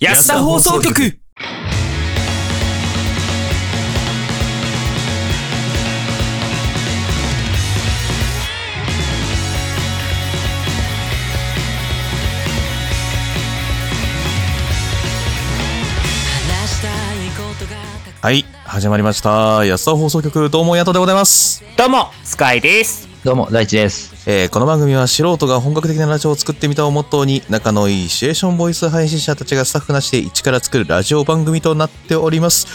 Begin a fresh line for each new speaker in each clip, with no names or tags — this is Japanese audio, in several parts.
安田放送局
はい、始まりました。安田放送局、どうも、やとでございます。
どうも、スカイです。
どうも、大地です。
えーこの番組は素人が本格的なラジオを作ってみたをモットーに、仲のいいシチュエーションボイス配信者たちがスタッフなしで一から作るラジオ番組となっております。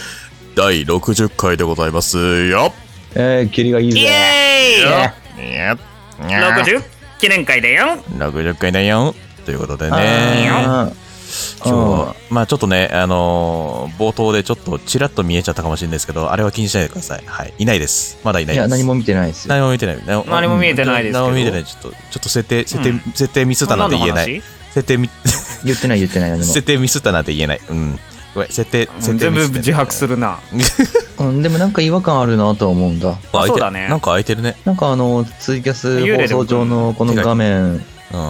第60回でございますよ。
えー、キリがいい
イ
ぜ。
エーイ
にゃにゃ
!60 記念会だよ。
60回だよ。ということでね、
あー
今日、まあちょっとね、あのー冒頭でちょっとちらっと見えちゃったかもしれないですけど、あれは気にしないでください。はい。いないです。まだいない
い
です。
や、何も見てないですよ。
何も見てない。何
何も見えてないですけど
何も見えてない。ちょっと、ちょっと設定、設定、
うん
設定ミスったなんて言えない。。設定み、
言ってない、言ってない、何
設定ミスったなんて言えない。うん。ごめん、設定、設定
全部自白す
る。
るな。
も。うん、でもなんか違和感あるなとは思うんだ。
あ開いて
そうだね
なんか空いてるね。
なんかあの、ツイキャス
幽霊
放
でも
送上のこの画面、
うん。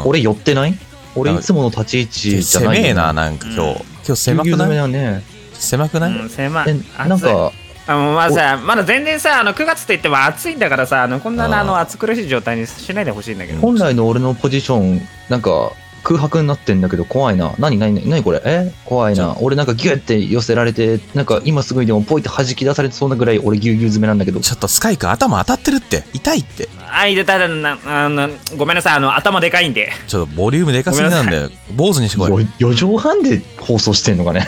俺寄ってない俺いつもの立ち位置じゃ
狭
ないよね。
えな、なんか今
うん
日。今日
狭
狭
く
くない
だね。
狭くない
うん、狭
え
い。暑い
なん、か、
あもうまあさ、まだ全然さ、あの9月といっても暑いんだからさ、あのこんな
あー
なあの暑苦しい状態にしないでほしいんだけど。
本来の俺のポジション、なんか、空白になってんだけど怖いな。何何何何これえ怖い
ちょ
な。俺なんかギュッて寄せられて、なんか今すぐにでもポイって弾き出されそうなぐらい俺ギュウギュウ詰めなんだけど。
ちょっとスカイ君頭当たってるって。痛いって。
あいでただなあのごめんなさいあの頭でかいんで
ちょっとボリュームでかすぎなんだよ。坊主にしてこい。
よ4畳半で放送してんのか ね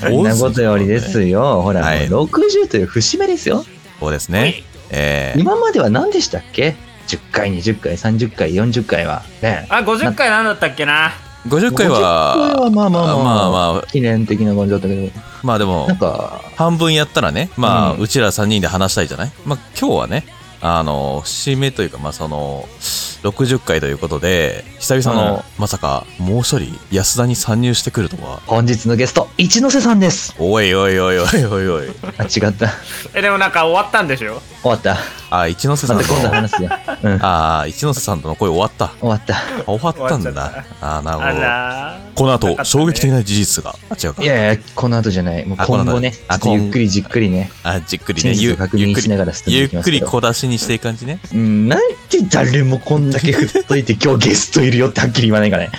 そんなことよりですよほら、
はい
もう60という節目ですよ
そうですね。えー、
今までは何でしたっけ10回20回30回40回はね
あ50回なんだったっけな
50回は、
50回はまあまあまあ
まあま
記念的な感じだったけど
あ、まあでも
なん、か
半分やったらね、まあ、う
うん
ちら3人で話したいじゃないまあ、今日はね、あの、節目というか、まあ、その、60回ということで、久々の、
うん
まさか、もう一人、安田に参入してくるとは、
本日のゲスト一ノ瀬さんです
おいおいおいおいおいおい。
あ違った
えでもなんか終わったんでしょ
終わった
あ、一ノ瀬さん
ま
と
た今度話すよ、うん、
ああ、一ノ瀬さんとの声終わった。
終わった
あ終わったん
終わっちゃ
だ。あーな
あ
る
らー
ほど。こ
な
の
かった
後、
ね
衝撃的な事実が。あ、違うか
い。やいやこの後じゃないもう
あこの
今
後
後ねちょ
あ
っとゆっくりじっくりね
あ、じっくりね、
真
ゆ
実を確認
ゆっく
し
り
な、がら進んで
ゆ
いき
っ
ま
く
すけ
り
ど
小出しにしていく感じね。
うん、なんて誰もこんだけ振っといて今日ゲストいるよってはっきり言わないからね。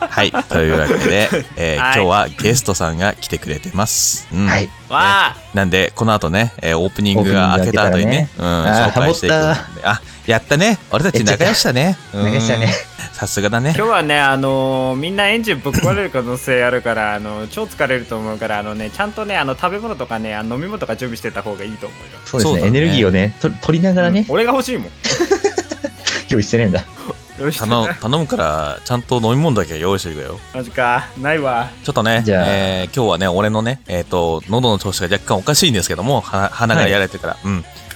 はい。というわけで、えー
はい
今日はゲストさんが来てくれてます。うん
はい。
わあ
なんで、この後ね、えーオープニングが開けた後にね、うん、
あー
紹介していく
ハモっ
んで。あ、やったね。俺たち仲良しだね。うん
流したね。
さすがだね。
今日はねあのーみんなエンジンぶっ壊れる可能性あるからあの超疲れると思うからあのねちゃんとねあの食べ物とかねあの飲み物とか準備してた方がいいと思うよ
そうで
そ
す
う
ね。
だね
エネルギーをね、と取りながらね、
俺が欲しいもん
用意してねえんだ。
よし
頼頼むから、ちゃんと飲み物だけ用意してくれよ。
マジかないわ
ちょっとね、
じゃあ
えー今日はね、俺のね、えっ、と、喉の調子が若干おかしいんですけども、は鼻がやられてから、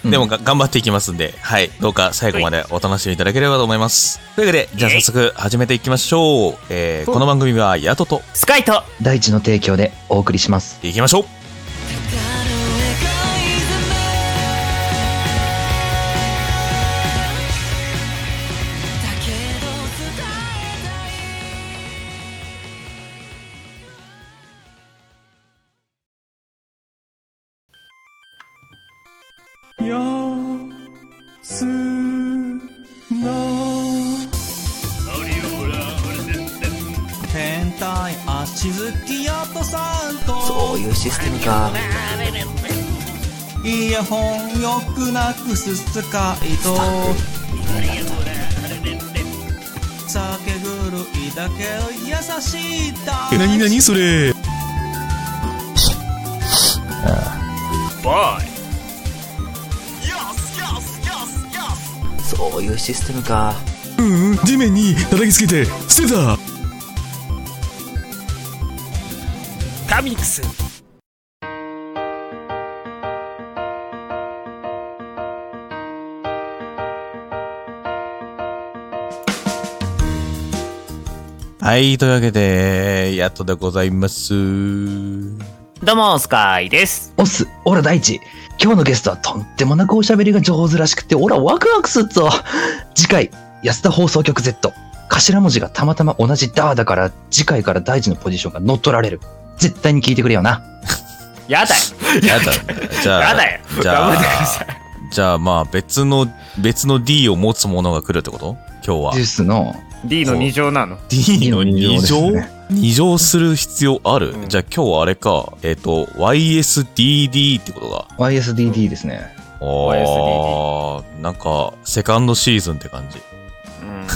うん。でもが、頑張っていきますんで、はい。どうか最後までお楽しみいただければと思います。というわけで、じゃあ早速始めていきましょう。えーこの番組は、やとと、
スカイと
大地の提供でお送りします。
いきましょう
やすな変態足好きやっとさんとそういうシステムかイヤホンよくなくす使いと酒狂いだけど優しいだ
なになにそれ
バ
そういうシステムか
うん地面に叩きつけて捨てた
イタミックス
はい、というわけで、やっとでございます。
どうもスカイです
おっす、オラ大地。今日のゲストはとんでもなくおしゃべりが上手らしくて、オラワクワクすっぞ。次回、安田放送局 Z。頭文字がたまたま同じダーだから、次回から大事のポジションが乗っ取られる。絶対に聞いてくれよな。
やだ
やだ。じゃあ、
やだよ
じゃ
頑張
あ
ってくださ、
じゃあまあ別の、別の D を持つものが来るってこと今日は
ジュ。ースの、
D の2乗なの
D の2
D
乗
の二乗です
?2 乗する必要ある、
うん
じゃあ今日はあれか、えっ、と、YSDD ってことだ。
YSDD ですね。
あー、なんか、セカンドシーズンって感じ。
うん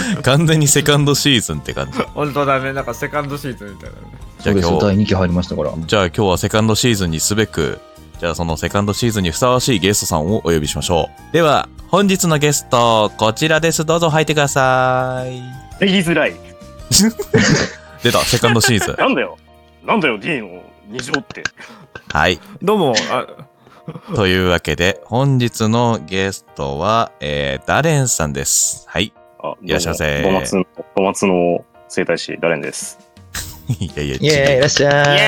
完全にセカンドシーズンって感じ。
本当だねなんかセカンドシーズンみたいなね
じ
そ
ゃあ
うです
今
よ、第
日、
2期入りましたから。
じゃあ今日はセカンドシーズンにすべく、じゃあそのセカンドシーズンにふさわしいゲストさんをお呼びしましょう。では、本日のゲスト、こちらです。どうぞ入ってください。
言いづらい。
出た、セカンドシーズ ン。
なんだよ。なんだよ、D の二乗って。
はい。
どうもあ
というわけで、本日のゲストは、えー、ダレンさんです。はい。
あ、
いらっしゃいませ
どうもドマツ、ドマツの生態師、ダレンです。
いやいや、
イェーイ、いらっし
イ
ゃ
エ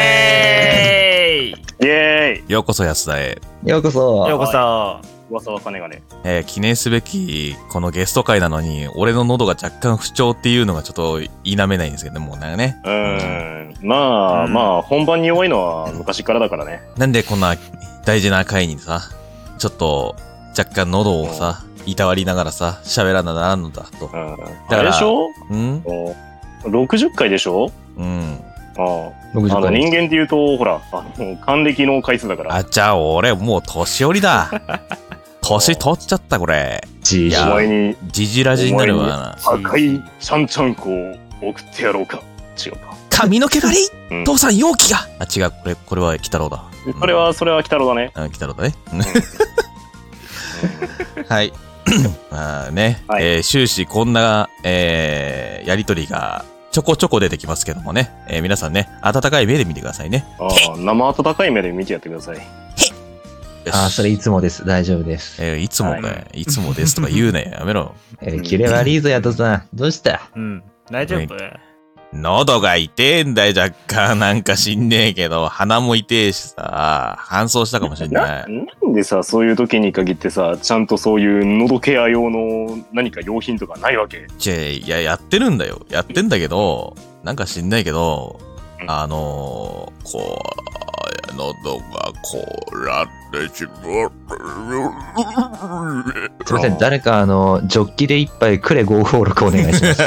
ーイ
イエーイ
ようこそ安田へ、
い。ようこ
よう
そ。
こそ
噂は金がね。
えー記念すべき、このゲスト会なのに、俺の喉が若干不調っていうのがちょっと否めないんですけどね、もうなんかね。
うーん。まあ、
うん
まあ、本番に弱いのは昔からだからね。
なんでこんな大事な会にさ、ちょっと若干喉をさ、いたわりながらさ、喋らなならんのだと
う。ん。
ら
あれでしょ
うん
お ?60 回でしょ
うん。
ああ
僕
あの人間で言うと、ほら、あの、還暦の回数だから。
あ、じゃあ俺もう年寄りだ。 年取っちゃった、これ。
ち
いや
お前に
じじらじになるわな。
赤いシャンチャンコを送ってやろうか。違うか。
髪の毛がり、
うん
父さん容器があ、違う、これ、これは鬼太郎だ。
それは、それは北郎だね。
うん、あ鬼太郎だね。
うん
はい。まあね、
はい
えー終始こんな、えーやりとりがちょこちょこ出てきますけどもね、えー皆さんね、温かい目で見てくださいね。
ああ、生温かい目で見てやってください。
よし
あ、それいつもです。大丈夫です。
えーいつもかい、、
はい
つもですとか言う ね。やめろ。
えー、キレ悪いぞ、ヤトさん。どうした
うん大丈夫
喉が痛えんだよ、若干。なんかしんねえけど、鼻も痛えしさ、搬送したかもしんな。
ないなんでさそういう時に限ってさちゃんとそういう喉ケア用の何か用品とかないわけ
ちぇ、いや、やってるんだよ。やってんだけど、なんかしんないけど、あのー、こう、喉がこうなってしまう。
すいません、誰か、あの、ジョッキで一杯クレ556お願いします。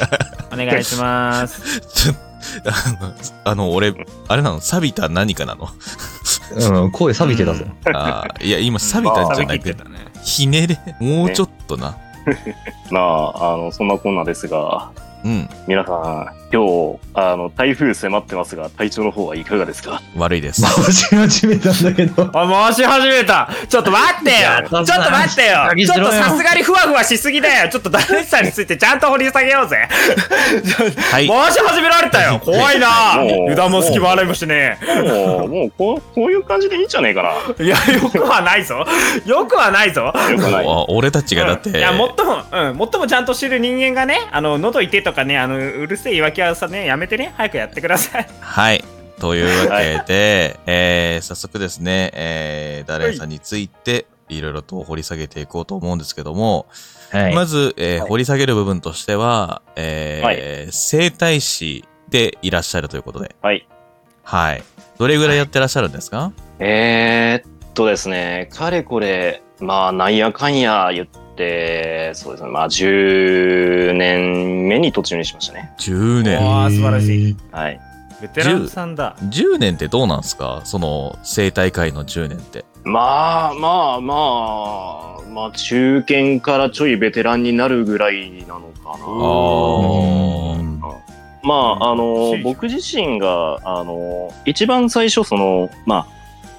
お願いし ます
ちょあの、あの俺、あれなの錆びた何かなの
うん、声錆びてたぞ。
あーいや、今、錆びたんじゃ
食
な
べ
く
きって
て、
たね
ひねれ。もうちょっとな。
まああのそんなこんなですが
うん、
皆さん今日あの台風迫ってますが体調の方はいかがです か
悪いです。
回し始めたんだけど。
あ回し始めたちょっと待ってよちょっと待ってよちょっとさすがにふわふわしすぎだよちょっとダレンさんについてちゃんと掘り下げようぜ
はい。
回し始められたよ怖いな
もう
油断も隙もありましてね
もうもうこうこういう感じでいいんじゃねえかない
やよくはないぞよくはないぞ
よくない
あ俺たちがだって、
うんいやもっともうんもっともちゃんと知る人間がねあの喉痛いとかねあのうるせえ言い訳はさねやめてね早くやってください
はい。というわけで、えー早速ですね、えー、ダレンさんについて、いろいろと掘り下げていこうと思うんですけども、
はい。
まず、えー
はい
掘り下げる部分としては、えー
は
整体師でいらっしゃるということで、
はい
はい。どれぐらいやってらっしゃるんですか、
えー、っとですねかれこれまあなんやかんや言ってそうですねまあ10年目に途中にしましたね
?10
う
年。
わあ素晴らしい
はい
ベテランさんだ
10年ってどうなんですかその整体界の10年って。
まあまあまあまあ中堅からちょいベテランになるぐらいなのか
あ
な。
ー
まああ
うん
の
し
僕自身があの一番最初そのま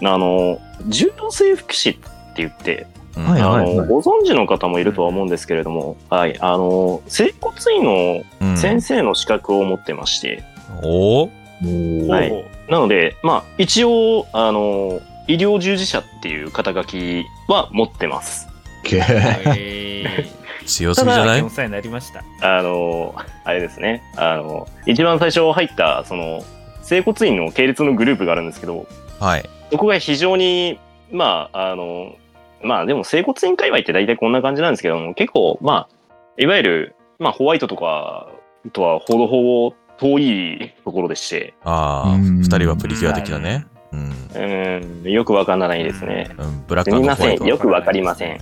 ああの柔道整復師って言って
うん
はい
あの
はい
ご存知の方もいるとは思うんですけれども、はいあの整骨院の
うん
先生の資格を持ってまして、
おー
も
はいうなのでまあ一応あの医療従事者っていう肩書きは持ってます。
け
え
強す
ー、
ぎじゃない
4歳になりました
あの、あれですね。あの、一番最初入った、その、整骨院の系列のグループがあるんですけど、
はい。
そこが非常に、まあ、あの、まあでも整骨院界隈って大体こんな感じなんですけども、結構、まあ、いわゆる、まあ、ホワイトとかとはほどほど遠いところでして、
ああ、
うん
二人はプリキュア的なね。うん。
うん、よくわからないですね。
うんブラッ
す
クアン
み
ド
ま
ホワイ
せん、
ト。
よくわかりません。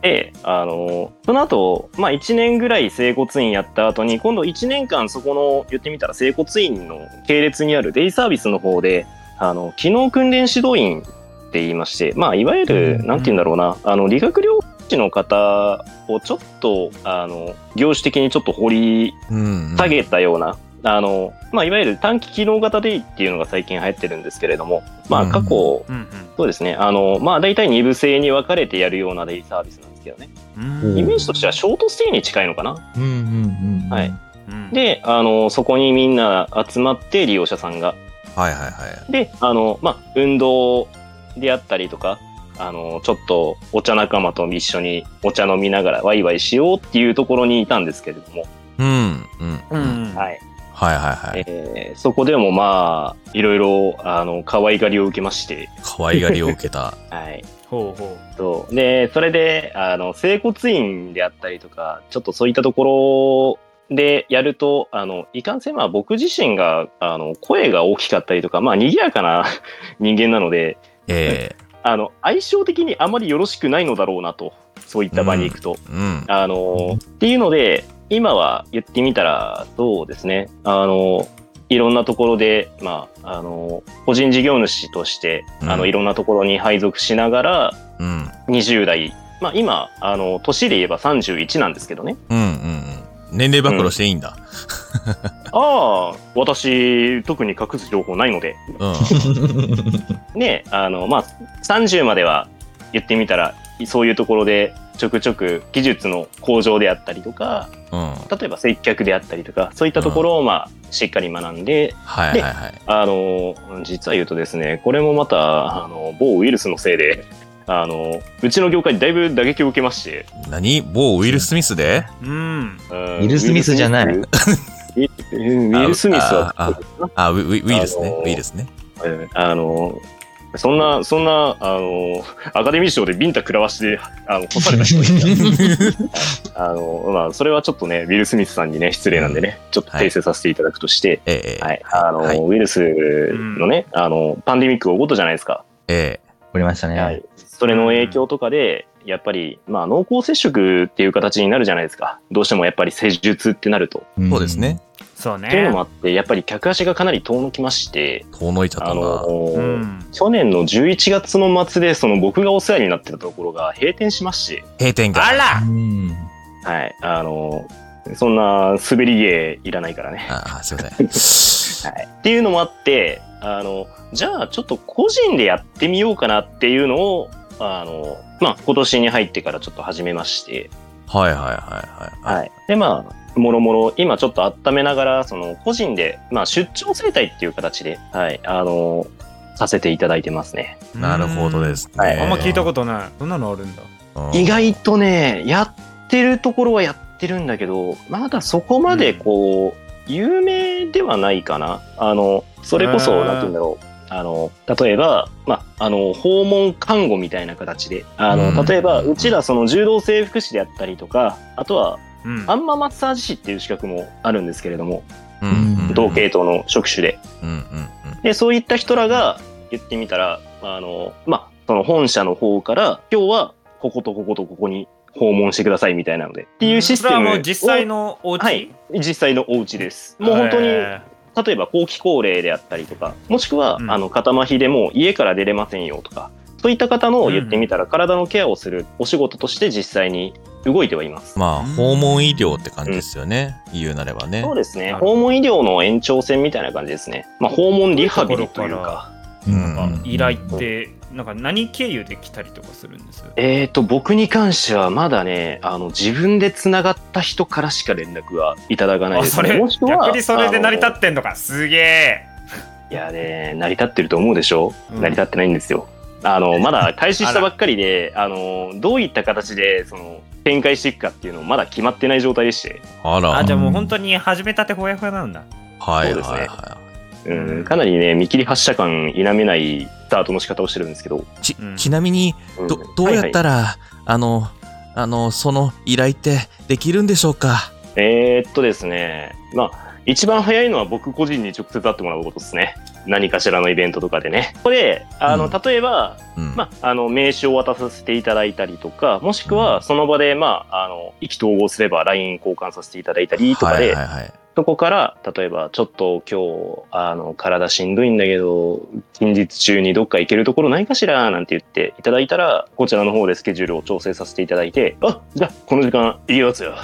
で、あの、その後、まあ1年ぐらい整骨院やった後に、今度1年間そこの、言ってみたら整骨院の系列にあるデイサービスの方で、あの、機能訓練指導員って言いまして、まあいわゆる、なんて言うんだろうな、あの、理学療法士の方をちょっと、あの、業種的にちょっと掘り
うん、うん。
下げたような、あの、まあいわゆる短期機能型デイっていうのが最近流行ってるんですけれども、まあ過去、
うん
そうですね。あの、まあ、大体2部制に分かれてやるようなデイサービスなんですけどね。
うん
お
う
うん
イメージとしてはショートステイに近いのかな。
うんうんうん。
はい。
うん
で、あの、そこにみんな集まって利用者さんが。
はいはいはい。
で、あの、まあ、運動であったりとか、あの、ちょっとお茶仲間と一緒にお茶飲みながらワイワイしようっていうところにいたんですけれども、
うん。うん。
う。ん
はい。
はいはいはい。
えーそこでもまあ、いろいろ、あの、可愛がりを受けまして、
可愛がりを受け た。
はい。
ほうほう
そうでそれであの整骨院であったりとかちょっとそういったところでやるとあのいかんせんまあ僕自身があの声が大きかったりとかまあ賑やかな 人間なので
え
あの相性的にあまりよろしくないのだろうなとそういった場に行くと。
えうん。
あのっていうので今は言ってみたらそうですねあのいろんなところで、まあ、あの個人事業主としてあ
う
の
ん
いろんなところに配属しながら、
うん。
20代、まあ、今あの年で言えば31なんですけどね
うん。うん。うん。年齢暴露していいんだ。
ああ私特に隠す情報ないので
うん。
ねあのまあ30までは言ってみたらそういうところでちょくちょく技術の向上であったりとか
うん。
例えば接客であったりとかそういったところをまあしっかり学んで
はいはいはい。
あの実は言うとですねこれもまたあの某ウイルスのせいであのうちの業界にだいぶ打撃を受けまして
何某ウィル・スミスで
うん
ウ
ウィルスミスじゃない
ウィ ルスミスウィル・スミスは
ああ、ウィウィウィルスね
あ。のー
ウィルスね。
うんあのそんなそんなあのアカデミー賞でビンタ食らわしてあの干され た人がいたあの、まあ、それはちょっとねウィル・スミスさんにね失礼なんでねちょっと訂正させていただくとして、
ええええ
はいあの
はい
ウイルスのね、あのパンデミックが起こったじゃないですか、
え
おりましたね。
はい、それの影響とかでやっぱり、まあ、濃厚接触っていう形になるじゃないですかどうしてもやっぱり施術ってなると。
え
ん
そうですね。。
そうね
というのもあってやっぱり客足がかなり遠のきまして
遠のいちゃった
あ
んだ。
の、
うん
去年の11月の末でその僕がお世話になってたところが閉店しまして、
閉店が。
あら
うん。
はい、あのそんな滑り芸いらないからね。
ああ、すいません。
はい、っていうのもあってあのじゃあちょっと個人でやってみようかなっていうのをあの、まあ、今年に入ってからちょっと始めまして、
はいはいはいはい。
はい、でまあもろもろ今ちょっと温めながらその個人で、まあ、出張生態っていう形で、はい、あのさせていただいてますね。
なるほどですね。
はい
あんま聞いた
こ
ことないそんなのあるんだ
と
意外とねやってるところはやってるんだけどまだそこまでこう、有名ではないかなあのそれこそ
うん
何て言うんだろうあの例えば、まあ、あの訪問看護みたいな形であの、
うん
例えばうちらその柔道整復師であったりとかあとは
うん
あんまマッサージ師っていう資格もあるんですけれども
うん
同系統の職種で
うんうんうん。
でそういった人らが言ってみたらあのまあその本社の方から今日はこことこことここに訪問してくださいみたいなのでっていうシス
そ
テムを
れはもう実際のお家
はい実際のお家ですもう本当に
え
例えば後期高齢であったりとかもしくは、
うん
あの肩麻痺でもう家から出れませんよとかそういった方の言ってみたら体のケアをするお仕事として実際に動いてはいます、
まあ、訪問医療って感じですよね。言うなればね
そう。ですね
なるほど
訪問医療の延長線みたいな感じですね、まあ、訪問リハビリという
ところから
か
う
ーなん
ん。
か依頼ってなんか何経由で来たりとかするんです
えー、と僕に関してはまだねあの自分でつながった人からしか連絡はいただかない
あ
です、
そ
ね、
れ
もしくは
逆にそれで成り立
あ
ってんのかすげ
のいやね成り立ってると思うでしょ、
うん
成り立ってないんですよあのまだ開始したばっかりであのどういった形でその展開していくかっていうのまだ決まってない状態でして、
あ
え
ら。
あ
は
じ
い
ゃあもう本当に始めたてほやほやなんだ
はい
そうですね
は
うん、かなりね見切り発車感否めないスタートの仕方をしてるんですけど、
い。ち
うん
ちなみに、
うん
どどうやったら、あの、あの、その依頼ってできるんでしょうか
えー、っとですね、まあ、一番早いのは僕個人に直接会ってもらうことですね。何かしらのイベントとかでね。これ、あの、
うん
例えば、
うん。
まあ、あの、名刺を渡させていただいたりとか、もしくは、その場で、まあ、あの、意気投合すれば LINE 交換させていただいたりとかで、
はいはいはい。
そこから、例えば、ちょっと今日、あの、体しんどいんだけど、近日中にどっか行けるところないかしら、なんて言っていただいたら、こちらの方でスケジュールを調整させていただいて、あ、じゃあ、この時間、いいやつよ。って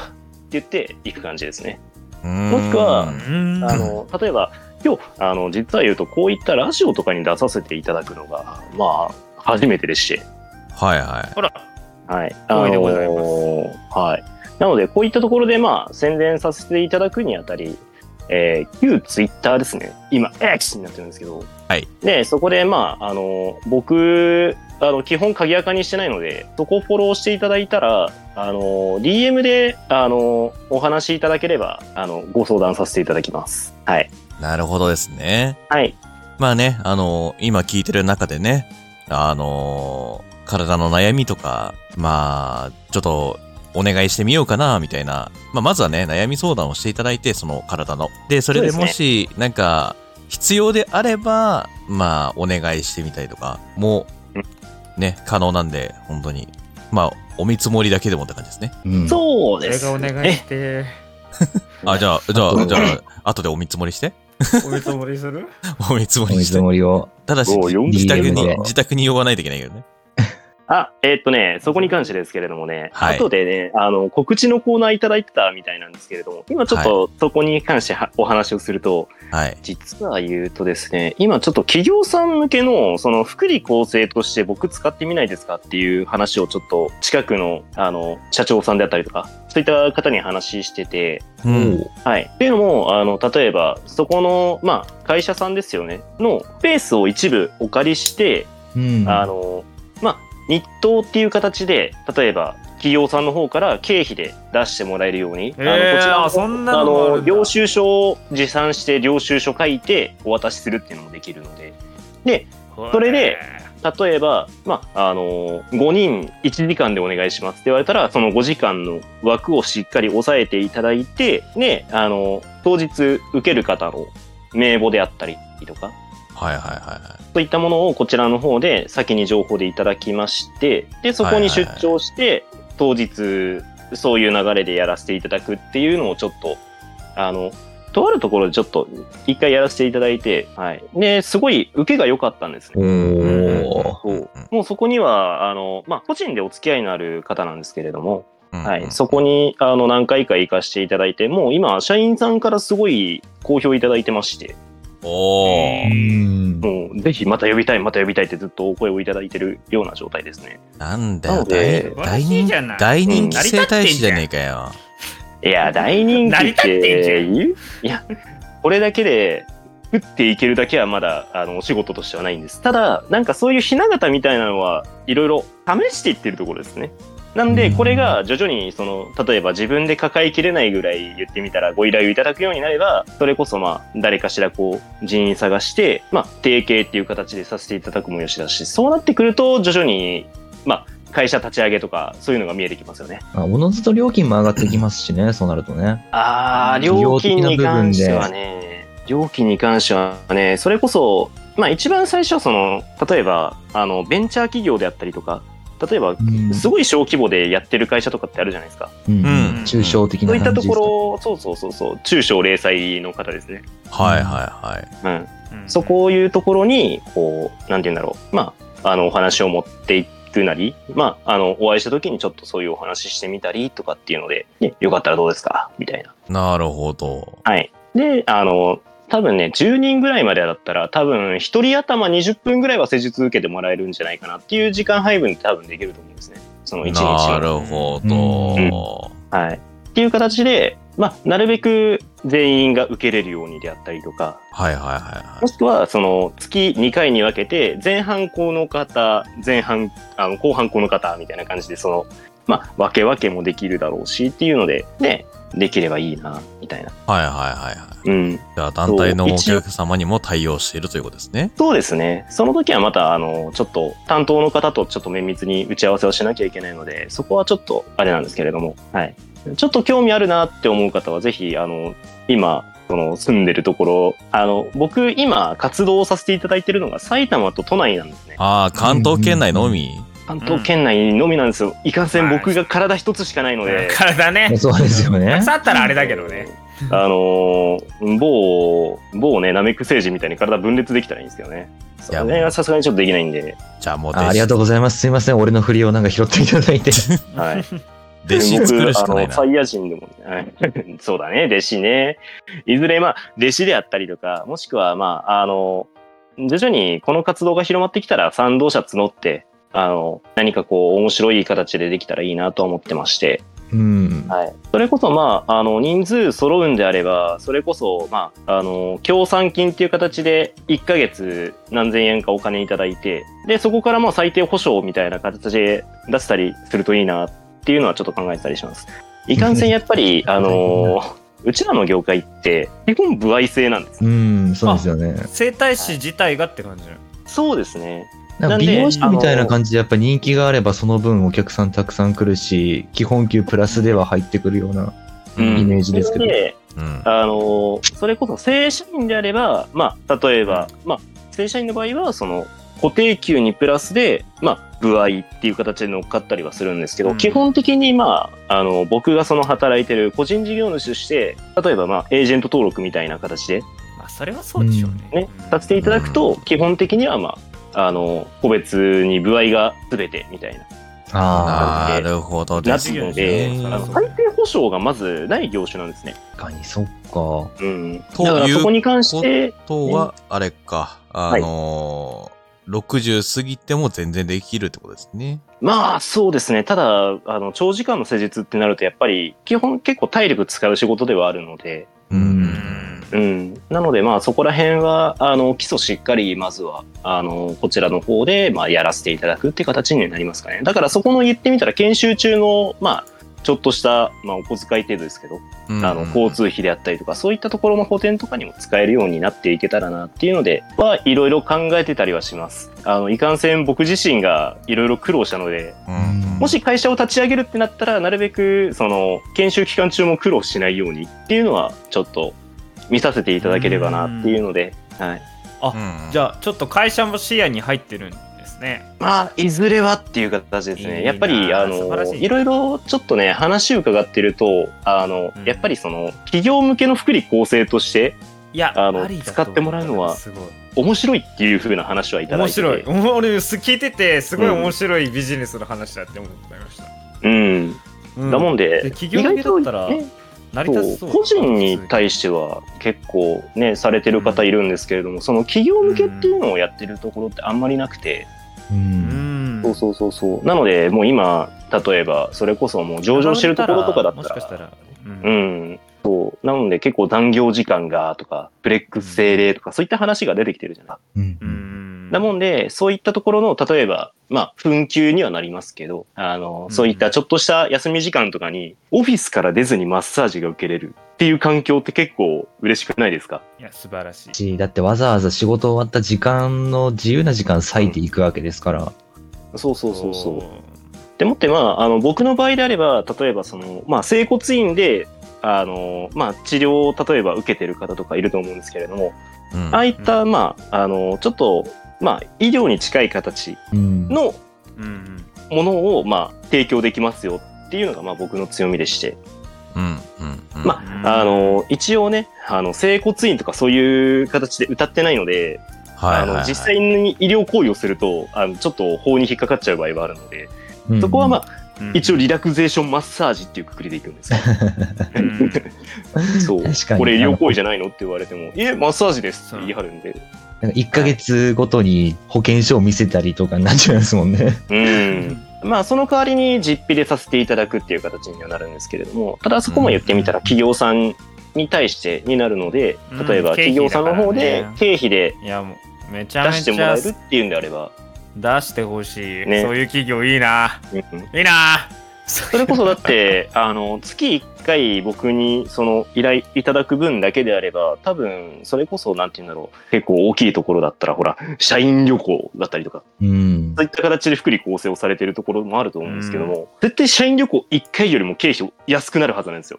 言って、行く感じですね。
も
しくは
うん
あの、例えば、今日、あの、実は言うと、こういったラジオとかに出させていただくのが、まあ、初めてでして、
はいは
ほら
はい。
光栄でございます
あのーはい。なので、こういったところで、まあ、宣伝させていただくにあたり、えー旧ツイッターですね。今、X になってるんですけど。
はい。
で、そこで、まあ、あのー僕、あの、基本、鍵垢にしてないので、そこをフォローしていただいたら、あのー DM で、あのーお話しいただければ、あの、ご相談させていただきます。はい。
い。なるほどですね。
はい。
まあね、あの、今聞いてる中でね、あの、体の悩みとか、まあ、ちょっと、お願いしてみようかな、みたいな。まあ、まずはね、悩み相談をしていただいて、その体の。で、それで
そうで
も
す
し、なんか、必要であれば、まあ、お願いしてみたりとか、も
う
う、ね、可能なんで、本当に。まあ、お見積もりだけでもって感じですね。
うん
そう
そ
で
れ
す
がお
ね。
願いして
あ、じゃあ、じゃ
あと
あ、じゃあ、後でお見積もりして。
お見積もりす る
お見積も
お見
りし
積
て。
もりを。
ただし、
おう四
自宅
DM
に
で、
自宅に呼ばないといけないけどね。
あ、えーっとね、そこに関してですけれどもね、
はい
後でね、あの、告知のコーナーいただいてたみたいなんですけれども、今ちょっとそこに関してはお話をすると、
はい。
実は言うとですね、今ちょっと企業さん向けの、その、福利厚生として僕使ってみないですかっていう話をちょっと近くの、あの、社長さんであったりとか、そういった方に話してて、
うん。
はい。っていうのも、あの、例えば、そこの、まあ、会社さんですよね、のスペースを一部お借りして、
うん。
あの、まあ、日当っていう形で、例えば、企業さんの方から経費で出してもらえるように、
えーあそんなのもあるんだ
領収書を持参して、領収書書いてお渡しするっていうのもできるので、それで例えば、まあ、あの、5人1時間でお願いしますって言われたら、その5時間の枠をしっかり押さえていただいて、ね、あの、当日受ける方の名簿であったりとか、
はいはいはいはい。
といったものをこちらの方で先に情報でいただきまして、で、そこに出張して、当日、そういう流れでやらせていただくっていうのをちょっと、あの、とあるところでちょっと一回やらせていただいて、はい。で、すごい受けが良かったんですね。
お
そうもうそこには、あの、まあ、個人でお付き合いのある方なんですけれども、は
うん
い。そこに、あの、何回か行かせていただいて、もう今、社員さんからすごい好評いただいてまして、
お
ー。う
ー
ん。
もうぜひまた呼びたい、また呼びたいってずっとお声をいただいてるような状態ですね。
なんだ
な
よ、
ので
大大人
素晴らしいじゃない
大人気生態師じゃねえかよ。
い や、大人気っ
成り立って
て言ういや、これだけで食っていけるだけはまだあのお仕事としてはないんです。ただ、なんかそういうひな形みたいなのはいろいろ試していってるところですね。なんで、これが徐々に、その、例えば自分で抱えきれないぐらい言ってみたらご依頼をいただくようになれば、それこそまあ、誰かしらこう、人員探して、まあ、提携っていう形でさせていただくもよしだし、そうなってくると、徐々に、まあ、会社立ち上げとか、そういうのが見えてきますよね。
まあおのずと料金も上がってきますしね、そうなるとね。
あー
費
料
用
金
的な
に
部分で
関してはね料金に関してはねそれこそまあ一番最初はその例えばあのベンチャー企業であったりとか例えば
うん
すごい小規模でやってる会社とかってあるじゃないですか、
うん
うん
抽象的
そうい
な
った
感
と
じ
ころそうそうそうそう中小零細の方ですね
はいはいはい。
うん
うん
そこをいうところにこうなんて言うんだろうまああのお話を持っていくなりまああのお会いした時にちょっとそういうお話ししてみたりとかっていうので、ね、よかったらどうですかみたいな
なるほど。
はい。で、あの、多分ね、10人ぐらいまでだったら、多分1人頭20分ぐらいは施術受けてもらえるんじゃないかなっていう時間配分って多分できると思うんですね。その1日
な
の。
るほど。
はい。っていう形で、まあ、なるべく全員が受けれるようにであったりとか、
はいはいは
もしくは、その、月2回に分けて、前半この方、前半、あの後半この方、みたいな感じで、その、まあ、分け分けもできるだろうしっていうので、で、できればいいな、みたいな。
はいはいはい。
うん。
じゃあ団体の
そう
お
一応
客様にも対応しているということですね。
そうですね。その時はまた、あの、ちょっと担当の方とちょっと綿密に打ち合わせをしなきゃいけないので、そこはちょっとあれなんですけれども、はい。ちょっと興味あるなって思う方は、ぜひ、あの、今、その住んでるところ、あの、僕、今、活動させていただいてるのが埼玉と都内なんですね。
ああ、関東圏内のみ。
関東圏内のみなんですよ。いかんせん僕が体一つしかないので。
体ね
そうですよ
た
ね
く。さんあったらあれだけどね。
あのー某、某ね、ナメック星人みたいに体分裂できたらいいんですけどね。そ
いや
れがさすがにちょっとできないんで、
じゃあもう弟
あありがとう
子
ございます。すいません。俺の振りをなんか拾っていただいて。
はい。
弟子作るしかない
僕あの
な
サ。イヤ人でもね、はい そうだね、弟子ね。いずれ、まあ、弟子であったりとか、もしくは、まあ、あの、徐々にこの活動が広まってきたら、賛同者募って、あの、何かこう、面白い形でできたらいいなとは思ってまして。
うん。
はい、それこそ、まあ、あの人数揃うんであればそれこそ、まあ、あの協賛金っていう形で1ヶ月何千円かお金いただいてでそこからまあ最低保証みたいな形で出したりするといいなっていうのはちょっと考えてたりします。いかんせんやっぱ りあのうちらの業界って基本歩合制なんですよ
うん、そうですよね。
整体師自体がって感じ。
そうですね
なん
な
か
んで
美容師みたいな感じでやっぱ人気があればその分お客さんたくさん来るし、基本給プラスでは入ってくるような
うん
イメージですけど
そ。れで
うん。
あのそれこそ正社員であれば、まあ、例えば、まあ、正社員の場合はその固定給にプラスで、まあ、部合っていう形で乗っかったりはするんですけど、
うん
基本的に、まあ、あの僕がその働いてる個人事業主として例えば、まあ、エージェント登録みたいな形で、
まあそれはそうでしょうね。
ね、させていただくと基本的には、まあ、あの個別に部合が全てみたいな。
あ
なるほどです
な
ね
ので
そりゃそう
最低保障がまずない業種なんですね。
あ、確かにそっか。
うん。だ
と
か
い
ら
う
そこに関して、
とは、あれか、あのー、60過ぎても全然できるってことですね。
まあそうですね。ただ、あの、長時間の施術ってなると、やっぱり、基本結構体力使う仕事ではあるので、
う。
うんん。
うん。なので、まあそこら辺は、あの、基礎しっかり、まずは、あの、こちらの方で、まあやらせていただくって形になりますかね。だからそこの言ってみたら、研修中の、まあ、ちょっとした、まあお小遣い程度ですけど、
うん
あの、交通費であったりとか、そういったところの補填とかにも使えるようになっていけたらなっていうので、は、いろいろ考えてたりはします。あの、いかんせん僕自身がいろいろ苦労したので、
うん
もし会社を立ち上げるってなったら、なるべく、その、研修期間中も苦労しないようにっていうのは、ちょっと見させていただければなっていうので、はい。
うん
じゃあちょっと会社も視野に入ってるんですね。
まあ、いずれはっていう形です
い
ね。
いなあ
やっぱり、あ
素晴らし
の、
い
いろいろちょっとね、話伺ってると、あの
う、ん
やっぱりその、企業向けの福利厚生として、
いや、
あの
りだと
使ってもらうのは
すごい。
面白いっていう風な話はいただ
面
いてて。
白い。お俺す聞いててすごい
うん
面白いビジネスの話だって思ってました。
うん。
うん
だもんで、
で企業向けだったら
意外とね
成り立ち
そ
そうう。
個人に対しては結構ねされてる方いるんですけれども、その企業向けっていうのをやってるところってあんまりなくて、
う。
うんん。
そうそうそうそうなのでもう今例えばそれこそもう上場してるところとかだった
も
ら
しかしたら。うん
うんそうなので結構残業時間がとかブレックス制令とかそういった話が出てきてるじゃない、
うん
う。ん
だもんでそういったところの例えばまあ紛糾にはなりますけどあの、そういったちょっとした休み時間とかにオフィスから出ずにマッサージが受けれるっていう環境って結構嬉しくないですか
いや素晴らしい。
しだってわざわざ仕事終わった時間の自由な時間割いていくわけですから。
そうそうそうそう。でもって、まあ、あの僕の場合であれば例えばその、まあ、整骨院であの、まあ、治療を例えば受けてる方とかいると思うんですけれども、
うん
ああいった、まあ、あのちょっと、まあ、医療に近い形
うん。
の
うんうん。
ものを、まあ、提供できますよっていうのが、まあ、僕の強みでして、
うんうんうん
まあ、あの一応ねあの整骨院とかそういう形で歌ってないので、
はいはい
あ
は
の
い
実際に医療行為をするとあのちょっと法に引っかかっちゃう場合はあるので、そこは、まあ、
うん
一応リラクゼーションマッサージっていうくくりでいくんですよ。
うん
そう。
確かに
これ医療行為じゃないのって言われても、いえ、マッサージです
そう
って言い張るんで。
なんか1ヶ月ごとに保険証を見せたりとかになっちゃいますもんね。
うん。まあ、その代わりに実費でさせていただくっていう形にはなるんですけれども、ただそこも言ってみたら企業さんに対してになるので、
うん
例えば
経費
企業
だ
さ
か
んの
らね
方で経費で
いやもうめちゃ
出
め
しても
ちゃ
らえる
出
っていうんであれば、
してほしい、
ね
そういう企業いいな
うん
いいな
それこそ だって、あの、月1回僕にその依頼いただく分だけであれば、多分、それこそ、なんて言うんだろう、結構大きいところだったら、ほら、社員旅行だったりとか、
うん
そ。ういった形で福利厚生をされてるところもあると思うんですけども、絶対社員旅行1回よりも経費安くなるはずなんですよ。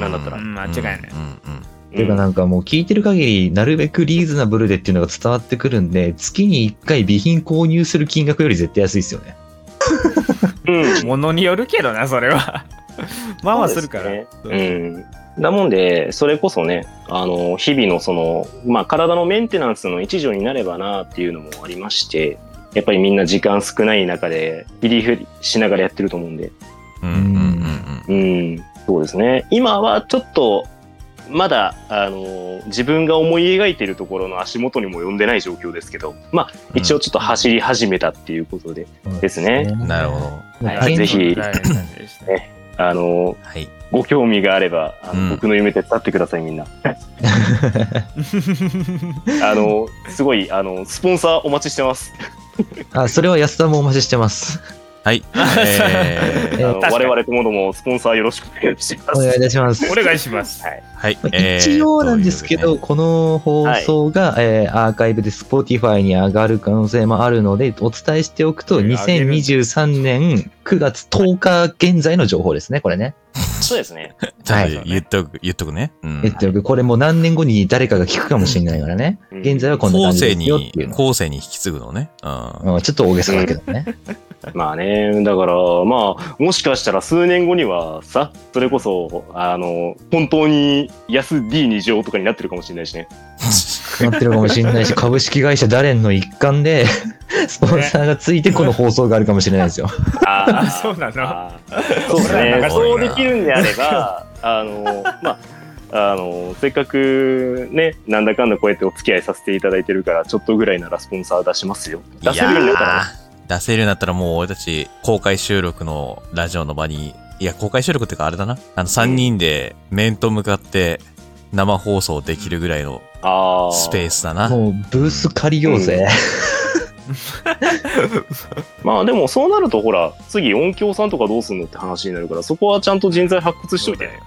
なんだったら
うん間違いない
うんうん
てかなんかもう聞いてる限り、なるべくリーズナブルでっていうのが伝わってくるんで、月に1回備品購入する金額より絶対安いですよね。
うん、
ものによるけどなそれは まあまあするから
そうですねうん。だもんで、それこそね、あの、日々のその、まあ、体のメンテナンスの一助になればなっていうのもありまして、やっぱりみんな時間少ない中で、リリーフしながらやってると思うんで、
うんうんうん
うん、そうですね。今はちょっと、まだ、あの、自分が思い描いてるところの足元にも及んでない状況ですけど、まあ、
うん
一応ちょっと走り始めたっていうことで、ですね
なるほど。
まあ。
はいぜひ
大変でした
あの、
はい。
ご興味があれば、あの
うん
僕の夢手伝ってください、みんな。 あの、すごい、あの、スポンサーお待ちしてます。
あ、それは安田もお待ちしてます。
はい。え
あ
ー
確
の
かに
我々ともども、スポンサーよろしくお願いしま
お願いい
す。
たします。
お願いします
はい。
はい
まあ。
えー
一応なんですけど、
というこ
この放送が、えーアーカイブで Spotify に上がる可能性もあるので、お伝えしておくと、
上げる
2023年9月10日現在の情報ですね、これね。
そうですね。
とで
はい
ちょっと言っとく、言っとくね。うん
えっと、これもう何年後に誰かが聞くかもしれないからね。
うん
現在はこんな
後
感じ
世
ですよっていう
に、
の。
後世に引き継ぐのね。うん。
うんちょっと大げさだけどね。
まあね、だから、まあ、もしかしたら数年後にはさ、それこそ、あの、本当に安 D 二乗とかになってるかもしれないしね。
なってるかもしれないし、株式会社ダレンの一環で、スポンサーがついてこの放送があるかもしれないですよ。
あ
ーそうなの
あーそうですね。そうできるんであれ ば、あの、まあ、あの、せっかくね、なんだかんだこうやってお付き合いさせていただいてるから、ちょっとぐらいならスポンサー出しますよ。出せるようになったらね
いやー出せるようになったらもう俺たち公開収録のラジオの場に、いや、公開収録っていうかあれだな。あの、3人で面と向かって生放送できるぐらいの
あ
スペー
ス。
スだな。
もうブース借りようぜ。
まあでもそうなるとほら、次音響さんとかどうするのって話になるから、そこはちゃんと人材発掘しといてね。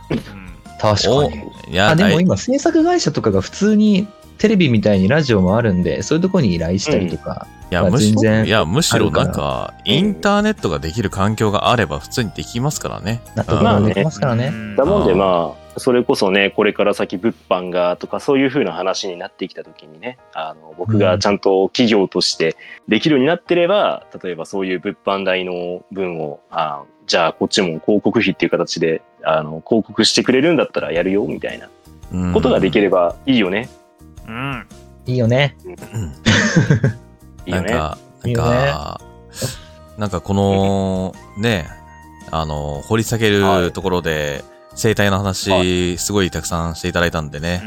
確か
お
に。
いや、
あでも
大
今制作会社とかが普通にテレビみたいにラジオもあるんでそういうとこに依頼したりとか、
いや、
まあ
むし
全
ろ、
然
いや、むしろなん
あるか
か、インターネットができる環境があれば普通にできますからね。
納得
まあ
が
ね
できますからね。
だもんで
あー
まあ、それこそね、これから先物販がとかそういう風な話になってきた時にね、あの、僕がちゃんと企業としてできるようになってれば、例えばそういう物販代の分を、あじゃあこっちも広告費っていう形で、あの、広告してくれるんだったらやるよ、みたいな
うん
ことができればいいよね。
うん
いいよね。
いい
な
よ
ん
ね。
か、ないん
いよね
か、なんかこの、ね、あの、掘り下げ
は
る
い
ところで、生態の
は
話、すごいたくさんしていただいたんでね。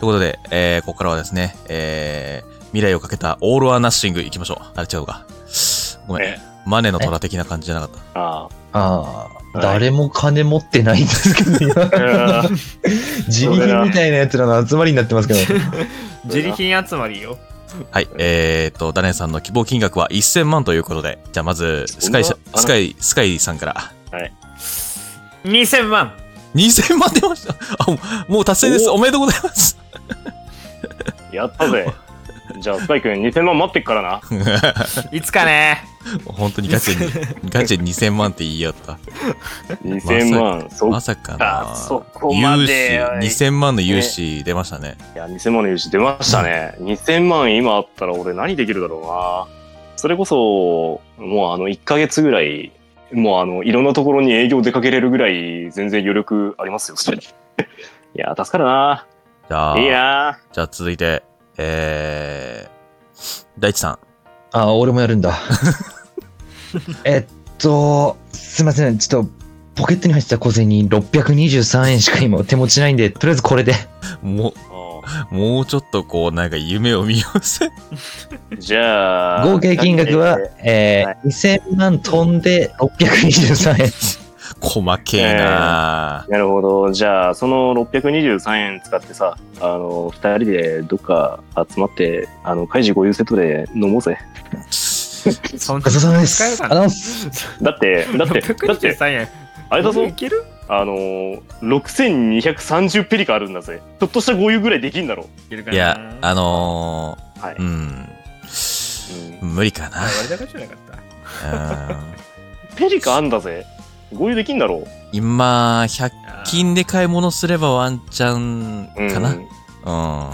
ということで、えーここからはですね、えー未来をかけたオール・ア・ナッシング行きましょう。あれ違うか。ごめん
ね。
マネの虎的な感じじゃなかった。
あ
ああ、
はい
誰も金持ってないんですけど、今
あ。
自利品みたいなやつらの集まりになってますけど、
自利品集まりよ
はい。えーと、ダネンさんの希望金額は1000万ということで。じゃあまず、スカイし、
そんな
スカイ、スカイさんから。
2000万
2000万出ました。あ、もうもう達成です。おめでとうございます。
やったぜ。じゃあ、スパイ君、2000万待ってっからな。
いつかね
本当にガチ で、ガチで2000万って言い合った。
2000万、そ
ま
う
さか
か、
な。
そこまで。
融資、2000万の融資出ましたね。
いや、2000万の融資出ましたね。2000万今あったら俺何できるだろうな。それこそ、もうあの、1ヶ月ぐらい、もうあの、いろんなところに営業出かけれるぐらい、全然余力ありますよ、そ れ。いや、助かるな。
じゃあ、
いいな。
じゃあ続いて、えー、大地さん。
ああ、俺もやるんだ。えっと、すいません、ちょっとポケットに入ってた小銭623円しか今手持ちないんで、とりあえずこれで。
も
あ
う、もうちょっとこう、なんか夢を見ようせ。
じゃあ、
合計金額は、え
は
ー、2000万飛んで623円。
細けえな
なるほど。じゃあ、その623円使ってさ、あの、二人でどっか集まって、あの、カイジ合流セットで飲もうぜ。
そん
ごちそうさまです。ありがとうございます。
だって、だって、だって、
623円。
あれだぞ
い、ける
あのー、6230ペリカあるんだぜ。ちょっとした豪遊ぐらいできんだろう。
いけるか
い
な
や、あの
はい
ー、う。ん、
うん
無理か
あ割高じゃなかった。
な。うん
ペリカあんだぜ。合流できんだろ
今、100均で買い物すればワンチャン
う。うん、
かな。うん。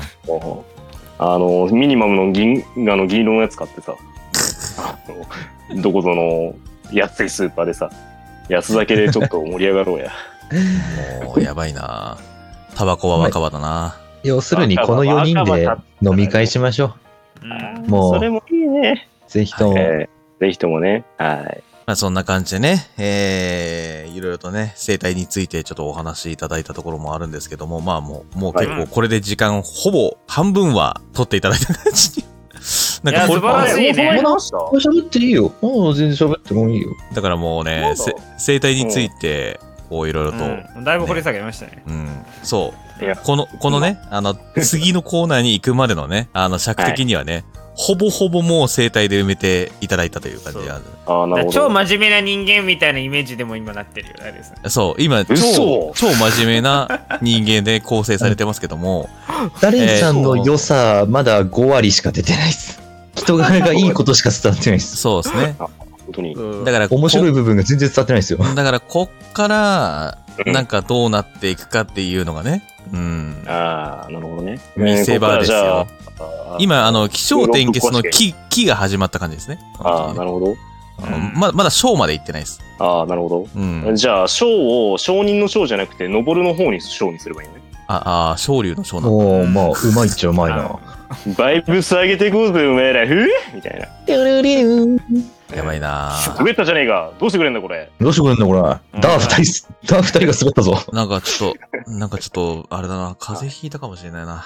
あの、ミニマムの銀、あの、銀色のやつ買ってさ、 あのどこぞの安いスーパーでさ、安酒でちょっと盛り上がろう や。
もう、やばいな。タバコは若葉だな。
要するに、この4人で飲み会しましょ
うん
もう
それもいいね。
う。ぜひとも。
えーぜひともね。はい。
まあ、そんな感じでね、えー、いろいろとね、生態についてちょっとお話しいただいたところもあるんですけども、まあもう、もう結
はい
構これで時間ほぼ半分は取っていただいた感じ に。なんか
いや
これ
素晴らしいね
もうそんなに話した
喋っていいよ。もう全然喋ってもいいよ。
だからもう
な
ね
ん、だ
せ生態について、こういろいろと、
うんだいぶ掘り下げましたね。
うん、そう
いや。
この、このね、あの、次のコーナーに行くまでの ね、あの、尺的にはね、ほぼほぼもう生態で埋めていただいたという感じなんで
ああ、な
だ
る
から
ほど。
超真面目な人間みたいなイメージでも今なってるよあれですね。
そう、今、超
嘘、
超真面目な人間で構成されてますけども、
ダレンさんの良さ、まだ5割しか出てないです。人柄がいいことしか伝わってないです。
そうです ね。
本当に。
だから、
面白い
こ
部分が全然伝わってないですよ。
だから、こっから、
うん
なんかどうなっていくかっていうのがね、うん。
ああ、なるほどね。
見せ場ですよ。
えー。ここからじゃあ
今、あ、の、気象点結の木、木が始まった感じですね。
ああ、なるほど。
あのまだ、まだ章まで行ってないです。
ああ、なるほど。
うん。
じゃあ、章を、商人の章じゃなくて、登るの方に章にすればいい のね。
あ、あ、昇竜の章なの。
おー、まあ、うまいっちゃうまいな。
あ
バイブス上げていこうぜ、おめえら、ふぅみたいな。
やばいなぁ
滑ったじゃねえか。どうしてくれんだ、これ。
どうしてくれんのこれ。ダー二人す、ダー二人が滑ったぞ。
なんかちょっと、なんかちょっと、あれだな、風邪ひいたかもしれないな。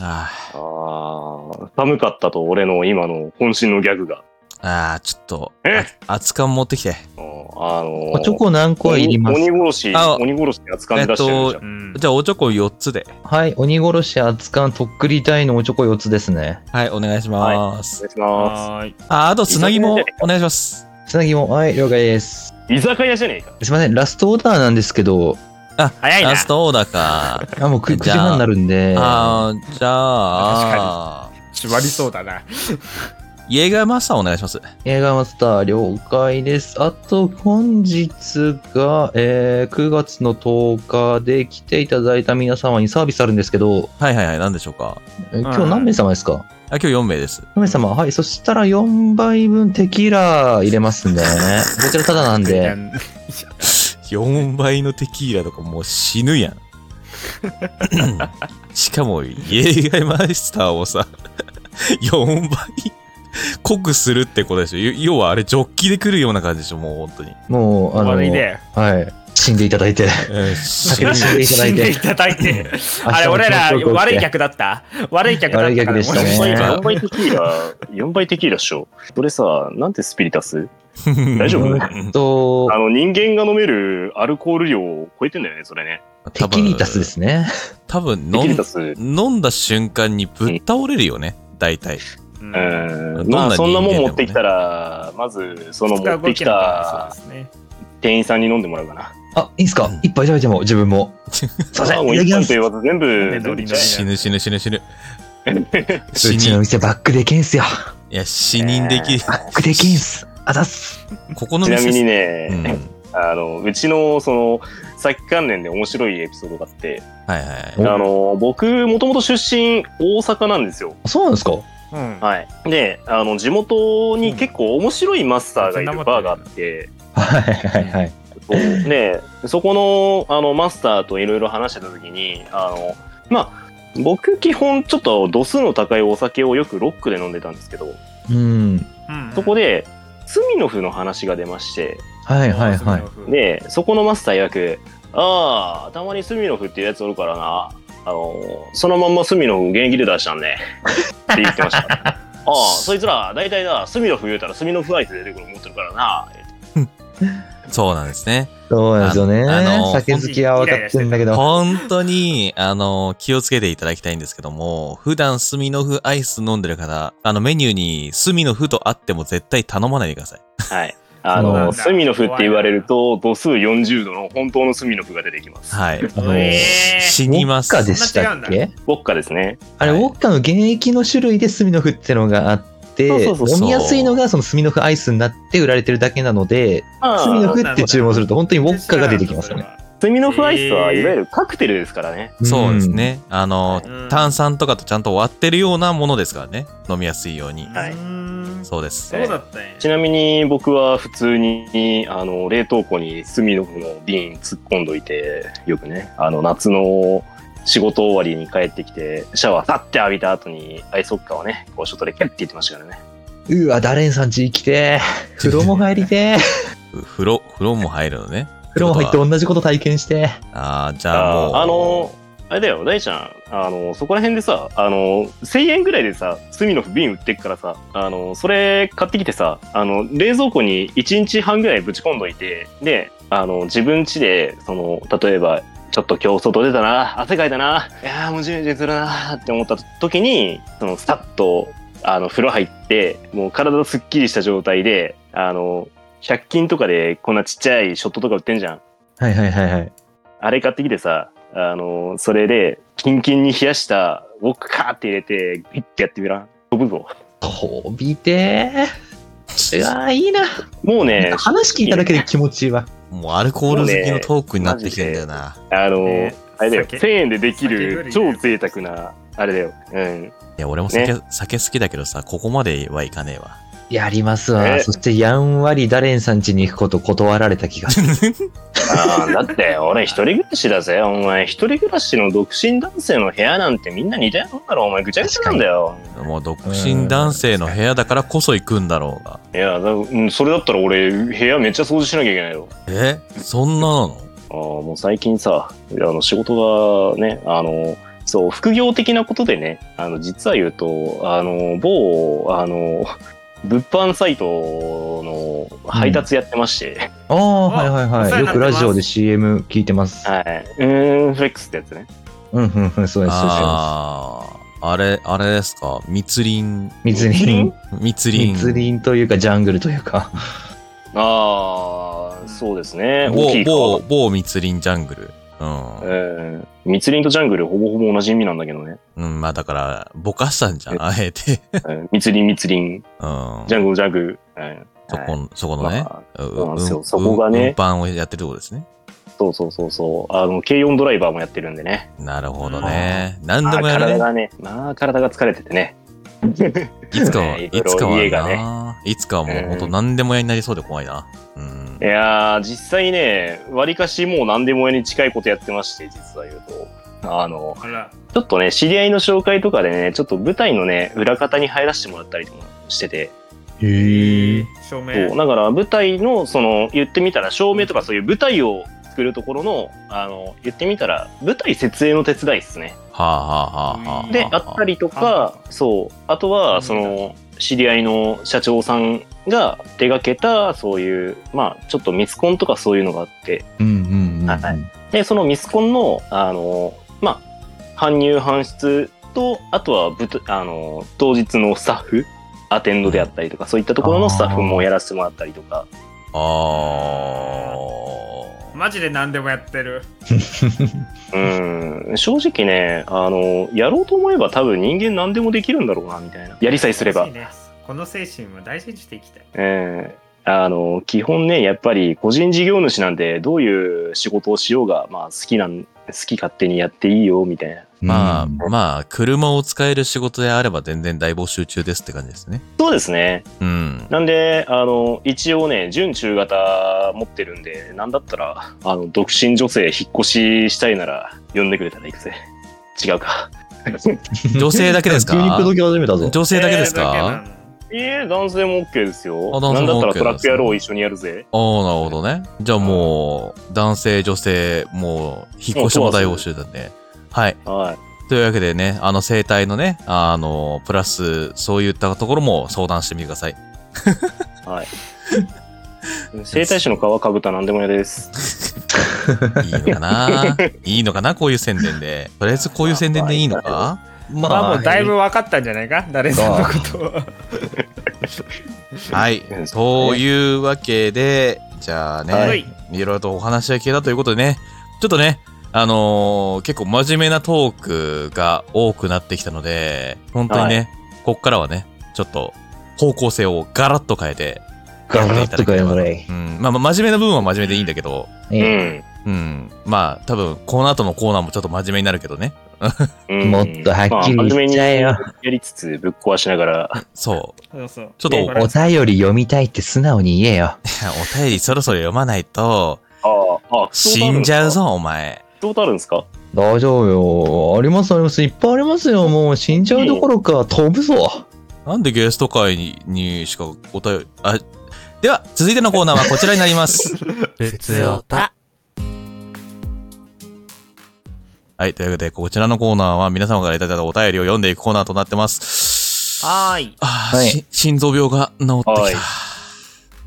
あ
ああ、寒かったと、俺の今の渾身のギャグが。
あ、ああ、ちょっと
え、
あ熱燗持ってきて。
うんあの
おちょこ何個いります
鬼殺し、
あ
鬼殺し扱い出してるじゃん。
うん
じゃあ、おちょこ4つで。
はい、鬼殺し扱うとっくりたいのおちょこ4つですね。
はい、お願いします。
お願いしま
はーい
あ、あと、つなぎもお願いします。
つなぎも、はい、了解です。
す。居酒屋じゃねえか。
すいません、ラストオーダーなんですけど、
早いな
ラストオーダーか。
あ、もうく9時半になるんで、
ああ、じゃあ、
縛りそうだな。
イエーガーマスターお願いします。
映画マスター了解です。あと、本日が、えー、9月の10日で来ていただいた皆様にサービスあるんですけど、
はいはいはい、何でしょうか。
え今日何名様ですか、
あ、今日4名です。
4名様。はい、そしたら4杯分テキーラ入れますんでね。こちらタダなんで。
4倍のテキーラとかもう死ぬやん。 しかも、イエーガーマスターをさ、4倍濃くするってことでしょ。ゆ要はあれ、ジョッキで来るような感じでしょ、もう本当に。
もう、あの、
悪い
はい、
ね。
死んでいただいて。
酒
で死んでいただ
死ん
いて
でいただい て。
明
あ
日
れ、
の
俺ら
朝食を起き
悪
て
い客だった。悪い客だったから。
悪い客でしたね
もう
4
一
倍
回
4倍テキーラ、4倍テキーラっしょ。それさ、なんてスピリタス 大丈夫
うんと
あ、の、人間が飲めるアルコール量を超えてんだよね、それね。
テキリタスですね。
多分
テキ
飲
ー
ん
タス。う
飲んだ瞬間にぶっ倒れるよね、大体。
うん
ん。
どんな
まあ、そんなもん
人間でもね
持ってきたら、まず、その
二日
持って
動
き
けなかった
た
そうですね。
店員さんに飲んでもらうかな。
あ、いいんすか一杯食べても、自分も。すいません、
あ
い
もう
ただ
一
きま
貫
す
とい。うこと全部、全部いっちゃ
死ぬ死ぬ死ぬ死ぬ。死
うちの
人、い
店バックでけんすよ。
や、死人できる。
バックでけんす。あざっす。
ここ
え
の
ちなみに
店、
ね、
うん。はい
あの、うちの、その、先関連で面白いエピソードがあって、
はいはい
あ。の、僕、もともと出身、大阪なんですよ。
そうなんですか
うん。
はい。で、あの、地元に結構面白いマスターがいるバーがあって、
はいはいはい。
そうで、そこの、あの、マスターといろいろ話してた時に、あの、まあ、僕、基本、ちょっと度数の高いお酒をよくロックで飲んでたんですけど、
うん。
うん
そこで、スミノフの話が出まして、
はいはいはい。。
で、そこのマスター曰く、ああ、たまにスミノフっていうやつおるからな、あの、そのまんまスミノフ現役で出したんね。って言ってました。ああ、そいつら、大体だ、スミノフ言うたらスミノフアイス出てくる思ってるからな。
そうなんですね。
そうなんですよね。
ああの
酒好きは分かってるんだけど。
本当に、あの、気をつけていただきたいんですけども、普段スミノフアイス飲んでる方、あのメニューにスミノフとあっても絶対頼まないでください。
はい。あ
そうなん
の、
だ
スミノフって言われると、度数40度の本当のスミノフが出てきます。
はい。
あの
えー
死にま
ウォッカ
す。
でしたっ
そんな違
け
ウォッカですね。
あれ、
はい
ウォッカの原液の種類でスミノフってのがあって、
そうそうそうそう
飲みやすいのがそのスミノフアイスになって売られてるだけなので、
あ
スミノ
あ
フって注文すると本当にウォッカが出てきますよね。。
スミノフアイスは
えー
いわゆるカクテルですからね。
そうですね。あの、
うん
炭酸とかとちゃんと割ってるようなものですからね。飲みやすいように。
はいう
ーんそ
そうです。
うだったんや。
ちなみに僕は普通にあの冷凍庫にスミノフの瓶突っ込んどいてよくねあの夏の仕事終わりに帰ってきてシャワーさって浴びた後にアイスホッカーをねこうショットでキャッて言ってましたからね
うわ、ダレンさんち行きてー。風呂も入りてー。
ふ風呂、風呂も入るのね。
風呂も入って
てことは
同じこと体験して。
ああ、じゃあも
あ
う。
あのあれだよ大ちゃんあのそこら辺でさあの1000円ぐらいでさスミノフ瓶売ってっからさあのそれ買ってきてさあの冷蔵庫に1日半ぐらいぶち込んどいてであの自分家でその例えばちょっと今日外出たな汗かいたないやーもうジュンジュンするなーって思った時にそのさっとあの風呂入ってもう体すっきりした状態であの100均とかでこんなちっちゃいショットとか売ってんじゃん
はいはいはいはい。
あれ買ってきてさ、あのそれで、キンキンに冷やした、ウォッカーって入れて、ビッてやってみらん飛ぶぞ。
飛びてー。うわー、いいな。
もう ね、
話聞いただけで気持ちいいわ。
もうアルコール好きのトークになってきてんだよな。
あの
ね
あれだよ、
酒
1000円でできる
酒よ
超
り
贅沢な、あれだよ。うん。
いや、俺も酒、酒好きだけどさ、ここまではいかねえわ。
やりますわ。
ね
そして、やんわりダレンさん家に行くこと断られた気がする。
あーだって、俺一人暮らしだぜ。お前、一人暮らしの独身男性の部屋なんてみんな似たようなもんだろ。お前、ぐちゃぐちゃなんだよ。
もう独身男性の部屋だからこそ行くんだろうが。
いやだ、うん、それだったら俺、部屋めっちゃ掃除しなきゃいけないよ。
えそんなの
ああ、もう最近さ、あの仕事がね、あの、そう、副業的なことでね、あの、実は言うと、あの、某、あの、物販サイトの配達やってまして、
ああ、はいは
お
い
世
は
話
い。
になっ
よく
てます
ラジオで CM 聞いてます。
はい。うーん、フレックスってやつね。
うんうんうん、そうです。
ああ、あれ、あれですか密林、
密林。
密林。
密林というか、ジャングルというか。
ああ、そうですね。大き
某、
い川
某、某密林ジャングル。うん。
うん。密林とジャングルほぼほぼ同じ意味なんだけどね。
うん、まあだから、ぼかしたんじゃ
え
ん、あえて。
うん密林、密林、
うん。
ジャングル、ジャングル。はい。
そこ
はい
ん、そこのね。
ま
う
そうなんですよ
うん
そこがね
運搬をやってるとこですね。
あそうそうそうそう。あの、軽4ドライバーもやってるんでね。
なるほどね。何で
あ
もや
ー
る
体
ね。
がね、まあ体が疲れててね。
いつかは、
ねい
い
ろいろ
つか
家が
はな。いつかはもう本当何でもやりになりそうで怖いな。うん
い。やー、実際ね、わりかしもう何でも絵に近いことやってまして、実は言うと。あの、
あら、
ちょっとね、知り合いの紹介とかでね、ちょっと舞台のね、裏方に入らせてもらったりとかしてて、
へえ。
照明。
そうだから舞台の、その、言ってみたら、照明とかそういう舞台を作るところの、あの、言ってみたら、舞台設営の手伝いっすね。
はあはあはあはあ。
で、あったりとか、そう、あとは、その、知り合いの社長さんが手掛けた、そういう、まあ、ちょっとミスコンとかそういうのがあって、
うん うんうん。
はいはでそのミスコンのあのまあ搬入搬出とあとはぶあの当日のスタッフアテンドであったりとか、そういったところのスタッフもやらせてもらったりとか
あ
マジで何でもやってる。
うん正直ねあのやろうと思えば多分人間何でもできるんだろうなみたいなやりさえすれば
いい、ねこの精神は大事にしていきたい。
えーあの基本ねやっぱり個人事業主なんでどういう仕事をしようが、まあ、好きなん好き勝手にやっていいよみたいな
まあ、
うん
まあ、車を使える仕事であれば全然大募集中ですって感じですね。
そうですね
うん。
なんで、あの、一応ね、準中型持ってるんで、なんだったら、あの、独身女性引っ越ししたいなら、呼んでくれたら行くぜ。違うか。
女性だけですか
牛肉き始めたぞ。
女性だけです
えー
か、
だ
いいえ、男性も OK ですよ。
あ男
な
性
んだ
も OK
ったらトラック野郎一緒にやるぜ。
ああ、なるほどね。じゃあもう、男性、女性、もう、引っ越しも大募集なんで。はい。
はい。
というわけでね、あの、生態のね、あの、プラス、そういったところも相談してみてください。
はい。生態師の皮かぶった何でも嫌です。
いいのかないいのかなこういう宣伝で。とりあえずこういう宣伝でいいのかま
まあもうだいぶ分かったんじゃないか誰さんのことは
はい。というわけで、じゃあね、
はい
いろいろとお話が聞けたということでね、ちょっとね、あのー結構真面目なトークが多くなってきたので、本当にね、こっからはね、ちょっと方向性をガラッと変えて、
ガラッとかやば
う
い。
ん、まあまあ真面目な部分は真面目でいいんだけど、
う
え
ん。
うん、まあ多分この後のコーナーもちょっと真面目になるけどね、
う
え
ん
もっとはっきり言っちゃえ
ま
よ。
あ真面目にやりつつ、ぶっ壊しながら。
そう、
そうそう
ちょっと
ね
お便り読みたいって素直に言えよ。
お便りそろそろ読まないと、
ああ、あ
死んじゃう。ぞ、お前。
どうあるんですか
大丈夫よ。ありますあります。いっぱいありますよ。もう死んじゃうどころか飛ぶぞ。
なんでゲスト会ににしかお便り、あ、では、続いてのコーナーはこちらになります。はい、というわけで、こちらのコーナーは皆様からいただいたお便りを読んでいくコーナーとなってます。
はーい
あー
はい
し心臓病が治ってきた。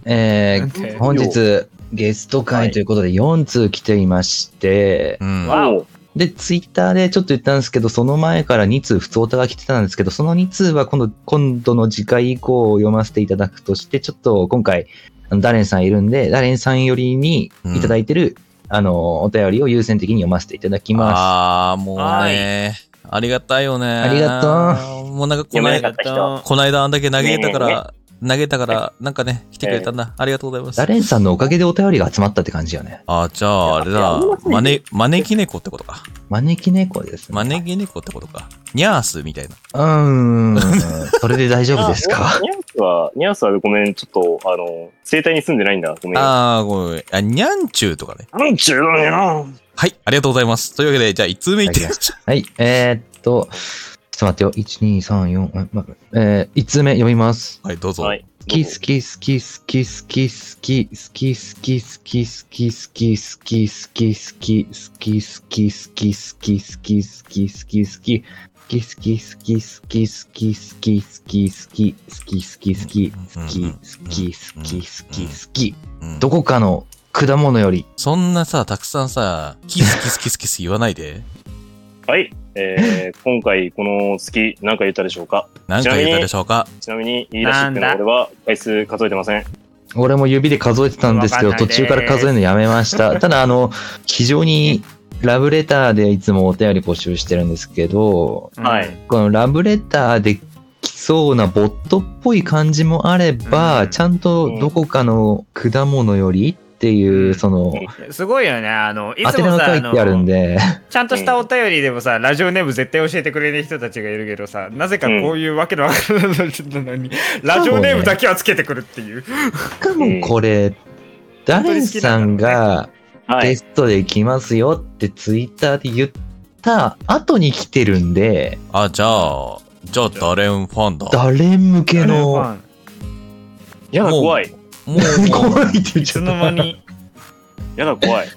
え
なん
ー、
て
本日ゲスト会ということで4通来ていまして、
うん。
わ
おう
で、ツイッターでちょっと言ったんですけど、その前から2通普通歌が来てたんですけど、その2通は今度、今度の次回以降を読ませていただくとして、ちょっと今回、あのダレンさんいるんで、ダレンさんよりにいただいてる、あの、お便りを優先的に読ませていただきま
ああ、もうね、ありがたいよね。あ
りがと。
う。もうなんかこ
読
の
めなかっ
間、
た人。
この間あんだけ投げたか
ね
ら、投げたから、なんかね、来てくれたんだ。ありがとうございます
ダ
す。
レンさんのおかげでお便りが集まったって感じよね。
あー、じゃあ、あれだ。招招き猫ってことか。
招き猫ですね。
招き猫ってことか。ニャースみたいな。
うーん。それで大丈夫です
あ
か
ニャニャンスは、ニャンスはごめん、ちょっと、あの、生態に住んでないんだ。ごめん。
ああ、ごめん。あ、にゃんちゅうとかね。
なんちゅうのにな。
はい、ありがとうございます。というわけで、じゃあ、1通目いってみましょ
はい。えーっと、ちょっと待ってよ。1、2、3、4、ま、えー、1通目読みます。
う。はい、どうぞ。
はい。
好き好き好き好き好き好き好き好き好き好き好き好き好き好き好き好き好き好き好き好き好き好き好き好き好き好き好き好き好き好き好き好き好き好き好き好き好き好き
うん
どこかの果物より
そんなさ、たくさんさ、キスキスキスキス言わない で。
はい。え ー、今回、この月、何回言ったでしょうか
何回言ったでしょうか
ちなみに、言い出しってのは俺は回数数えてません。
俺も指で数えてたんですけど
わかんな
途
いです
中から数えるのやめま したただあの非常にラブレターでいつもお便り募集してるんですけど
はい
うん
このラブレターで来そうなボットっぽい感じもあれば、
うん
ちゃんとどこかの果物よりっていう、
うん
その、
すごいよねあのい
当
つ
て名
もさ
が書
あ
いてあるん
の
で、
ちゃんとしたお便りでもさラジオネーム絶対教えてくれる人たちがいるけどさなぜかこういうわけのわからないのにラジオネームだけはつけてくるっていう
しかもこれ、ダレンさんが
は
ゲ
い。
ストで来ますよってツイッターで言った後に来てるんで、
あ、じゃあ、じゃあ、誰んファンだ。
ダレン向けの、
やだ、怖い。
もう、もう
怖い
い
って言っち
つ
ゃっ
の
た。
間に
やだ、怖い。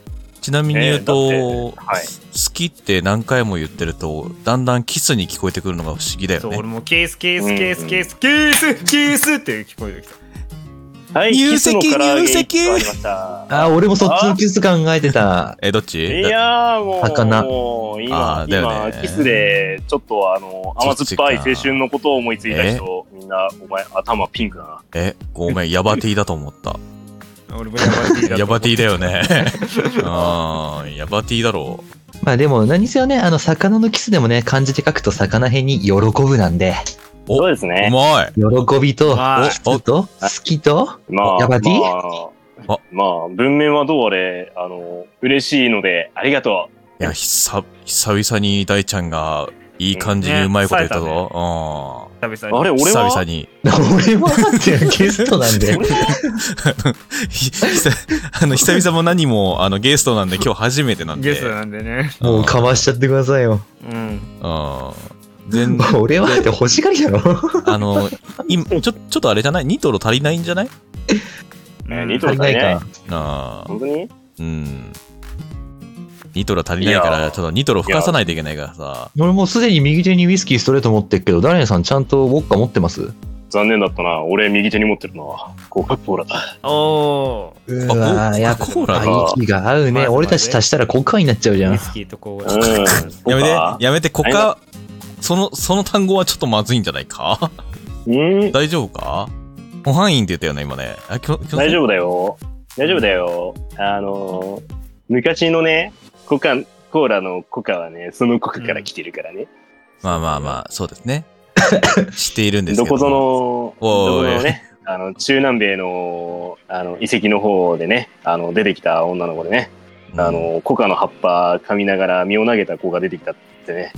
ちなみに言うと、
だってはい
す好きって何回も言ってると、だんだんキスに聞こえてくるのが不思議だよ
そう
ね
俺。もケースケースケースケースケースケースって聞こえてきた
はい、
入籍
キスの唐揚げ
入籍
ありました。
あ、俺もそっちのキス考えてた。
え、どっち
いやーもう、
魚
もう
あ
今、
ーだよね
今、キスで、ちょっとあの、甘酸っぱい青春のことを思いついた人、みんな、お前、頭ピンクだな。
え、ごめん、ヤバティだと思った。
俺もヤバティだ
ヤバティだよ
ね
ね。うん、ヤバティだろう。
まあでも何せよね、あの、魚のキスでもね、漢字で書くと魚辺に喜ぶなんで、
お
そうです
う
ね。
まい
喜びと、
はい
キスと、好きと、
まあ、
ヤバティ
まあ
あ、
まあ、文面はどうあれ、あの、嬉しいので、ありがと
いや、久久々に大ちゃんがいい感じにうまいこと言ったぞ。
ね久
う。あ
々
れ、
うん。
俺
久
は、
々に。
俺はってゲスト なんで。
俺は
ひ久 あの久々も何もあのゲスト なんで今日初めてなん
に
で。
ゲストなんでね
もうかわしちゃってくださいよ。
うん
うん。全然、
俺はって欲しがりだろ。
あの、今、ちょ、ちょっとあれじゃないニトロ足りないんじゃない
えニト
足
ロ
りないか。
ああ
本当に
うん。ニトロ足りないか
い
ら、
や
ちょっとニトロ吹かさないといけないからさ。
俺もうすでに右手にウイスキーストレート持ってっけど、ダレンさんちゃんとウォッカ持ってます
残念だったな。俺、右手に持ってるな。コカ・コーラだ。
おお
う
コ
わーやっぱ
ココーラ
が
息が合う
まあまあ
ね。
ね
俺たち足したらコカになっちゃうじ
ー
ゃ
ウ
ん
イ。スキーとコー
うん
ラ。
やめて
あ、
やめて、コカ、その、その単語はちょっとまずいんじゃないか
うん
大丈夫か保範囲って言ったよね、今ね。あ、きょきょ
大丈夫だよ。大丈夫だよ。あのー、昔のね、コカ、コーラのコカはね、そのコカから来てるからね。
まあまあまあ、そうですね。知っているんです
ど
けども。
こぞの、
おい
どこぞのね、あの、中南米の、あの、遺跡の方でね、あの、出てきた女の子でね、
うん
あ、の、コカの葉っぱ噛みながら身を投げた子が出てきたってね、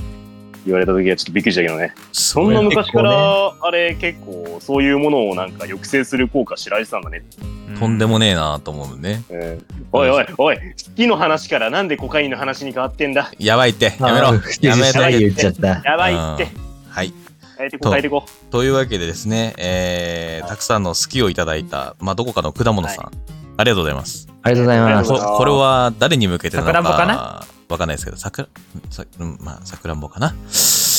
言われた時はちょっとびっくりしたけどね。
そ
そんな
の、
昔から、あれ結構、そういうものをなんか抑制する効果知られてたんだね。
とんでもねえなと思うね。
うんおいおいおい、好きの話からなんでコカインの話に変わってんだ。
やばいって、やめ
あ
ろ
ー。不手し ない言っちゃった。
やばいって。
はい。
変えて
そ
こ
う
変えてこ。
というわけでですね、えー、たくさんの好きをいただいた、まあ、どこかの果物さん、ありがとうございます。
ありがとうござい
あ
ま
り
す
がとうござい
こ
ます
これは誰に向けてなのか、
さくらんぼかな
わかんないですけど、桜、んさうん、まあ、桜んぼかな。。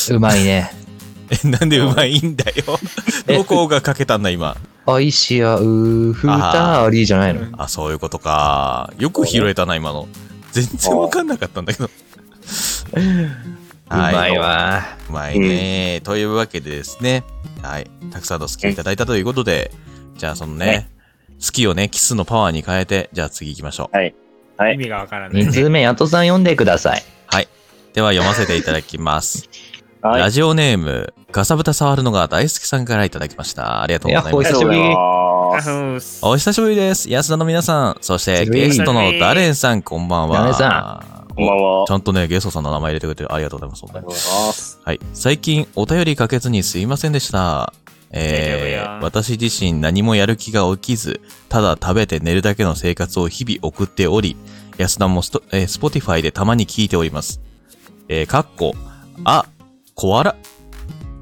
うまいね。
え、 なんでうまいんだよ。
え
どこがかけたんだ、今。
愛し合う二人じゃないの
うん
あ、そういうことか。よく拾えたな、今の。全然わかんなかったんだけど。
うまいわ。
うまいね、というわけでですね、はい。たくさんの好きをいただいたということで、じゃあそのね、好きをね、キスのパワーに変えて、じゃあ次行きましょう。
はい
意味がわからない
二。通目、やとさん読んでください。
では読ませていただきます。
はい
ラジオネーム、ガサブタ触るのが大好きさんからいただきました。ありがとうござい
い
ま
や
す
こ。
お願いし
あ
ます
ふん
お久しぶりです。安田の皆さん、そして
久しぶり
ゲストのダレンさん、こんばんは。
ダレン
さ
こんばんは
ち。ゃんとね、ゲストさんの名前入れてくれてありがとうございます本
あ
当
りが
に
とうご。ざいます。
はい。最近お便りかけずにすいませんでした。
い
え
やいや
ー
いや
私自身何もやる気が起きず、ただ食べて寝るだけの生活を日々送っており、安田もスト、えー、Spotify でたまに聞いております。えー、かっこ、あ、コアラ、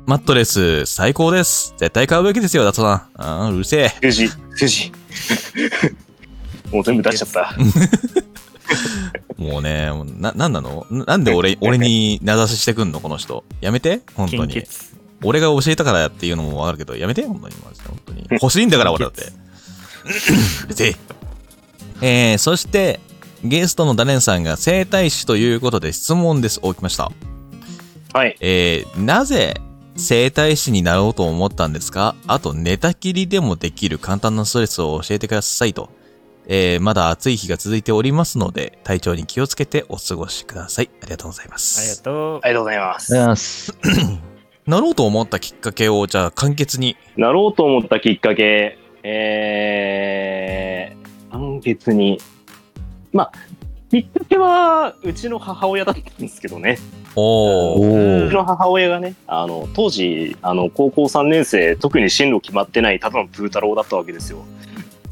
マットレス、最高です。絶対買うべきですよ、ダトさん。あーうるせえ。
富士、富士。もう全部出しちゃった。
もうね、もうな、なんなのななんで 俺、俺に名指ししてくんのこの人。やめて本当
献
に。
血。
俺が教えたからやっていうのもわかるけど、やめて本当に。マジで本当に。欲しいんだから、 俺だって。うるせええー、そして、ゲストのダレンさんが整体師ということで質問です。起きました。
はい。
えー、なぜ整体師になろうと思ったんですかあと寝たきりでもできる簡単なストレスを教えてくださいと。えー、まだ暑い日が続いておりますので、体調に気をつけてお過ごしください。ありがとうございま
ありが
す。
と
ありがとうございま
う
す。
んす
なろうと思ったきっかけを、じゃあ簡潔に。
なろうと思ったきっかけ、えー、簡潔に。まあ、きっかけは、うちの母親だったんですけどね。
おー。
お
う
ー
ちの母親がね、あの、当時、あの、高校3年生、特に進路決まってない、ただのプー太郎だったわけですよ。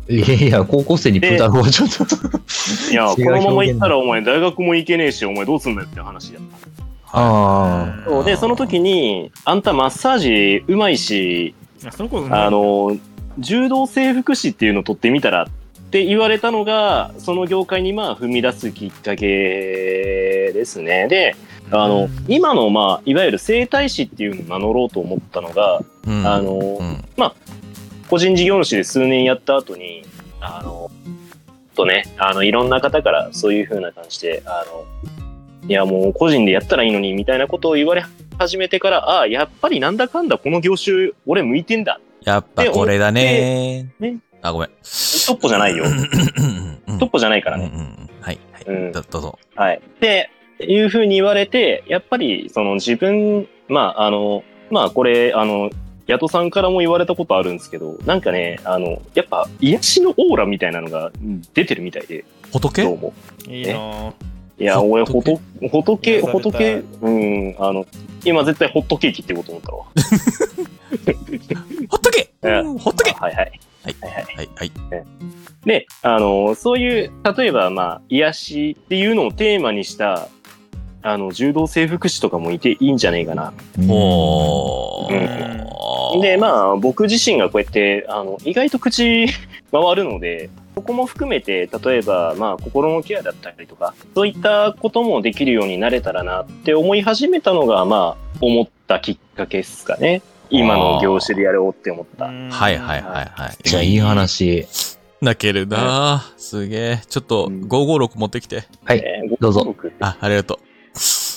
いやいや、高校生にプータロはちょっと。
いや、こ
違う表現
のまま行ったら、お前、大学も行けねえし、お前どうすんだよって話だった。
う。
あ
あ
そうで、その時に、あんたマッサージうまいし、
その子うまい
あの、柔道整復師っていうの取ってみたらって言われたのが、その業界にまあ踏み出すきっかけですね。で、あの、今のまあ、いわゆる整体師っていうのを名乗ろうと思ったのが、
うん
あの、
うん
個人事業主で数年やった後にあのとねあのいろんな方からそういう風な感じであのいやもう個人でやったらいいのにみたいなことを言われ始めてからああやっぱりなんだかんだこの業種俺向いてんだ
やっぱこれだね
でね
あ、ごめん。
トッポじゃないよトッポじゃないから
うんうん
ね、
うんはい、はい、
うん
どどうぞ。
はいっていう風に言われてやっぱりその自分まああのまあこれあのヤトさんからも言われたことあるんですけどなんかねあのやっぱ癒しのオーラみたいなのがうん出てるみたいで
仏
どうも。
いいの
いや、俺、ほと、ほとけ、
癒さ
ほ
れた
とけ、うん、あの、今絶対ホットケーキって言おうと思ったわ。
ほっとけ
え
うんほっとけ
あはいはい。
はい
はいはい。
はい、はい。
で、あの、そういう、例えば、まあ、癒しっていうのをテーマにした、あの、柔道整復師とかもいていいんじゃないかな。
ー
お
う
ー
ん。
で、まあ、僕自身がこうやって、あの、意外と口 回るので、そこも含めて、例えば、まあ、心のケアだったりとか、そういったこともできるようになれたらなって思い始めたのが、まあ、思ったきっかけですかね。今の業種でやろうって思った。
はいはいはいはい。
じゃあいい。話。
泣けるなぁ。すげえ。ちょっと、
うん
556持ってきて。
はい。
えー
どうぞ。
僕
あ、ありがとう。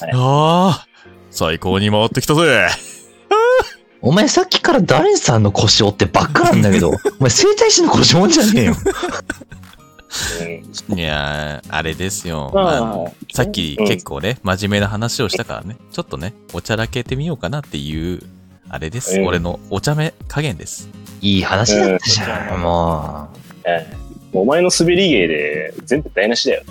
はい
ああ、最高に回ってきたぜ。
お前さっきから誰さんの腰折ってばっかなんだけど、お前整体師の腰折んじゃねえよ。
う ん
いやー、あれですよ。
ま
ま
あ
あさっき
うん
結構ね、真面目な話をしたからね、ちょっとね、おちゃらけてみようかなっていう、あれです。
うん
俺のお茶目加減です。
いい話だったじゃん、もう。
ええお前の滑り芸で全部台 無しだよ。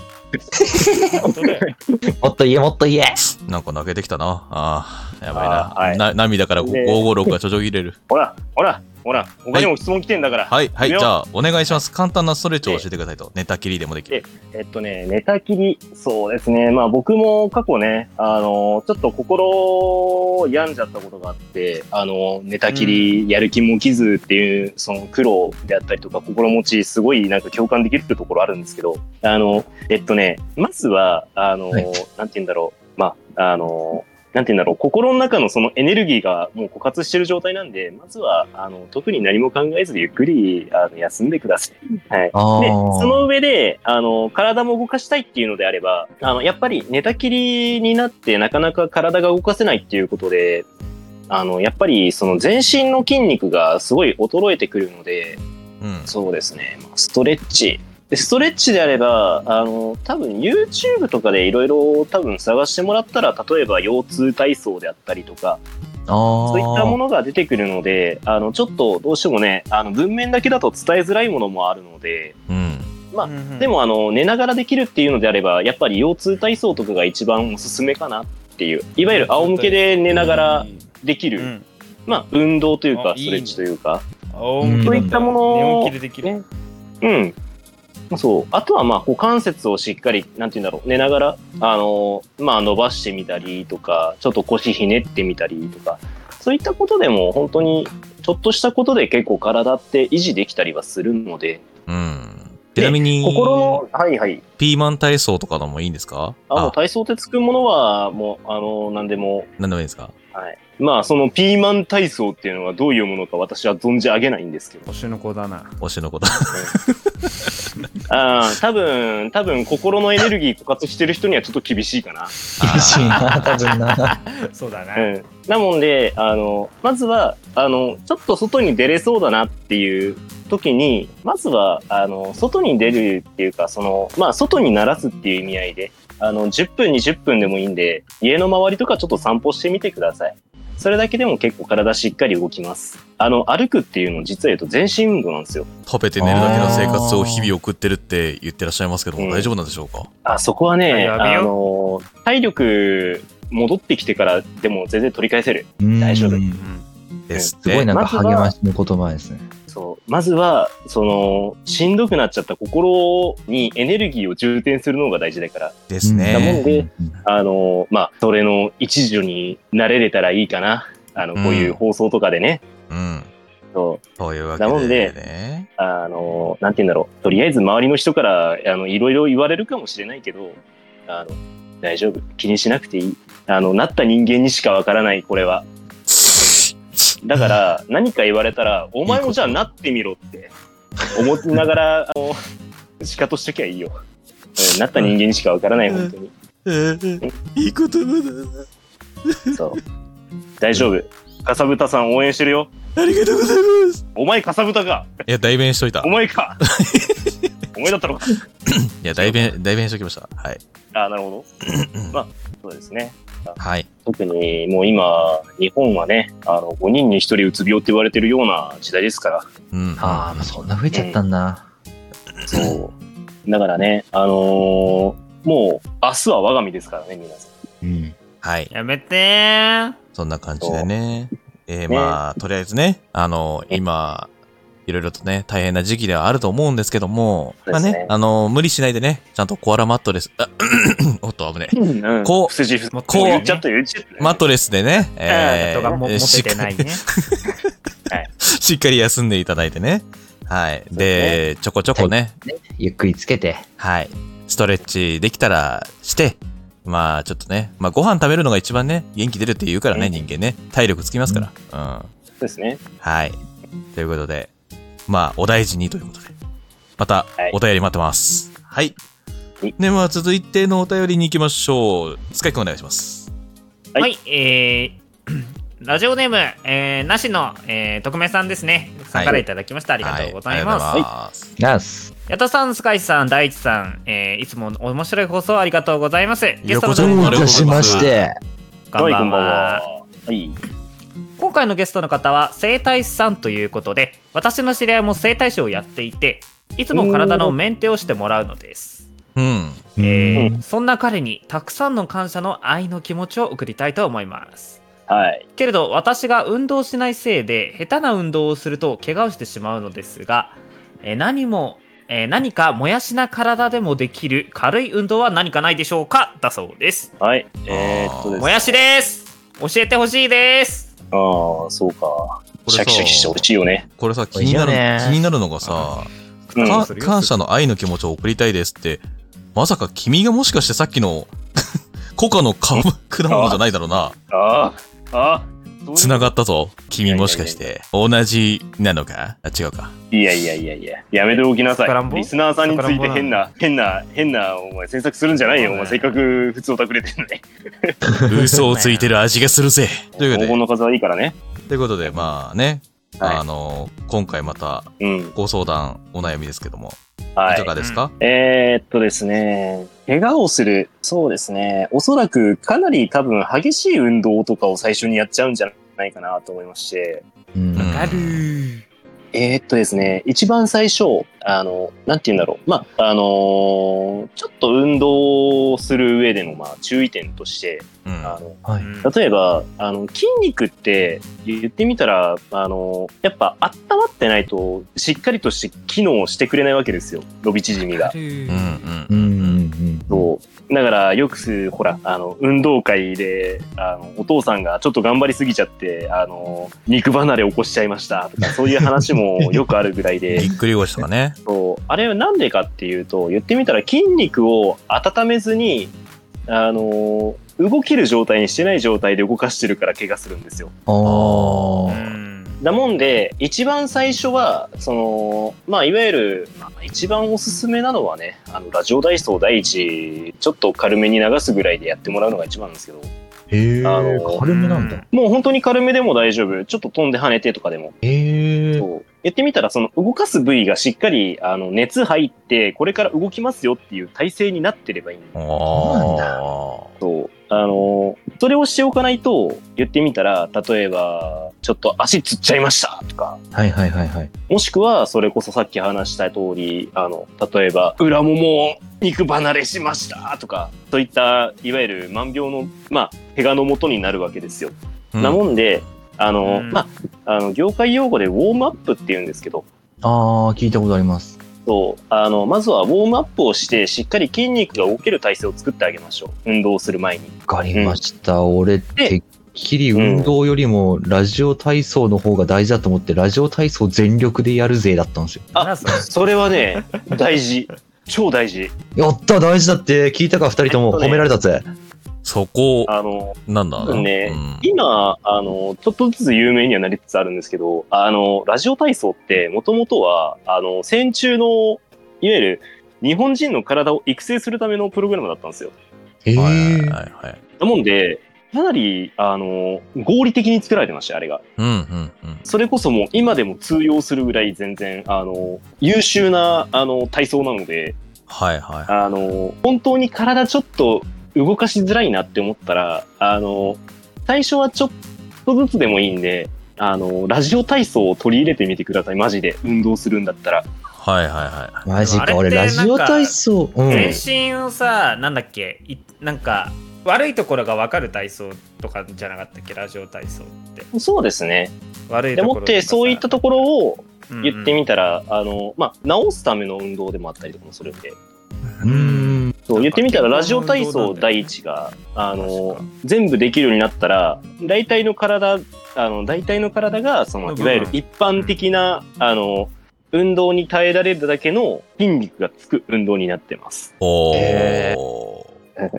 もっと言え、もっと言え。
なんか泣けてきたな。ああ、やばいな。
あーはい
な涙から
ね
556がちょちょぎれる。
ほら、ほら、ほら、他にも質問来てんだから。
はい、はい、
いく
じ
よ
ゃあ、お願いします。簡単なストレッチを教えてくださいと。寝たきりでもできる。
えっとね、寝たきり、そうですね。まあ僕も過去ね、あの、ちょっと心を病んじゃったことがあって、あの、寝たきり、やる気も起きずっていう、その苦労であったりとか、心持ち、すごいなんか共感できるところあるんですけど、あの、えっとね、まずは、あの、
はい
なんて言うんだろう、まあ、あの、なんて言うんだろう、心の中のそのエネルギーがもう枯渇してる状態なんで、まずは、あの、特に何も考えずゆっくり、あの、休んでください。はい。
あ
で、
ー
その上で、あの、体も動かしたいっていうのであれば、あの、やっぱり寝たきりになってなかなか体が動かせないっていうことで、あの、やっぱりその全身の筋肉がすごい衰えてくるので、
うん。
そうですね、まあストレッチ。でストレッチであれば、あの、多分 YouTube とかでいろいろ多分探してもらったら、例えば腰痛体操であったりとか、
あ
そういったものが出てくるので、あの、ちょっとどうしてもね、あの、文面だけだと伝えづらいものもあるので、
うん。
で、もあの寝ながらできるっていうのであればやっぱり腰痛体操とかが一番おすすめかなっていういわゆる仰向けで寝ながらできる、
うん
まあ、運動というか
あいいね
ストレッチというか
うん
そう
いったものを
寝起きでできる。
ねうんそうあとはまあ股関節をしっかりなんて言うんだろう寝ながらあの、まあ、伸ばしてみたりとかちょっと腰ひねってみたりとかそういったことでも本当にちょっとしたことで結構体って維持できたりはするので
うん。ちなみに、
心のはいはい
ピーマン体操とかのもいいんですか
あもう体操ってつくものはもうあの何でも
何でもいいですか
はい、まあそのピーマン体操っていうのはどういうものか私は存じ上げないんです けど
星の子だな。
推しのこと。
ああ多分多分心のエネルギー枯渇してる人にはちょっと厳しいかな、
厳しいな、多分な。
そうだな。
うん、なもんであのまずはあのちょっと外に出れそうだなっていう時にまずはあの外に出るっていうかそのまあ外に鳴らすっていう意味合いであの10分20分でもいいんで家の周りとかちょっと散歩してみてくださいそれだけでも結構体しっかり動きますあの歩くっていうの実は言うと全身運動なんですよ
食べて寝るだけの生活を日々送ってるって言ってらっしゃいますけども、
うん
大丈夫なんでしょうか
あそこはね、
や
あ
べよ
の体力戻ってきてからでも全然取り返せる。大丈夫
うん
うん
ですっ
す
て。
ごいなんか
まずは
励ましの言葉ですね。
そうまずはそのしんどくなっちゃった心にエネルギーを充填するのが大事だから、
です
だもん
ね。
で
うん
あのまあそれの一助になれれたらいいかな。あのこういう放送とかでね、
うん。
そう
というわ
だも
け
ん
で
で
ね。
あのなんて言うんだろうとりあえず周りの人からあのいろいろ言われるかもしれないけどあの大丈夫気にしなくていいあのなった人間にしかわからないこれはだから何か言われたら、お前もじゃあなってみろって思いながら、あの、仕方しときゃいいよ。うんなった人間にしかわからない、本当に。
いい言葉だ。
そう。大丈夫。かさぶたさん応援してるよ。
ありがとうございます。
お前かさぶたか
いや、代弁しといた。
お 前かお前だったのか
いや、代弁、代弁しときました。はい。
あなるほど。まあ、そうですね。
はい。
特にもう今、日本はね、あの、5人に1人うつ病って言われてるような時代ですから、
うん。
ああ、まあそんな増えちゃったんだ。
そう。だからね、あのーもう、明日は我が身ですからね、皆さ
う
ん。
ん。
はい。
やめてー。
そんな感じでね。えー、
ね
まあ、とりあえずね、あの、今、いろいろとね、大変な時期ではあると思うんですけども、
そう
ま
で
あ
すね
ね、あの、無理しないでね、ちゃんとコアラマットレス、あ おっと、危ねえ。
うん
こう
不筋不
もっ
こう
言っちゃったよ、言っちゃったよ
マットレスでね、え
人がも
ー、
持
し
て
ってか
な
り
い、ね。
しっかり休んでいただいてね。はい。
う
で、ちょこちょこね、
ゆっくりつけて。
はい。ストレッチできたらして、まあちょっとね、まあご飯食べるのが一番ね、元気出るって言うからね、
うん
人間ね。体力つきますから。うん。
ですね。
はい。ということで、まあ、お大事にということで、また
はい、
お便り待ってます。はい
はい。
では、続いてのお便りに行きましょう。スカイくんお願いします。
はい
はい、えー ラジオネーム、えーなしの、えー、匿名さんですね。さんからいただきました。
あ
ありがとうございます。
ありがとうございます。
ナス。
矢田さん、スカイさん、大地さん、えーいつも面白い放送ありがとうございます。ゲストの
ど
方
うもあ
ど
りが
こ
うい
とうござ
た
い
し
ま
ますして。
ん
はい、
ば
こ
ん
んばん
は。
は。はい。
今回のゲストの方は整体師さんということで私の知り合いも整体師をやっていていつも体のメンテをしてもらうのです、
うん。
え
うん
ーそんな彼にたくさんの感謝の愛の気持ちを送りたいと思います
はい。
けれど私が運動しないせいで下手な運動をすると怪我をしてしまうのですが、えー何も、えー何かもやしな体でもできる軽い運動は何かないでしょうかだそうです
はい。えー、っとです
もやしです教えてほしいです
ああ、そうか。
こ
シャキシャキして美味しいよね。
これさ、気
美味
に
しい
な
よ
る、
ね
気になるのがさ、
うん
か感謝の愛の気持ちを送りたいですって、まさか君がもしかしてさっきの、 コカのか果物じゃないだろうな。
ああ、ああ。
つな
が
がったぞ。君もしかして、同じなのかあ、違うか。
いやいやいやいや、やめておきなさ
さくらん
い。
ぼ
リスナーさんについて
さくらん
変
ぼな
な、変な、変な、お前、詮索するんじゃないよ。
そ
お
うね
前、せっかく普通をたくれてるのね。
嘘をついてる味がするぜ。 ということ
黄金
で、
の数はいいからね。
ということで、まあね、
はい
あの、今回また
うん。
ご相談、お悩みですけども、い
は
か
い。
がですか
えー、っとですね、怪我をする、そうですね、おそらくかなり多分激しい運動とかを最初にやっちゃうんじゃないかなと思いまして、
うん
うん
わかるー
えー、っとですね、一番最初、あの、なんて言うんだろう。まあ、あのーちょっと運動をする上での、まあ、注意点として、
うん。
あの、
は
うん
例えば、あの、筋肉って言ってみたら、あの、やっぱ温まってないと、しっかりとして機能してくれないわけですよ。伸び縮みが。
うんうん
うんうんうん。
そう。だから、よくす、ほら、あの、運動会で、あの、お父さんがちょっと頑張りすぎちゃって、あの、肉離れ起こしちゃいましたとか、そういう話もよくあるぐらいで
ぎっ、くり腰とかね。
そうあれはなんでかっていうと、言ってみたら筋肉を温めずに、あの、動ける状態にしてない状態で動かしてるから怪我するんですよ。
ああ。
だもんで、一番最初は、その、まあ、いわゆる、まあ一番おすすめなのはね、あの、ラジオ体操第一、ちょっと軽めに流すぐらいでやってもらうのが一番なんですけど、
へえ。
あの
軽めなんだ。
もう本当に軽めでも大丈夫。ちょっと飛んで跳ねてとかでも。
へえ。
そうやってみたら、その動かす部位がしっかり、あの、熱入って、これから動きますよっていう体勢になってればいいんだよ
あ
なんだ
あ。
そう。あの、それをしておかないと、言ってみたら、例えば、ちょっと足つっちゃいましたとか、
はいはいはいはい。
もしくは、それこそさっき話した通り、あの、例えば、裏ももを肉離れしましたとか、そういった、いわゆる万病の、まあ、怪我のもとになるわけですよ。
うん
なもんで、あ
う
の、
ん
まあ、あの、業界用語でウォームアップって言うんですけど、
ああ、聞いたことあります。
そう、あの、まずはウォームアップをして、しっかり筋肉が動ける体勢を作ってあげましょう。運動をする前に。
わかりました。俺、てっきり運動よりも、ラジオ体操の方が大事だと思って、ラジオ体操全力でやるぜだったんですよ。
あ
あ、そう
それはね、 大事。超大事。
やった大事だって聞いたか、二人とも
えっとね
褒められたぜ。
そこ、
あの、
なんだろう
ね
うん
今、あの、ちょっとずつ有名にはなりつつあるんですけど、あの、ラジオ体操って、もともとは、あの、戦中の、いわゆる、日本人の体を育成するためのプログラムだったんですよ。
へえ。
はいはいはいはい。
なもんで、かなり、あの、合理的に作られてました、あれが。
うんうんうん。
それこそもう、今でも通用するぐらい全然、あの、優秀な、あの、体操なので、
はいはい。
あの、本当に体ちょっと動かしづらいなって思ったら、あの、最初はちょっとずつでもいいんで、あの、ラジオ体操を取り入れてみてください。マジで。運動するんだったら。
はいはいは
マジ
あれ
か、
って
俺、ラジオ体操。う
全
ん。
身をさなんだっけいなんか悪いところが分かる体操とかじゃなかったっけラジオ体操って
そうですね。
悪い
で
ところ
もって、そういったところを言って
み
みたら、あの、まあ、治すための運動でもあったりとかもするんで。
うーん。
そう言ってみたら、
なんか
ラジオ体
健康の運動なん
操
だよね
第一が、あの
確か、
全部できるようになったら、大体の体、あの、大体の体が、その、
うん
いわゆる一般的な、あの、運動に耐えられるだけの筋肉がつく運動になってます。
い。お
へ
ー。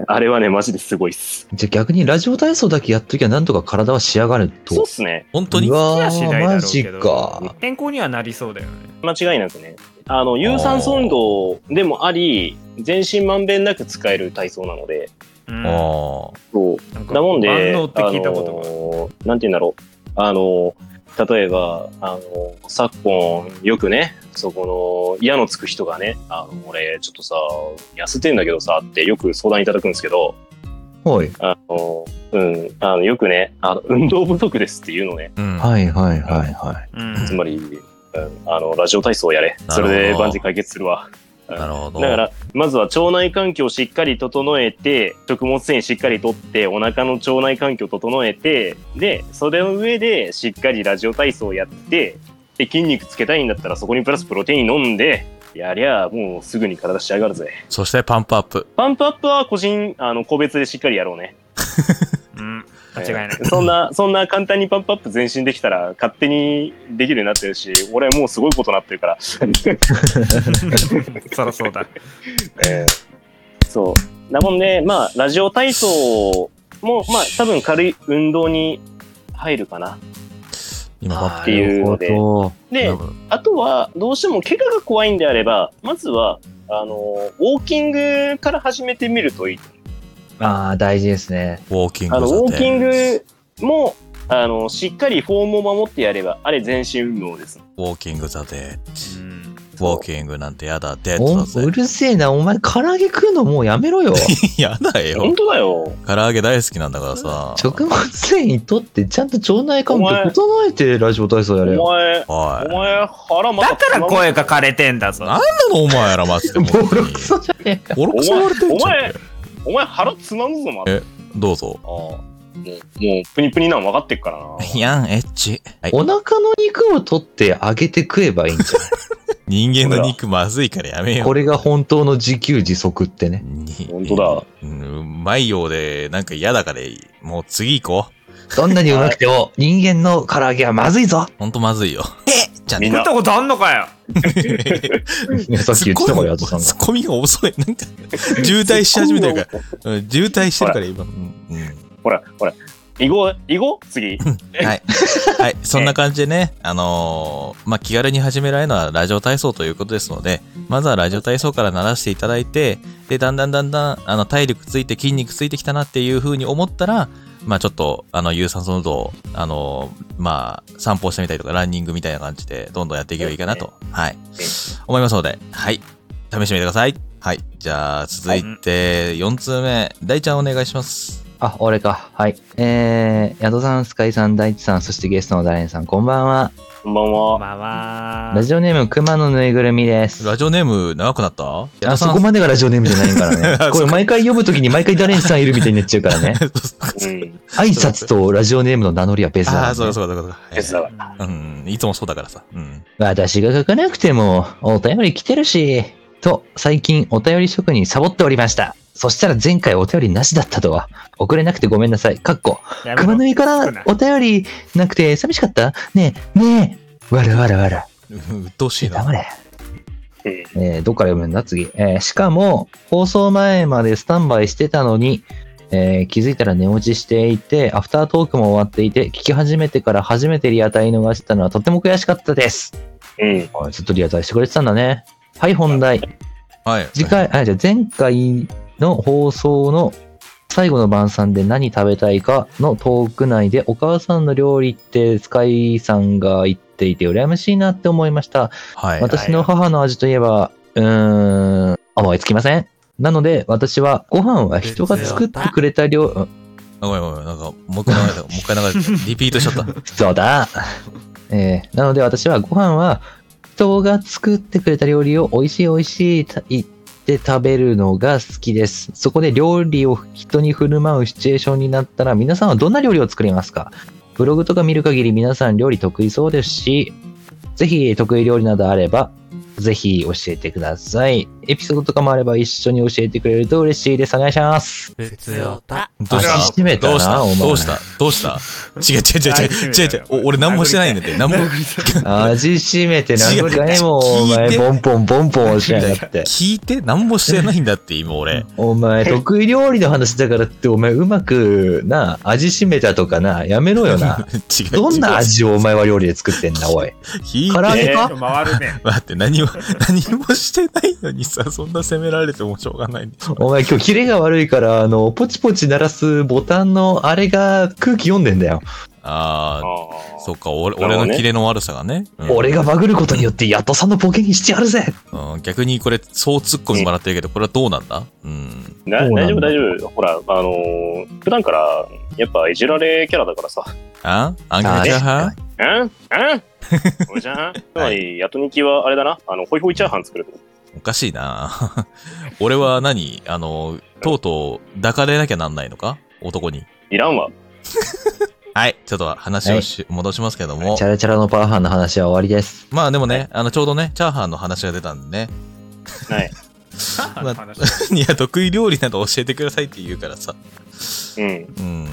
あれはね、マジですごいっす。
じゃあ逆にラジオ体操だけやっときゃなんとか体は仕上がると。
そうっすね。
本当に
うわ
はしない
ー、
だろ
マ
うけ
ジ
ど
か。
天候にはなりそうだよね
間違いなくね。あの、有酸素運動でもあり、全身まんべんなく使える体操なので、
うん
あー
そう。
なんか
だもんで、
万能って聞いたことがある、
のーなんて言うんだろう。あのー例えば、あのー昨今、よくね、そこの、嫌のつく人がね、あの、俺、ちょっとさ、痩せてんだけどさ、ってよく相談いただくんですけど、
はい。
あのーうん、あの、よくね、あの、運動不足ですっていうのね。
うん
はいはいはいはい。
うん
つまり、うんあの、ラジオ体操をやれ。
なる
そ
ほど
れで万事解決するわ。
なるほど。
だから、まずは腸内環境をしっかり整えて、食物繊維しっかりとって、お腹の腸内環境を整えて、で、それの上でしっかりラジオ体操をやって、で、筋肉つけたいんだったらそこにプラスプロテイン飲んで、やりゃあもうすぐに体仕上がるぜ。
そしてパンプアップ。
パンプアップは個人、あの、個別でしっかりやろうね。
うん間違いない
えーそんな、そんな簡単にパンプアップ前進できたら勝手にできるようになってるし、俺もうすごいことになってるから。
そらそうだ
えーそう。なもんで、まあ、ラジオ体操も、まあ、多分軽い運動に入るかな。
今パンプ
っていうので
なるほ
で、あとは、どうしても怪我が怖いんであれば、まずは、あの、ウォーキングから始めてみるといい。
どああ、大事ですね。
ウォーキング
あの、ウォーキン
座禅
グも、あの、しっかりフォームを守ってやれば、あれ全身運動です。
ウォーキング座で、
うん
ウォーキングなんてやだ、デート
お
だ
う
ぜ。
るせえな、お前、唐揚げ食うのもうや めろよ。
やだよ
本。当だよ。
唐揚げ大好きなんだからさ。
食物繊維とって、ちゃんと腸内環境
お前
整えてラジオ体操や
お
れよ。
前、
おい。
お前腹また
だから声が枯れてんだぞ
なんなのお前らマジで。
ボ
本当
ロ
に
クソじゃねえか。
ボロクソ言われてんじ
お
ゃん
前。お前腹つまむぞ、まだ。
えどうぞ。
ああもう、もう、プニプニなの分かってっから な。
やん、エッチ。はい
お腹の肉を取って揚げて食えばいいんじ
人間の肉まずいからやめ
ゃん。
よ
こ
う。
れが本当の自給自足ってね。
に
本当だ。
うんうまいようで、なんか嫌だからいい、もう次行こ
どんなにうまくても、人間の唐揚げはまずいぞ
う。。ほんとまずいよ。えじゃあね
みん
食
な
ったことあんのかよ
い やさっき言ってたから、ヤトさんが
ツ。ッコミが遅い。なんか、渋滞し始めてるから。うん渋滞してるから今。うんうん
ほら、ほら。いこう、いこう 次。
はい。はい。そんな感じでね、あのーまあ、気軽に始められるのはラジオ体操ということですので、まずはラジオ体操から慣らしていただいて、で、だんだんだんだん、あの、体力ついて筋肉ついてきたなっていうふうに思ったら、まあ、ちょっと、あの、有酸素運動を、あのーまあ、散歩してみたりとか、ランニングみたいな感じで、どんどんやっていけばいいかなと、はい、思いますので、はい。試してみてください。はい。じゃあ、続いて、4通目、大ちゃんお願いします。
あ、俺か。はい。えー、ヤトさん、スカイさん、大地さん、そしてゲストのダレンさん、こんばんは。
こんばん
ま
は。
あまあ
ラジオネーム、熊のぬいぐるみです。
ラジオネーム、長くなった
あそこ までがラジオネームじゃないから
そっ
ね。
か
これ毎回読むときに毎回ダレンさんいるみたいになっちゃうか らね。
うん。
挨拶とラジオネームの名乗りは別
あ
だ
あ、そう
ね、
だそうだそうだそうだ。
別だ
う
わ。
ん
うん、いつもそうだからさ。うん。
私が書かなくてもお便り来てるし、と最近お便り職人サボっておりました。そしたら前回お便りなしだったとは。遅れなくてごめんなさい。かっこ。
やめろ
熊の井からお便りなくて寂しかったねえ、ねえ。わらわらわら。
うん鬱陶しい
黙
な。
れ。
うん
えーどっから読むんだ次、えーしかも、放送前までスタンバイしてたのに、えー気づいたら寝落ちしていて、アフタートークも終わっていて、聞き始めてから初めてリアタイ逃したのはとても悔しかったです。
うん。
あずっとリアタイしてくれてたんだね。はい、本題。
はい。
次回、あ、じゃあ前回の放送の最後の晩餐で何食べたいかのトーク内でお母さんの料理ってスカイさんが言っていて羨ましいなって思いました。
はい。
私の母の味といえば、うーん、思いつきません。なので、私は、ご飯は人が作ってくれた料、うん
あごめんごめん。なんか、もう一回流れた。もう一回流れた。リピートし ちゃった。
そうだ。えーなので、私は、ご飯は人が作ってくれた料理を美味しい美味しいと言って食べるのが好きです。そこで料理を人に振る舞うシチュエーションになったら、皆さんはどんな料理を作りますかブログとか見る限り皆さん料理得意そうですし、ぜひ得意料理などあれば、ぜひ教えてください。エピソードとかもあれば一緒に教えてくれると嬉しいです。お願いします。
どうした
足締めたな
どうした
お前
どうしたどうした違う違う違う違う違う違うお俺何もしてないんだって。何も。
味しめて何回もお
違う聞い
前、
て
ボンポンボンポン押しやがって。
聞いて何もしてないんだって今俺。
お前、得意料理の話だからって、お前、うまくな、味しめたとかな、やめろよ な。
違う。
どんな
違う
味をお前は料理で作ってんだ、 おい。
聞い
唐揚
て。
げか
回るね。
待って、何も、何もしてないのにさ、そんな責められてもしょうがないんでしょ。
お前今日キレが悪いから、あの、ポチポチ鳴らすボタンのあれが空気読んでんだよ。
ああ、
あ
そっか、俺
なる
俺
ほど
の
ね
キレの悪さがね。うん
俺がバグることによって、やっとさんのボケにしてやるぜ
うん逆にこれ、そう突っ込みもらってるけど、これはどうなんだうん。
な
そうなん
大
だ
丈夫大丈夫ほらあのー普段からやっぱいじられキャラだからさ
あアンケート派
うん うんおじゃんつまりヤトニキはあれだなあのホイホイチャーハン作る
おかしいな 俺は何あの、とうとう抱かれなきゃなんないのか男に。
いらんわ
はい、ちょっと話をし、戻しますけども
チ。ャラチャラのパワハンの話は終わりです。
まあでもね、あの、ちょうどね、チャーハンの話が出たんでね。
はい
まあいや、得意料理など教えてくださいって言うからさ。
うん
うん。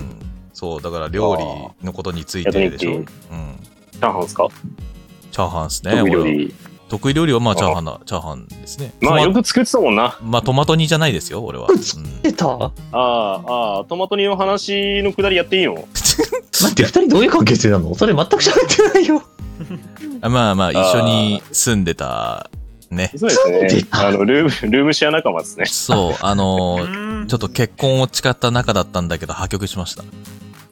そう、だから料理のことについてでしょ。
あー
うん
焼。チャーハンですか
チャーハンですね。
得意料
俺は
理
得意料理はまあチャーハンだ。チャーハンですね。
まあ
ト
よ
マ
く作ってたもんな
まあトマト煮じゃないですよ、俺は。う
うんっ、出た待
あーあートマト煮の話のくだりやっていいの
って、二人どういう関係性なのそれ全く喋ってないよ。
あまあまあ、一緒に住んでた、ね。
そうです
そう
ね
で。
あの、ルーム、ルームシェア仲間ですね。
そう、あのー
ょ
ちょっと結婚を誓った仲だったんだけど、破局しました。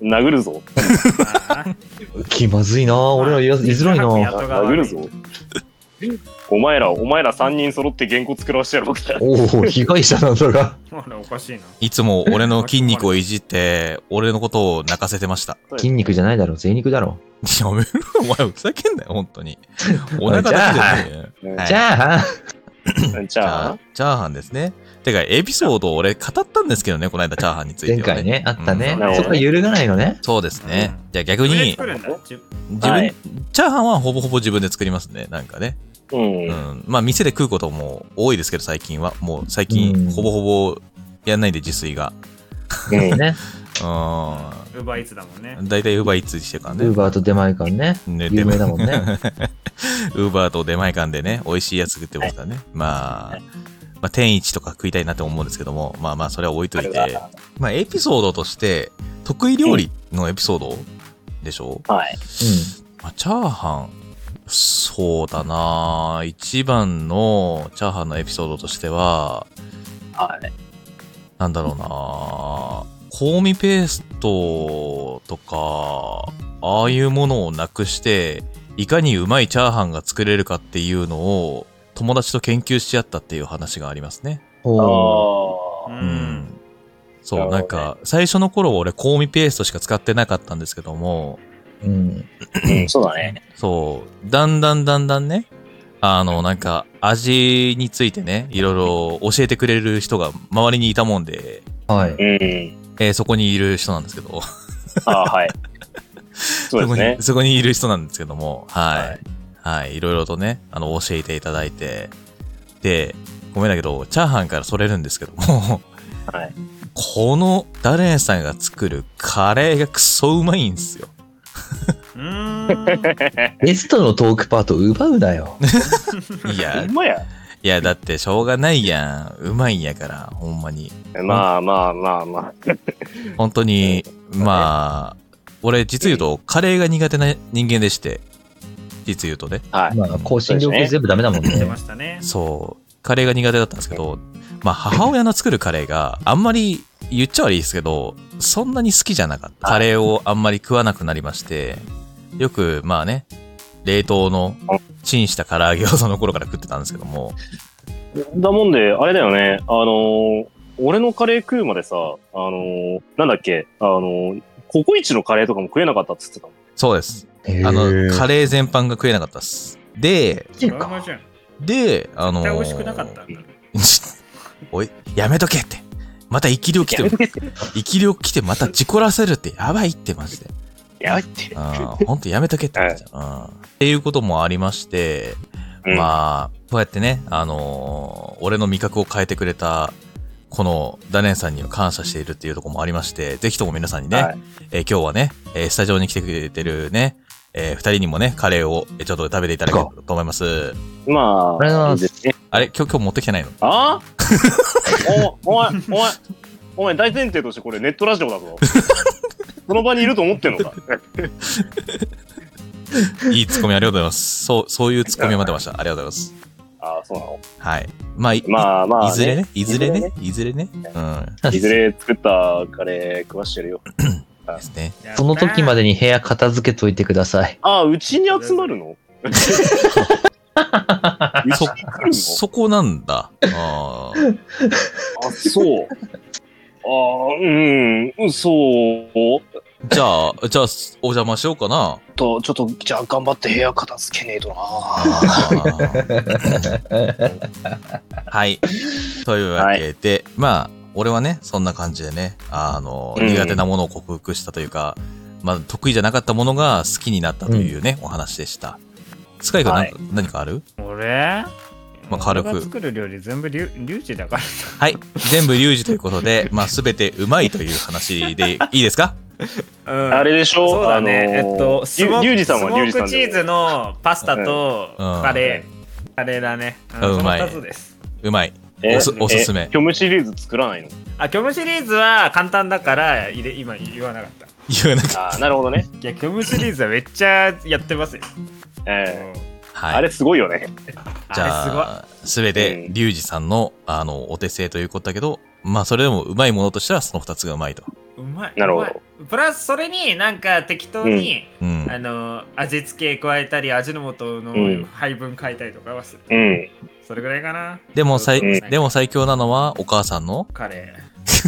殴るぞ。
気まずいな俺ら言いづらいな
殴るぞ。お前ら、お前ら3人揃って原稿作らせてやろうか。
お お、被害者なんだが。
おかしいな。
いつも俺の筋肉をいじって、俺のことを泣かせてました。
筋肉じゃないだろ、贅肉だろ。
やめろ、お前、ふざけんなよ、本当に。お腹だけじゃないよ。はい
じゃあ、
じ
チ
ゃ
ャ
あ
ー、チャーハンですね。てか、エピソードを俺語ったんですけどね、この間チャーハンについて、
前回。ね、あったね
うんなる。ほ
そ
どね
こは揺るがないのね。
そうですね。
うん
じゃあ逆に、
作るんだ自
自分、
はい
チャーハンはほぼほぼ自分で作りますね、なんかね。
うん
う。ん。まあ、店で食うことも多いですけど、最近は。もう最
う
近、
ん
ほぼほぼやんないで自炊が。
うん
ね。
う
ウーバーイーツだもんね。
ん。だいたい Uber Eats してるから
ウー
ね。
バーと出前館ね。
ね
有名だも んね。
Uber と出前館でね、美味しいやつ食ってますからね。まあ、まあ、天一とか食いたいなって思うんですけども、まあまあ、それは置いといて。まあ、エピソードとして、得意料理のエピソードでしょ、
はい。
まあ、チャーハン、そうだな一番のチャーハンのエピソードとしては、
はい。
なんだろうな香味ペーストとか、ああいうものをなくして、いかにうまいチャーハンが作れるかっていうのを、友達と研究し合ったっていう話がありますね。
うん。
あ
おー
う。
あ。
ん。そう、
な
な
る
ん
ほどね
か、最初の頃俺、香味ペーストしか使ってなかったんですけども、
うん。
うんそうだね。
そう、だんだんだんだんね、あの、なんか、味についてね、いろいろ教えてくれる人が周りにいたもんで、
はい。
うん。
えーそこにいる人なんですけど、
ああ、 はい。そうですね
こに、。そこにいる人なんですけども、はい。
は
はい、い、ろいろとね、あの、教えていただいて、で、ごめんだけど、チャーハンからそれるんですけども、
はい。
このダレンさんが作るカレーがクソうまいんですよ。
うーん。
ゲストのトークパート奪うなよ。
い や
ほん、まや。
いや、だってしょうがないやん。うまいんやから、ほんまに。
まあまあまあまあ。
本当に、まあ、俺、実言うと、カレーが苦手な人間でして、実言うとね。
はい。
まあ、香辛料系全部ダメだもん
言って
ね
ま。したね。
そう、カレーが苦手だったんですけど、まあ、母親の作るカレーがあんまり言っちゃ悪いですけど、そんなに好きじゃなかった。カレーをあんまり食わなくなりまして、よく、まあね、冷凍のチンした唐揚げをその頃から食ってたんですけども、
だもんで、あれだよね、あのー俺のカレー食うまでさ、あのーなんだっけ、あのーココイチのカレーとかも食えなかったっつってたもん。
そうです。
へー
あの、カレー全般が食えなかったっす。で、
いい
ドラマ
か
じゃん。
で、あの
絶
ー
対美味しくなかったんだろ。
おい、やめとけって。また生き量来て、生き量来てまた事故らせるってやばいってマジで。
やばいって。
うん、ほんとやめとけって言ってた、うん。っていうこともありまして、
うん
まあ、こうやってね、あのー俺の味覚を変えてくれた、このダネンさんには感謝しているっていうところもありまして、ぜひとも皆さんにね、
はい
えー今日はね、えースタジオに来てくれてるね、えー二人にもね、カレーをえーちょっと食べていただければと思います。
ま
ありがとうござい
あ、
ます
いいですね。
あれ今日、今日持ってきてないの
あ あおお前、お前、お前大前提としてこれネットラジオだ ぞ。この場にいると思ってんのか。
いいツッコミありがとうございます。そう、そういうツッコミを待ってました。ありがとうございます。
ああ、そうなの。
はい。まあ、い
まあまあ、
いずれね、いずれ
いずれ
ね、いずれね。 うん。
いずれ作ったカレー食わしてるよ。
ですね。
その時までに部屋片付けといてください。
ああ、うちに集ま るのうちに来るの
そこなんだ。あー
あ、そう。ああ、うん、うんそう。
じゃあ、じゃあ、お邪魔しようかな。
と、ちょっと、じゃあ頑張って部屋片付けねえとな。
あーはい。というわけで、まあ、俺はね、そんな感じでね、あの、
うん
苦手なものを克服したというか、まあ、得意じゃなかったものが好きになったというね、お話でした。スカイが何,、
はい
何かある
俺
まあ軽く
俺が作る料理全部リュリュウジだからさ
はい。全部リュウジということで、まあ、すべてうまいという話でいいですか
うん
あれでしょ
そうだね、
あのー
えっとスモ
リュリュウジさんは
スモ
リュウジ
ー
さ
ク
ん
チ
で
ーズのパスタと
うん
カレー、カレーだね、ん
うんうまい
その2つです
うまい。
え
おすおすすめ
え虚無シリーズ作らないの
あ虚無シリーズは簡単だから入れ今言わなかった
言うな。
ああ、なるほどね。
いや虚無シリーズはめっちゃやってますよ、
ええ
はい。
あれすごいよね。
あ
じ
れすごい
ゃあ、すべて
うん
リュウジさんの、あの、お手製ということだけど、まあ、それでもうまいものとしては、その二つがうまいと。
うまい
なるほど
うまいプラスそれになんか適当に、
うん。
あの味付け加えたり味の素
うん
の配分変えたりとかはする、
うん。
それぐらいかな
でも、最、
うん
でも最強なのは、お母さんの、
カレー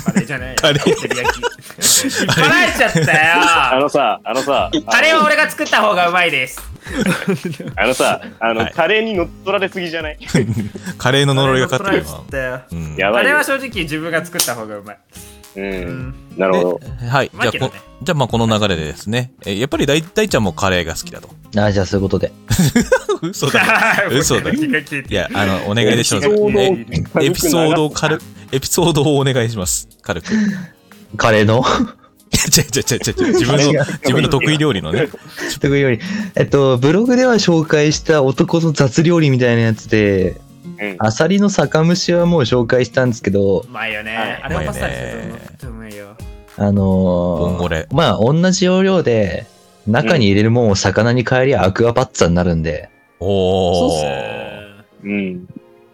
カレーじゃないよ
カレー
照り焼き 引っ張られちゃった
あ
よ
のさ、あのさ、
カレー
あ
は
の
俺が作った方がうまいです
あのさ、あの、
はい
カレーに乗っ取られすぎじゃない
カレーの呪いがかかってる
カレーは
わ
取られちゃった
う
よ
ん。
やば
カ
い
レー
よ
は。正直自分が作った方がうまい、
う。
うんん、
なるほど。
ではい。
う
じ
ま
ゃ
い
あ、
けど
こ
ね
じゃあまあ、この流れでですね。え、やっぱり大、大ちゃんもカレーが好きだと。
あじゃあそういうことで。
嘘だ。 嘘だ
気が利い
い
て
や、あの、お願いでしょう。
エピソードを
えエピソードを軽く、エピソードをお願いします。軽く。
カレーの
違う違う違う違う。自分の、自分の得意料理のね。
というより、えっと、ブログでは紹介した男の雑料理みたいなやつで、
うん
アサリの酒蒸しはもう紹介したんですけど
う、まいよね、
はいう
あれはパスタに
うまいよね
してもうまいよ
あ
ボン
の
ゴ
ー
レ。
まあ同じ要領で、中に入れるもんを魚に変えりゃアクアパッツァになるんで、
お
う
ー。
ん
うん。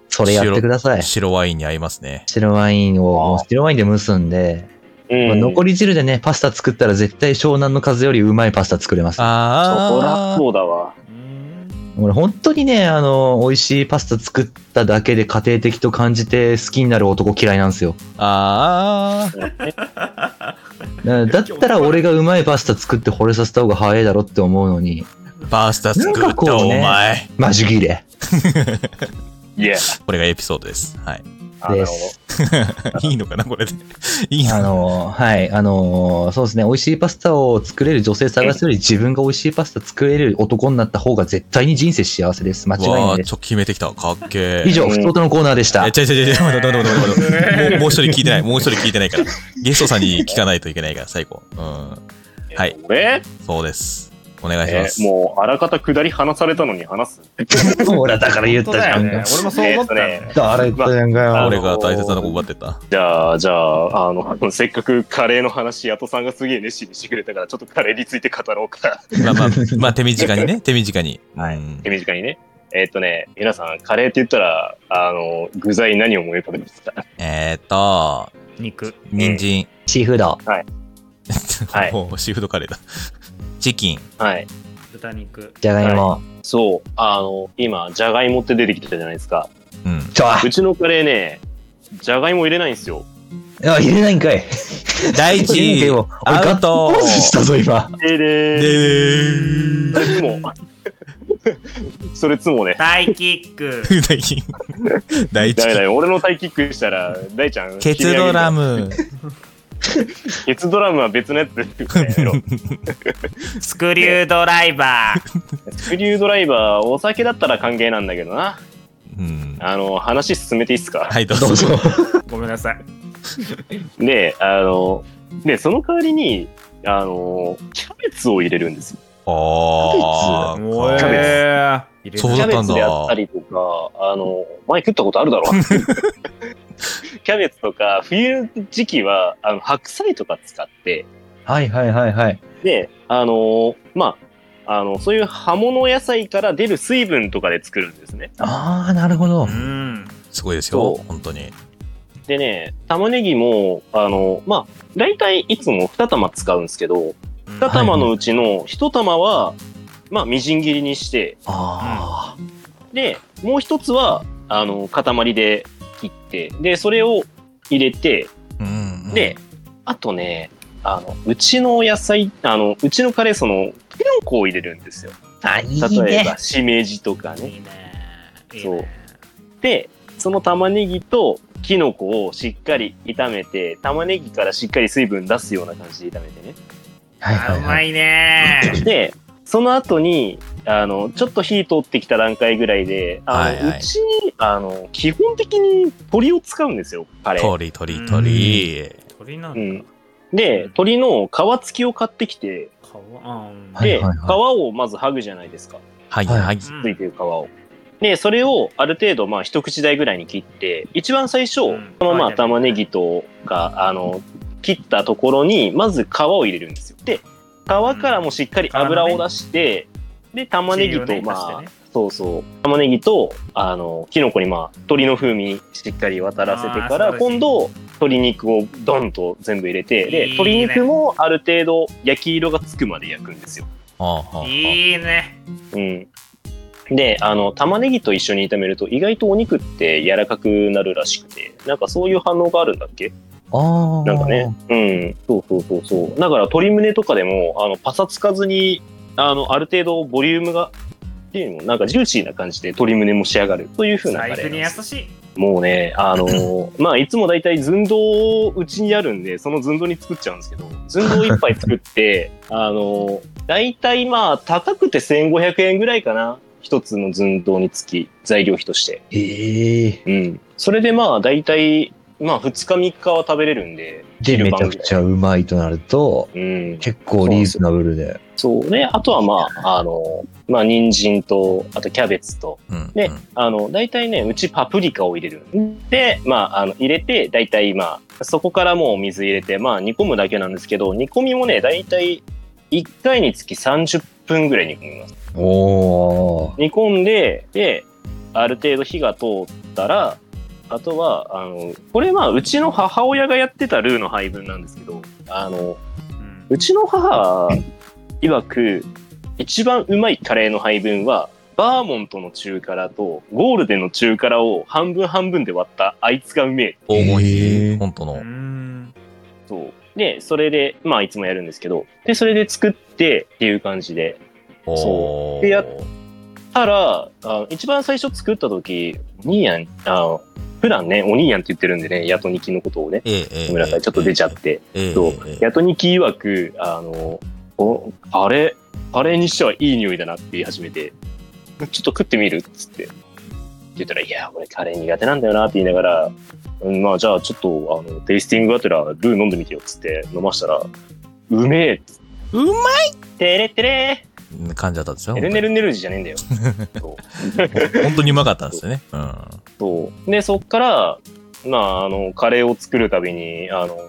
それやってください。
白ワインに合いますね。
白ワインを、もう白ワインで蒸すんで、
うん
まあ残り汁でね、パスタ作ったら絶対湘南の風よりうまいパスタ作れます。
そこら
あ
そうだわ。
うん
俺本当にね、あの、美味しいパスタ作っただけで家庭的と感じて好きになる男嫌いなんですよ。
あ。あ
だだったら俺がうまいパスタ作って惚れさせた方が早いだろって思うのに、
あ。パスタ作
なん
っ
かこう
たお
ね
前。
マジギレ
いや。
これがエピソードです。はい。
あなる
で
ほど。
す。
いいのかなこれで。いい
あ
の
の、はい、あの、そうですね、美味しいパスタを作れる女性探すより自分が美味しいパスタ作れる男になった方が絶対に人生幸せです。間違いな
わ
い
あ、
です。
ちょっと決めてきた。かっけー。
以上、
うん
ふつおとのコーナーでした
え、。ちょいちょいちょいちょい、待って待って待って待って待ってもうもう一人聞いてない。もう一人聞いてないから。ゲストさんに聞かないといけないから、最後。うん。はい
俺
そうです。お願いし
え
ます。
もうあらかた下り話されたのに話す。
ほら、だから言ったじゃ
本当
ん
だよね
か。
俺もそう思ったんだよ
え
だから言ったじゃんか
まあ
よ。
俺が大切なとこ奪ってった。
じゃあ、じゃあ、あの、 せっかくカレーの話、ヤトさんがすげえ熱心にしてくれたから、ちょっとカレーについて語ろう か。
まあまあ、まあ手短にね。手短 に。うん
手短にね。えーっ、とね、皆さん、カレーって言ったら、あの、具材何を思い浮かべますか
えーっと、
肉
人参。
シーフード。
はい
もうシーフードカレーだ。チキン。
はい。
豚肉
じゃがいも。
そう、あの、今、じゃがいもって出てきたじゃないですか。
うん。
ちょ、あ
うちのカレーね、じゃがいも入れないんですよ。
入れないんかい。
第
いい
一
んだ
位
よ、俺
ア
ガ
ウ
ッツポ
ト
ーズしたぞ、今。
えー
で
で
ー
ーす。もうそれつもね。
タイキッ ク
ん第一第一
ダメだよ、俺のタイキックしたら、大ちゃん。
ケツドラ
ム。
ム。
ケツドラムは別のやつですよ。
スクリュードライバー
スクリュードライバー、お酒だったら歓迎なんだけどな。
うん
あの話進めていいですか、
はい、どう
どう
ぞ。
ぞ。
ごめんなさい。
であのでその代わりにあのキャベツを入れるんですよ
あー
おえ
キャベツ
ー入れ
そう
キ
だっ
ャ
たん
ベツであったりとかあの前食ったことあるだろキャベツとか冬時期はあの白菜とか使って
はいはいはいはい。
であのまああのそういう葉物野菜から出る水分とかで作るんですね
ああ、なるほ
う
ど。
ん。
すごいですよ
そ、
本当に。
でね玉ねぎもあのまあ大体いつも2玉使うんですけど2玉のうちの1玉は、まあみじん切りにして
あ
でもう1つはあの塊で切ってでそれを入れて
うんうん
で、あとね、あの、うちの野菜、あの、うちのカレー、その、キノコを入れるんですよ。
あ。あ、いい
例
ね
えば、。しめじとかね。
いいね。
そうで、その玉ねぎとキノコをしっかり炒めて、玉ねぎからしっかり水分出すような感じで炒めてね。
はい
あ
は
う
い
ま
はい。
いね。
で、その後に、あの、ちょっと火通ってきた段階ぐらいで、あの、
はいはいう
ち、あの、基本的に鶏を使うんですよ、カレー。
鳥、鳥、鳥。
鳥なん
う
だ。
んで、鶏の皮付きを買ってきて、
かわうん。
はい
で、皮をまず剥ぐじゃないですか。
はい、
はい
はい。
うん
ついてる皮を。で、それをある程度、まあ、一口大ぐらいに切って、一番最初、
うん
このまあ、玉ねぎとか、あの、切ったところに、まず皮を入れるんですよ。で、皮からもしっかり油を出して、で、玉ねぎ
チーズを
と、
ね足し
ま
て
あ
ね、
そうそう、玉ねぎと、あの、キノコに、まあ、鶏の風味しっかり渡らせて
あー
から、
素晴らしい
今度、鶏肉をドンと全部入れて、で、
いいね
鶏肉もある程度焼き色がつくまで焼くんですよ。
ああああ
いいね。
うん。で、あの、玉ねぎと一緒に炒めると意外とお肉って柔らかくなるらしくて、なんかそういう反応があるんだっけ
ああ。
なんかね。。うん。そうそうそうそう。だから鶏胸とかでも、あの、パサつかずに、あの、ある程度ボリュームが、っていうのも、なんかジューシーな感じで鶏胸も仕上がる。という風な
財
流
布
れ
に
で
優
す。
しい。
もうね、あの、 まあ、いつもだいたい寸胴をうちにあるんで、その寸胴に作っちゃうんですけど、寸胴一杯 作って、あの、だいたいまあ、高くて1500円ぐらいかな。一つの寸胴につき、材料費として。
ええ。
うん。それでまあ、だいたい、まあ、2日3日は食べれるんで。
で、めちゃくちゃうまいとなると、
うん。
結構リーズナブルで。
そうね。あとはまあ、あの、まあ、人参と、あとキャベツと、
うん
で
うん
あの、大体ね、うちパプリカを入れるんで、まあ、あの、入れて、大体まあ、そこからもう水入れて、まあ、煮込むだけなんですけど、煮込みもね、大体1回につき30分ぐらい煮込みます。
おお。
煮込んで、で、ある程度火が通ったら、あとは、あの、これまあ、うちの母親がやってたルーの配分なんですけど、あの、
うん
うちの母曰く、一番うまいカレーの配分は、バーモントの中辛とゴールデンの中辛を半分半分で割ったあいつがうめえ。
黄金
へ
比、
ー
本当の
う。ん。
そう。で、それで、まあいつもやるんですけど、で、それで作ってっていう感じで。
おー
でやたら、あ一番最初作った時、お兄やん、あの、普段ね、お兄やんって言ってるんでね、ヤトニキのことをね、
ええええ
ごめんなさい、ちょっと出ちゃっ。て。
ええええ
そう
ええ、
ヤトニキ曰く、あの、お、カレー、カレーにしてはいい匂いだなって言い始めて、ちょっと食ってみるっつって。言ったら、いや、俺カレー苦手なんだよなって言いながら、うん、まあじゃあちょっと、あの、テイスティングがてらルー飲んでみてよっつって飲ましたら、うめえっつって
うま
てれってれ
い感じだったんですよ。
ーエルネルネルジじゃ ねえんだよ。そう
本当にうまかったんですよね。うん。
そう。で、そっから、まあ、あの、カレーを作るたびに、あの、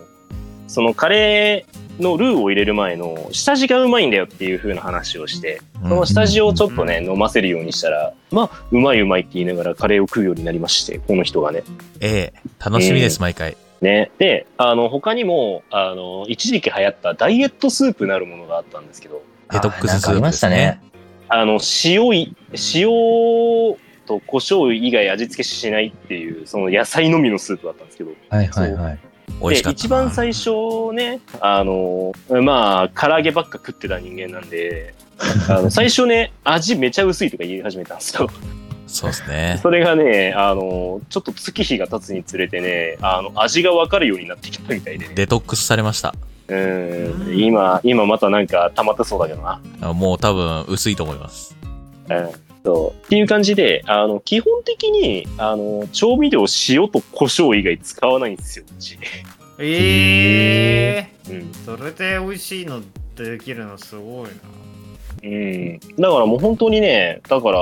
そのカレーのルーを入れる前の下地がうまいんだよっていう風な話をして、
うん
その下地をちょっとね、飲ませるようにしたら、まあ、うまいうまいって言いながらカレーを食うようになりまして、この人がね。
ええ楽しみです、毎回。
ね。で、あの、他にも、あの、一時期流行ったダイエットスープなるものがあったんですけど、
デトックススー
あーなんかあり
プ
ま
で
した
す
ね
ね。。
あの、塩い、塩と胡椒以外味付けしないっていう、その野菜のみのスープだったんですけど、
はいはいはい。
美
で
味しかったな。
一番最初ねあのまあ唐揚げばっか食ってた人間なんであの 最初ね味めちゃ薄いとか言い始めたんですよ
そうですね。
それがねあのちょっと月日が経つにつれてねあの味が分かるようになってきたみたいでね
デトックスされました。
うん今今またなんか溜まってそうだけどな、
あもう多分薄いと思います。
うんそうっていう感じであの基本的にあの調味料塩と胡椒以外使わないんですようち、
ええ
うん
それで美味しいのできるのすごいな
うん、だからもう本当にねだから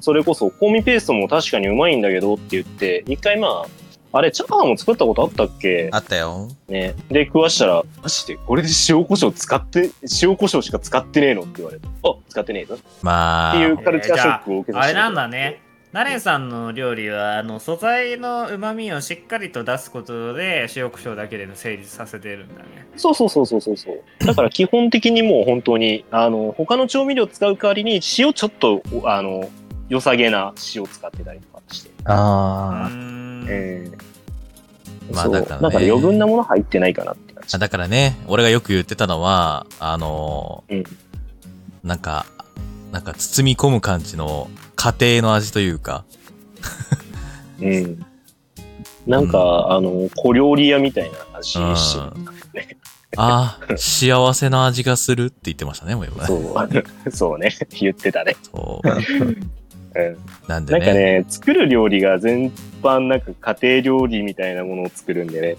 それこそ香味ペーストも確かにうまいんだけどって言って一回まああれチャーハンも作ったことあったっけ
あったよ。
ね、で食わしたら「マジでこれで塩コショウ使って塩コショウしか使ってねえの?」って言われて「あ使ってねえの?」っ
ま
てい
あ
う、カルチャーショックを受けさ
あ
せ
れ
て
なんだねナレンさんの料理はあの素材のうまみをしっかりと出すことで塩コショウだけで成立させてるんだね
そうそうそうそうそうそうだから基本的にもう本当にあの他の調味料使う代わりに塩ちょっとあの良さげな塩使ってたりとかして、
う
あ
ーん
ええ
まあ
そう
だ
だ
か
からら、
ね
余分なもの入ってないかなって感じ
あだからね、俺がよく言ってたのは、あのーなんか、なんか包み込む感じの家庭の味というか、
うんなんか、あの小料理屋みたいな味してる
ああ、幸せな味がするって言ってましたね、もう今ね。
そう そうね言ってたね
そう。
うん
なんで
なん
ね。
かね、作る料理が全般なんか家庭料理みたいなものを作るんでね。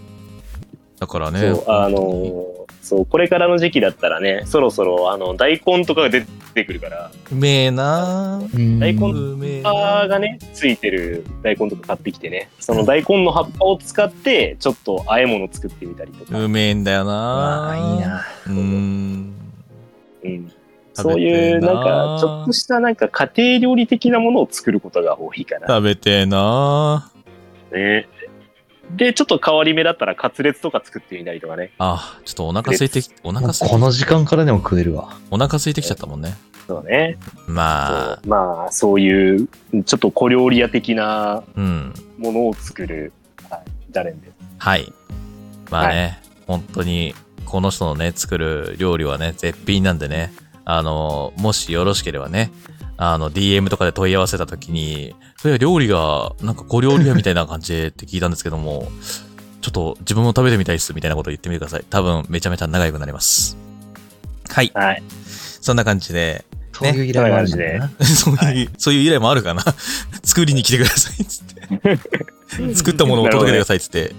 だからね。
そう、あの
本
ーそう、これからの時期だったらね、そろそろ、あの、大根とかが出てくるから、
当にうめえなー
ーうん
大根
うめえな
葉
ー
がね、ついてる大根とか買ってきてね、その大根の葉っぱを使って、ちょっと和え物作ってみたりとか、
うめえんだよな
ああ、いい
ー。
な。
うーん。
うん
食
そう
べ
い
てー
う、
なー
なんか、ちょっとしたなんか家庭料理的なものを作ることが多いかな。
食べてえなー。
ねで、ちょっと変わり目だったら、カツレツとか作ってみたりとかね。
あ、ちょっとお腹空いてき、お
も
腹
う
空い
この時間からでも食えるわ。
お腹空いてきちゃったもんね。
そうね。
まあ、
そうまあそういうちょっと小料理屋的な
うん。
ものを作る、はい、誰で
はい。まあね、本当に、この人のね、作る料理はね、絶品なんでね、あの、もしよろしければね、あの、DM とかで問い合わせたときに、それは料理が、なんか小料理屋みたいな感じでって聞いたんですけども、ちょっと自分も食べてみたいっす、みたいなことを言ってみてください。多分、めちゃめちゃ仲良くなります。はい。
はい
そんな感じで、
そういう依頼もあるんだな。
そういう、そういう依頼もあるかな。作りに来てください、つって。作ったものを届けてください、つって。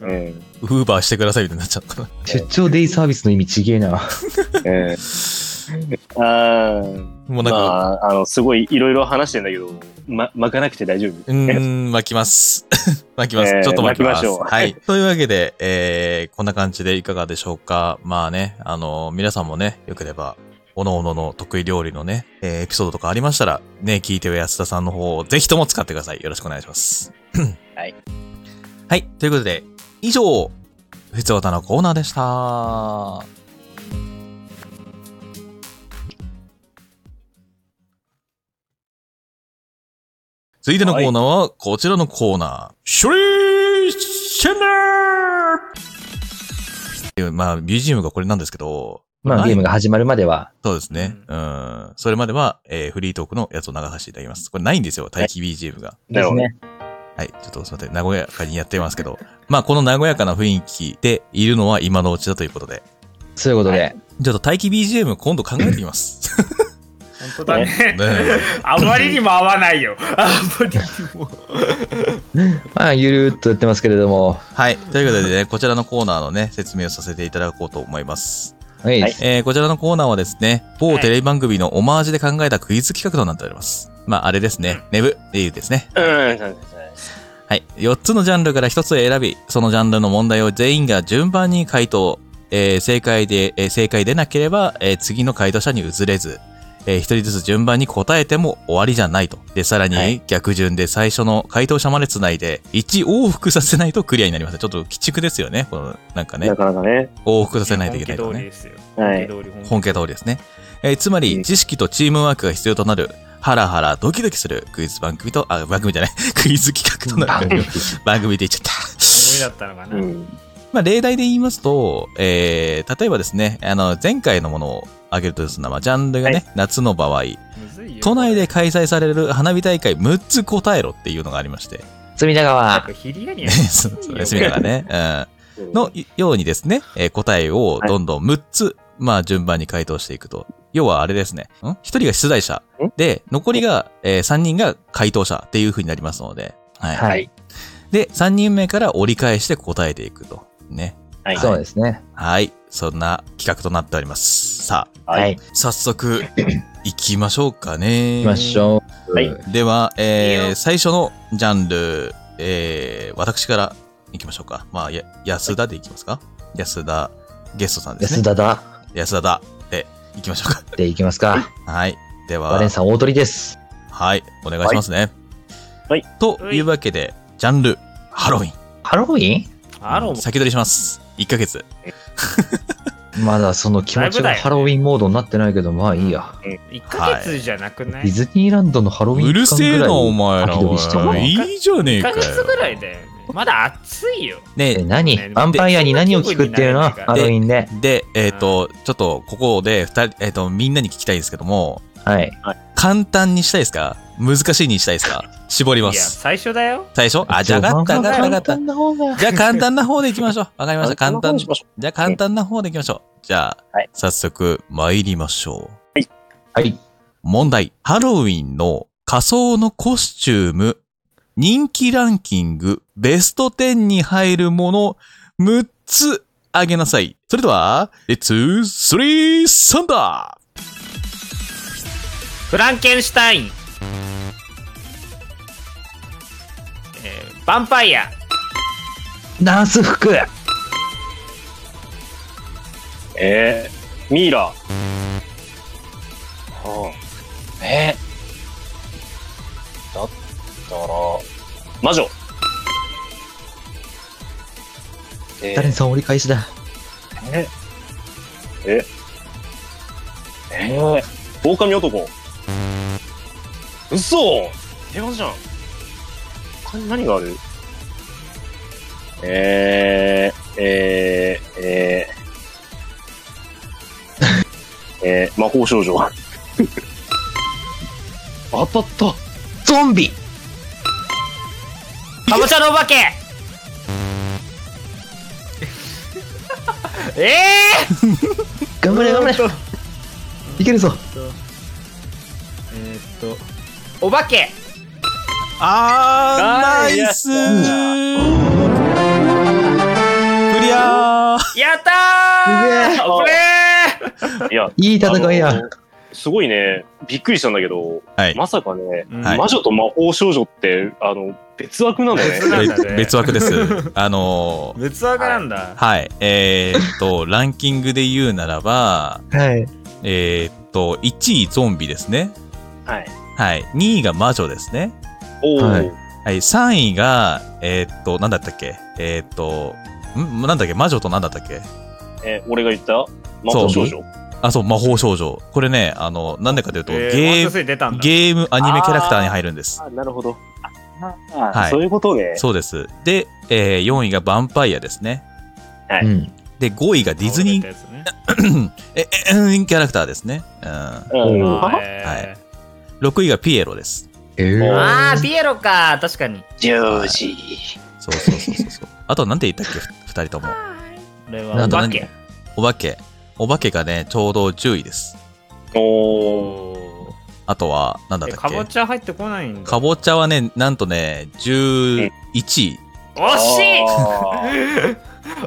う ん、うん
ウーバーしてください、みたいになっちゃったな。
出張デイサービスの意味ちげえな。
あ
もうな
ー
ん
ま
か、
ああのすごいいろいろ話してんだけど、ま、巻かなくて大丈夫
うーん、巻きます。 巻きます。
えー
ちょっと巻きます。
巻きましょう
はい。というわけで、えー、こんな感じでいかがでしょうか。まあね、あの、皆さんもね、よければ、おのおのの得意料理のね、えーエピソードとかありましたら、ね、聞いてる安田さんの方をぜひとも使ってください。よろしくお願いします。
はい。
はい。ということで、以上、ふつおたのコーナーでした。は続いてのコーナーは、こちらのコーナー。処理シェンダーっていうまあ、BGM がこれなんですけど、
まあゲームが始まるまでは、
そうですね。うん。それまでは、えーフリートークのやつを流させていただきます。これないんですよ、待機 BGM が。
なるほど
ね。
はい、ちょっとすみません、和やかにやってますけど、まあ、この和やかな雰囲気でいるのは今のうちだということで、
そういうことで、
ちょっと待機 BGM 今度考えてきます。
本当だね
ねえ
あまりにも合わないよあまりにも
まあゆるーっとやってますけれども、
はい、ということでね、こちらのコーナーのね、説明をさせていただこうと思います。
はい。
はい
えーこちらのコーナーはですね、某
はい
テレビ番組のオマージュで考えたクイズ企画となっております。まあ、あれですね、ネブっていうですね。
うんそうそう
はい。4つのジャンルから1つを選び、そのジャンルの問題を全員が順番に回答。えー正解で、えー正解でなければ、えー次の回答者に移れず、え1人ずつ順番に答えても終わりじゃないと。で、さら
は
に逆順で最初の回答者まで繋いで、1往復させないとクリアになりません。ちょっと鬼畜ですよね。この、なんか
そうな
ね、
かなかね
往復させないといけない
本
と
気通
ね
り。ですよ
はい
本気通り
本家通りですね。えーつま
う
り、
ん
知識とチームワークが必要となる、ハラハラドキドキするクイズ番組と、あ、番組じゃない、 クイズ企画とな
番
る
組
番組で言っちゃった。
無理だったのかな、
うん
まあ、例題で言いますと、えー例えばですね、あの、前回のものを挙げるとですね、まあ、ジャンルがね、
は
夏の場合、
むずいよ
都内で開催される花火大会6つ答えろっていうのがありまして、
隅田
なん
川
か、ヒリアに
そうそう休みだからね、うん、のようにですね、えー答えをどんどん6つ、まあ、順番に回答していくと。要はあれですね。ん ?1 人が出題者
ん。
で、残りが、え3人が回答者っていう風になりますので。はい。
はい。
で、3人目から折り返して答えていくと。ね。
はい。
そうですね。
はい。そんな企画となっております。さあ、
はい
はい。
早 速、行きましょうかね。
行きましょう。
はい
では、
いい
えー
よ
最初のジャンル、えー私からいきましょうか。まあ、や安田でいきますか。安田ゲストさんです
安
ね。
田だ。
安田だでいきましょうか。
で、いきますか。
はい。で
バ
は
レン、さん、大鳥です。
はい。お願いしますね。
はい。
というわけで、ジャンル、ハロウィン。
ハロウィン
ハロ
うん
ー
先取りします。1ヶ月。
まだその気持ち
だいぶだ
が
よ
ハロウィンモードになってないけど、まあいいや。
1ヶ月じゃなくな
デ
い、
ィズニーランドのハロウィン
うるせえな、お前ら。
秋取りしても
おいいいじゃねえ
1
か
ヶ
よ。
月ぐらいだよねまだ暑いよ
ね
え何
ね
ヴァンパイアに何を聞くっていうのは
で
ハロウィンで。
で、えっ、と、ちょっと、ここで、二人、えっ、と、みんなに聞きたいんですけども、
はい。
簡単にしたいですか難しいにしたいですか絞り
いや
ます。
最初だよ
最初あ、じゃあ、
序
簡
盤
単、
が
簡単、簡
簡
単。
単な方が。
じゃあ、簡単な方でいきましょう。わかりま した。簡単。
に
じ
しましょ
ゃあ、簡単な方でいきましょう。じゃあ
はい、
早速、参りましょう。
はい。
問題。ハロウィンの仮装のコスチューム、人気ランキング、ベスト10に入るもの、6つあげなさい。それでは、It's 3、3だ
フランケンシュタイン、えー、ヴァンパイア
ナース服。
う。えー、ミイラ。はあ、えー、だったら、魔女。えー
ダレンさん折り返しだ。
えええー、狼男嘘平和じゃん他に何があるえー、えー、えー、 えー、魔法少女当たった
ゾンビ。
かぼちゃのお 化けえー
頑張れ頑張れ。いけるぞ。
えーっとお化け
あ
あ
ー、
ー
ナイスークリアー
やったー
すげえ
これ
いや
いい戦い
あ
や
の。すごいねびっくりしたんだけど、
はい
まさかね、
うん
はい
魔女と魔法少女ってあの別枠なんだね
別なんだね
別別枠です。あのー、
別枠なんだ、
はい。えーっ と、ランキングで言うならば、
はい。
えーっと、1位ゾンビですね。
はい。
はい。2位が魔女ですね。
おお、
はい
はい。3位が、えーっと、なんだったっけえーっと、んなんだっけ魔女となんだったっけ
えー俺が言った魔法少女。
あ、そう、魔法少女。これね、あの、なんでかというと、
えー、
ゲ
ワンダ
ー
スリー出たんだ
ゲームアニメキャラクターに入るんです。
あ、なるほど。ああ、
はい
そういうことね。
そうです。で、え4位がヴァンパイアですね。
はい
うん。
で、5位がディズニ
倒
ー、
れたやつね
え、え、うんキャラクターですね。う
うん
お
あ
え
ん。6位がピエロです。
えー
ー
お
あーピエロか確かに
ジョージ。
そうそうそうそう そう。あと、なんて言ったっけふ二人とも。
これは
な
お
んと
化
何
け
お化け。お化けがね、ちょうど10位です。
おお。
おー
あとは、なんだっ
え
たっ
か
け
ぼちゃ入ってこないんだ
かぼちゃはね、なんとね、11位。
惜しい
あー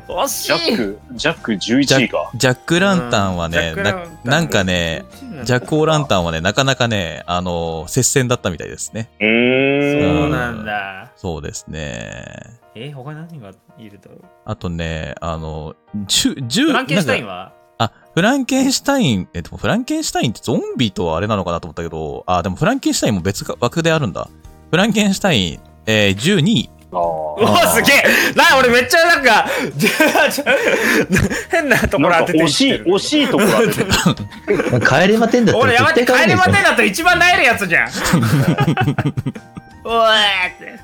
惜しい
ジャック、ジャック11位か。
ジャック・ランタンはね、
うんジャックラ
な
ンタン
なんかね、ジャック・オ・ランタンはね、なかなかね、あの、接戦だったみたいですね。
うーん。
そうなんだ
そうですね。
え他に何がいるだろう
あとね、あの、十十
フランケンシュタイン
なんか
は
あ、フランケンシュタイン、えっと、フランケンシュタインってゾンビとはあれなのかなと思ったけど、あ、でもフランケンシュタインも別枠であるんだ。フランケンシュタイン、えー、12位。
あー
うわすげえな俺めっちゃなんか 変なところ
な
当
んか
てて
惜しい、
いってる
惜しいところだね
帰れまてんだった
俺や
ら
ばって
絶
帰
対帰
り
れ
ま
な
て
いでし
だと一番萎えるや つじゃんおいって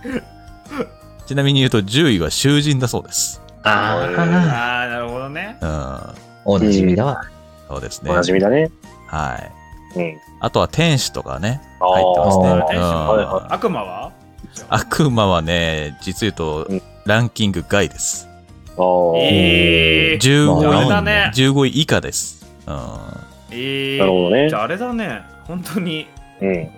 ちなみに言うと10位は囚人だそうです。
ょ。あ
ああなるほどね
うん。
あ。おなじみだわ。
そうですね。
おなじみだね。
はい。
うん。
あとは天使とかね、
あ
入ってますね。
ー
あー
天使
はいは
うん
悪魔は
悪魔はね、実言うと
うん、
ランキング外です。
あー。
えー
15
まあ
ダメだ
位、
ね
15位以下です。うん。
えー、
なるほどね
じゃああれだね本当に
うん。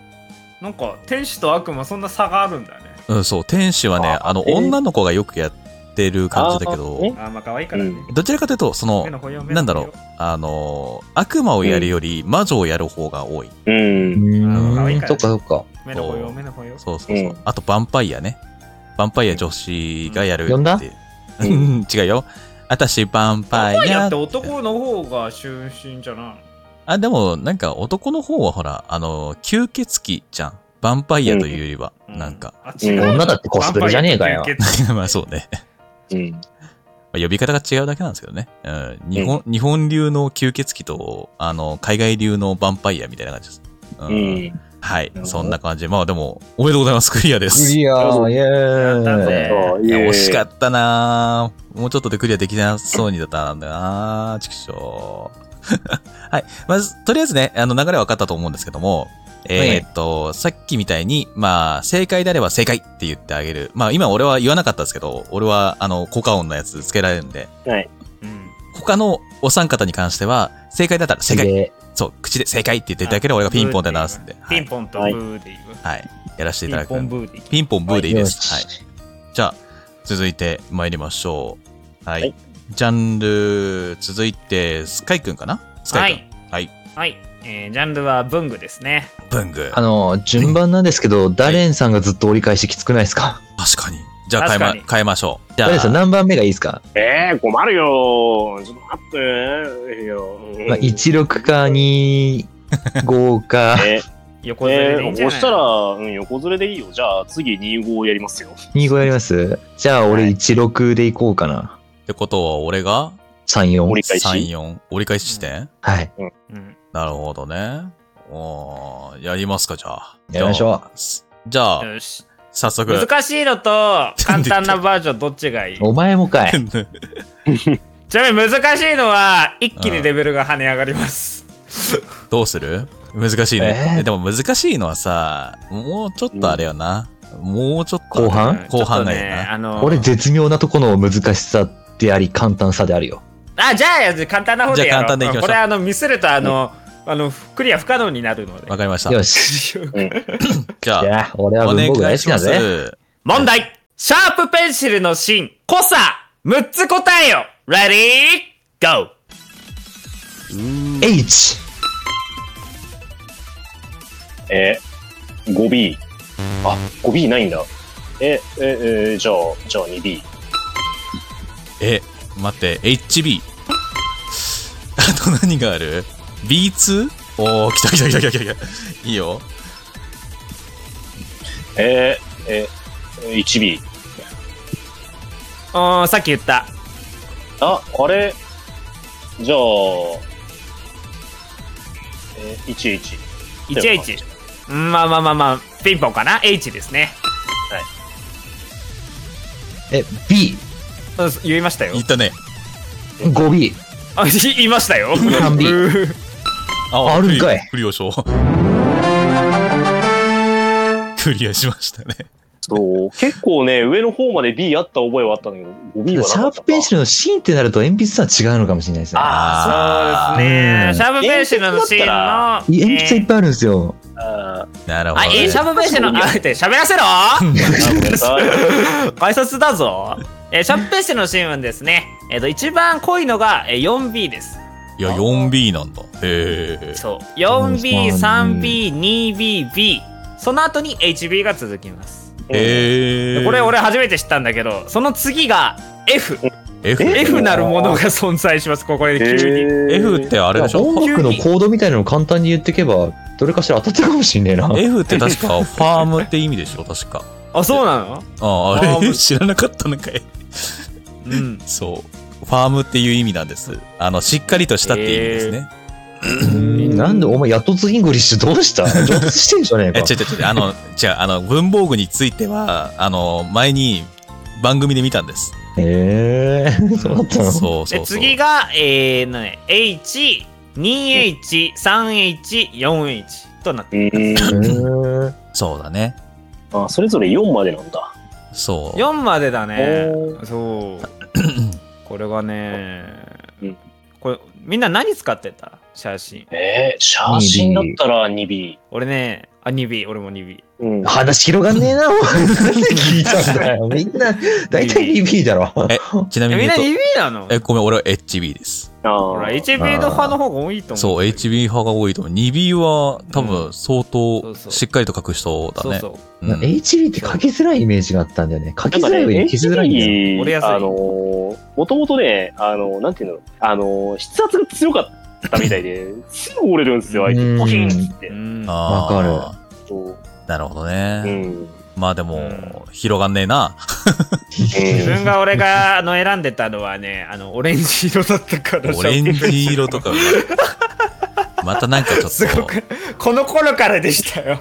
なんか天使と悪魔そんな差があるんだね
うん、そう、天使はね、あ
あ
の、
えー
女の子がよくやってる感じだけ
あー
ど
え、
あーまあ可愛いからね、
うん
どちらかというと、その
目、の保養
なんだろう、あのー、悪魔をやるより魔女をやる方が多い。
うん。。
可愛い
ん
からね
そっかそっか。
目の保養目の保養
そうそうそううんあと、ヴァンパイアね。ヴァンパイア女子がやる
呼んだ
って。うん違うよ。私、ヴァンパ
パ
イ
イア
ア
って。男の方が春心じゃない
あ、でも、なんか男の方はほら、あのー、吸血鬼じゃん。ヴァンパイアというよりは、
の
なんか、
うあ違う
女だってコスプレじゃねえかよ
ヴァンパイアって吸血
まあそうね。
うん。
まあ呼び方が違うだけなんですけどね。うん、日本、日本流の吸血鬼と、あの、海外流のヴァンパイアみたいな感じです。う
うん。うん
はい
ほ。ど
そんな感じ。まあでも、おめでとうございます。クリアです。
クリアー、イ
やった
ェー
ぜ
イ。
あ
いや、惜しか
か
ったなぁもうちょっとでクリアできなそうにだったんだよなぁちくしょう。 はい。まず、とりあえずね、あの流れは分かったと思うんですけども、えーっと、さっきみたいに、まあ、正解であれば正解って言ってあげる。まあ、今俺は言わなかったですけど、俺は、あの、効果音のやつつけられるんで、
うん
他のお三方に関しては、正解だったら正
すげ
解。
え。
そう、口で正解って言っていただければ俺がピンポンって鳴らすんで。は
ピン
い。
ポンとブーでいく
はい。やらせてい
ピ
ただ
ン
く
ポン。ブーでいく
ピンポンブーでいいです。
よ
はい
し。。
じゃあ、続いて参りましょう。はい。
はい
ジャンル、続いて、スカイくんかなスカ
は
イく
い
ん。はい。
はい、えージャンルは文具ですね
文具。
あの、順番なんですけど、ダレンさんがずっと折り返しきつくないですか
確かに。じゃあ変え
確か
ま
に、
変えましょう。じゃ
ダレンさん
あ、
何番目がいいですか
ええ、困るよ。ちょっと待ってよ。
まあ、16か25か
え
横ずれ
え
でいいん
ー、
じゃ
そ
ない
したら、うん、横ずれでいいよ。じゃあ、次、2号やりますよ。
25やりますじゃあ俺16でいこうかな。
ってことは、俺が、
折
34
り。返
3、
し。
4、折り返し地点、
はい。
うん
なるほどね。おー、やりますか、じゃあ。
やりましょう
すじゃあ、
よし
早速。
難しいのと簡単なバージョンどっちがいい
お前も かい。
ちなみに難しいのは一気にレベルが跳ね上がります。
どうする難しいね、
えー
でも難しいのはさ、もうちょっとあれよな。もうちょっとあれ。
後半
うん
後半がいい
ちょっとね
な。
あの
俺絶妙なとこの難しさであり簡単さであるよ。
あじゃあ簡単な方でやろ
じゃあ
う。
簡単でいきましょう
これあのミスるとあの、あのクリア不可能になるので
わ。かりました。
よし。
じゃ
い
あ、
や、俺は
お
文房具
願
大
い
好
し
きな
ま
んだね。
す。
問題。シャープペンシルの芯濃さ6つ答えよ。レディーゴー。
H!
えー、5B。あ、5B ないんだ。え、え、えー、じゃあ、じゃあ 2B。
え、待って、HB。あと何がある ?B2? おー、来た来た来た来た来た来た。いいよ。
えー、えー、1B。
うんさっき言った。
あ、あれじゃあ、えー、11。
11。うんまあまあまあまあピンポンかな H ですね。
え、B!
うん言いましたよ
言。ったね。
5B!
あ言いましたよ。
完備
うー
あ
あるんかい
クリオ賞。クリアしましたね。
そう、結構ね、上の方まで B あった覚えはあったんだけど、5B はな
シ
か
ャ
っ
ー
た
プ
か。
ペンシルの芯ってなると鉛筆とは違うのかもしれないですね。
そうですね
う。ん
シャープペンシルのシーンの。
い鉛筆はいっぱいあるんですよ。
あー
なるほど
あ、
ね、
えー、シャープペンシルの、あ、待って、喋らせろ
あごめんなさい。
挨拶だぞ。えー、シャープペンシルのシーンはですね、えっ、と、一番濃いのが、えー、4B です。
いや、4B なんだ。へえ。
そう。
う
4B、
ん
3B、2B、B。その後に HB が続きます。
へえ。
これ、俺初めて知ったんだけど、その次が F。
F。
F なるものが存在します、ここで急に。
え
F ってあれでしょ
音楽のコードみたいなのを簡単に言ってけば、どれかしら当たってるかもしんねえな。
F って確か、ファームって意味でしょ確か。
あ、そうなの
あ
ファ
あ、あ
ー
れ
ム
知らなかったのかい。
うん。
そう。ファームっていう意味なんです。あの、しっかりとしたっていう意味ですね。
なんでお前やっとつイングリッシュどうした上達してんじゃねえ
え、
か
違。う違う違う。あの、違う、あの、文房具については、あの、前に番組で見たんです。
えー、そうだった
そう
の
そうそ
で
う。
次が、えー、なに H、2H、3H、4H となって
うん
え
そうだね。
あ、それぞれ4までなんだ。
そう。
4までだね
お。
そう。これがね
うん、
これみんな何使ってた写真。
えー、写真だったら 2B。
俺ね、あ、2B、俺も 2B。
うん。
話広がんねえな、お前。なんで聞いたんだよ。みんな、大体 BB だろ。
え、ちなみ
えみ
に
んな
言うと
2B なの
え、ごめん、俺は HB です。
ほら、
あ
HB の派の方が多いと思う。
そう、HB 派が多いと思う。2B は多
う
分相
そう
当
そう
しっかりと書く人だ
そう
ね。
そう。
うん
HB って書きづらいイメージがあったんだよね。書きづらい上に書きづらいんだよ。
折れやすい
あのー、もともとね、あのー、なんていうの、あのー、筆圧が強かったみたいで、 すぐ折れるんですよ、あいつ。ポキンっつって
う。ん。
あー
わ
そう
なるほど
う
ね。
ん。
まあでも、広がんねえな。
自分が俺があの選んでたのはね、あのオレンジ色だったから
オレンジ色とかが。またなんかちょっ
すご
と、
くこの頃からでしたよ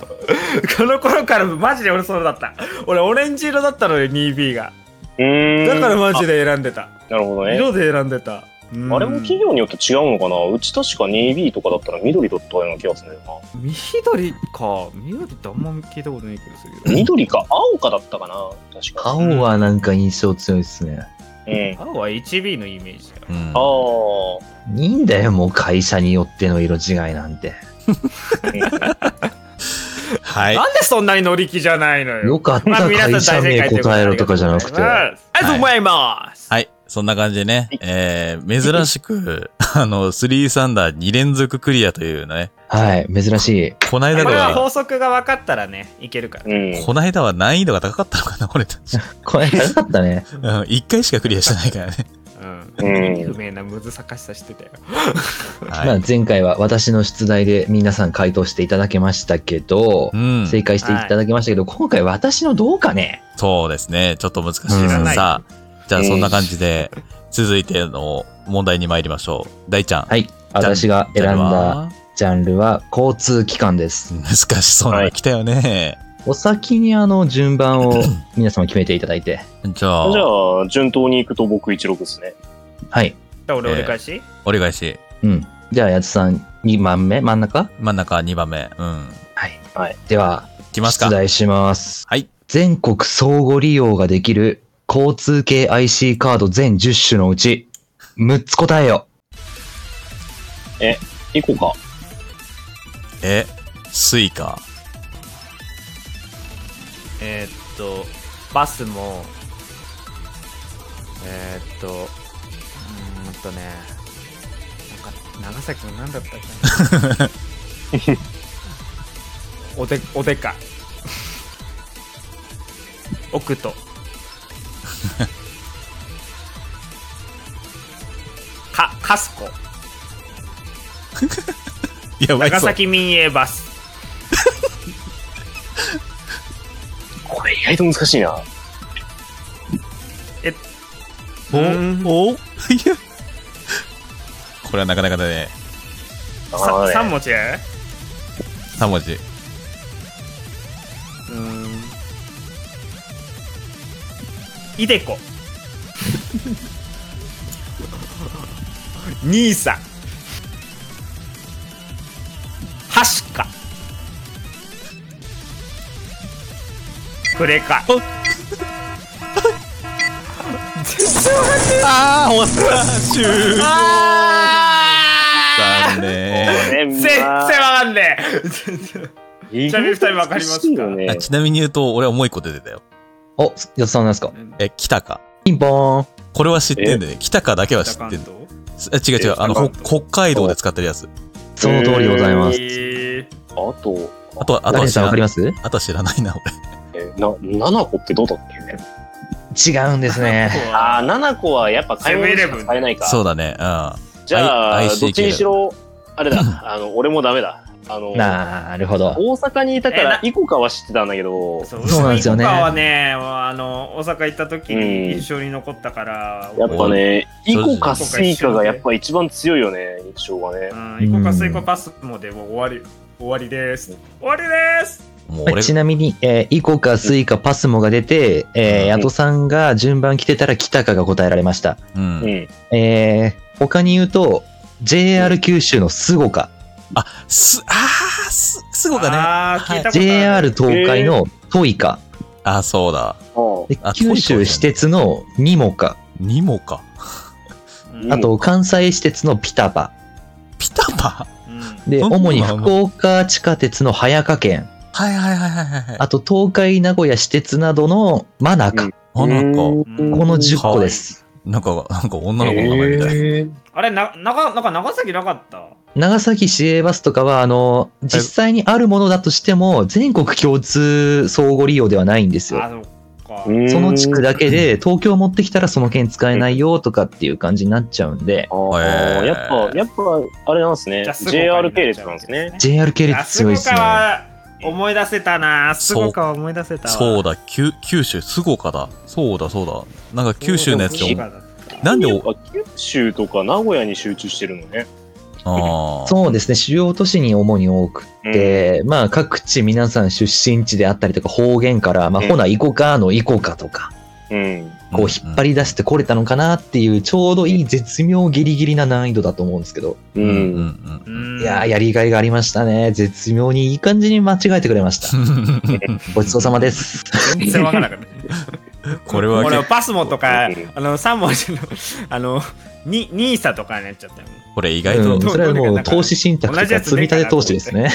この頃からマジで俺そうだった俺オレンジ色だったのよ 2B が
うん。
だからマジで選んでた
なるほどね。
色で選んでたうん
あれも企業によって違うのかなうち確か 2B とかだったら緑だったような気がするんだよ
緑か緑ってあんま聞いたことない気がするけど
な。緑か青かだったかな確か。
青はなんか印象強いですね。
うん。
青は HB のイメージだよ
うん
ああ。
いいんだよ、もう会社によっての色違いなんて。
はい。
なんでそんなに乗り気じゃないの
よ
よ
かった、会社名答えろとかじゃなくて。
ありがとうございます
はい。そんな感じでね、えー、珍しく、 あの、3サンダー2連続クリアというね、
はい、珍しい。
こないだ
こ
で
れは
は、
法則が分かったらねいけるから
うん。
こないだは難易度が高かったのかな、俺たち。
これ、なかったね。
うん、1回しかクリアしてないからね。
うん、
うん
不明な難しさしてたよ
ま
は
あ
い。
前 回は私の出題で皆さん回答していただけましたけど
う、ん。
正解していただきましたけど、今回私のどうかね
そうですね。ちょっと難しいです
知らない
さあ、じゃあそんな感じで、続いての問題に参りましょう。大ちゃん。
はい、私が選んだジャンルは交通機関です。
難しそうなの来たよね。
お先にあの順番を皆様決めていただいて、
じゃ
じ
あ、
ゃあ、順当に行くと僕16ですね。
はい、
じゃあ
え
俺
ー
折り返し、
折り返し。
うん。じゃあ、やつさん2番目真ん中
真ん中2番目。うん。
はい。
はい
では、
来ますか
出。題します。
はい。
全国相互利用ができる交通系 IC カード全10種のうち、6つ答えよ。
行こうか。
え、スイカ。
えーっとバスもえーっとうーんとねなんか長崎の何だったかなおでおでか奥とかかすこ
やばい
長
そう。
崎民営バス
これ意外と難しいな。
お
うん
おいや。これはなかなかだね。
なかなか
さ
ね
三文字
3文字。
うんいでこ兄さんはしかこれ か
おああ、終わった。終了。残 念。
ね
全然わかんね
意
ちなみに二
外
人
と
分かりますか
難しいよね
あちなみに言うと、俺はもう一個出てたよ。
お、やつさんなんですか
え
え、北か。
ピンポーン。
これは知ってんだよね。北かだけは知
北
っ
関
てん
東
だよ。あ違う違う、あの、
北
ほ
関東
北海道で使ってるやつ。
その通りでございます。
えー
あと、
あとは、あと
誰
は
で
知
さん
ら
わ
な
かり
い。
ます違
あとは知らないな、俺。
えな、7個ってどうだったっけ
うんです ね。
ああ、7個はやっぱ買い物しか買えないか。
そうだね。うん。
じゃあ、
I-
ど
IC
っちにしろ、あれだ、あの、俺もダメだ。あの、
なるほど。
大阪にいたか
え
ら
な、
イコカは知ってたんだけど、
そう
そうなんですよね
ウサギとかはね、あの大阪行った時
うん
に印象に残ったから、
やっぱね、イコカ、
そうです
スイカがやっぱ一番強いよね、印象がね。
うん、イコカスイコパスもでもう終わり、終わりです。終わりです。
もう
は
俺
い、ちなみに、えーイコかスイカパスモが出て、えー、ヤトさんが順番来てたら来たかが答えられました。
う。
うんん。
えー、他に言うと、JR 九州のスゴか、
す、ああ、す、すごかね。
あー
はい
聞いたことある
JR 東海のトイカ、
あー、そうだ。
あ
で
あ
九州私鉄のニモカ、
にもか。
うん
あと関西私鉄のピタパ、
ピタパぱ。
うん
で、
そんなの
主に
あんの
福岡地下鉄の早川県、
はいはいはいはいはい。
あと東海名古屋私鉄などの真中、
あ、なんか、
うん
この10個です。
なんか、なんか女の子の名前みたい。
あれななかなんか長崎なかった
長崎市営バスとかは、あの、実際にあるものだとしても、全国共通相互利用ではないんです
あ
よ。
そっか
その地区
だ。
だけで、東京持ってきたらその券使えないよとかっていう感じになっちゃうんで、
あー
へー
やっぱ、やっぱ、あれなんですね。
じゃあすごかになっ
JR
ちゃう
系列なんですね。
JR 系
あ
列
すご
強いで
か
すね。
は思い出せたなすごかは思い出せたわ
そうだ、九九州、すごかだ。そうだ、そうだ。なんか九州のやつ
そう
で
だ
も、
そうだ
なんで
やっ
お、
ぱ九州とか名古屋に集中してるのね。
ああ、
そうですね、主要都市に主に多くって、まあ各地皆さん出身地であったりとか方言から、まあ
うん
ほな行こうかの行こうかとか、
うん。
こう引っ張り出してこれたのかなっていう、ちょうどいい絶妙ギリギリな難易度だと思うんですけど、
う
うんうん
ん。
う
うん
ん
いやー、やりがいがありましたね。絶妙にいい感じに間違えてくれ ました。
うん。
ごちそうさまです。
全然わからなかった
これは
俺は
結構、
パスモとか
うん
あの3文字の あのにニーサとかになっちゃったよ
これ意
う
外と
ん、
どう
それはもう投資信託
同
と
じや
か
つ
積
ね
み
えか
立
な
て投資ですね。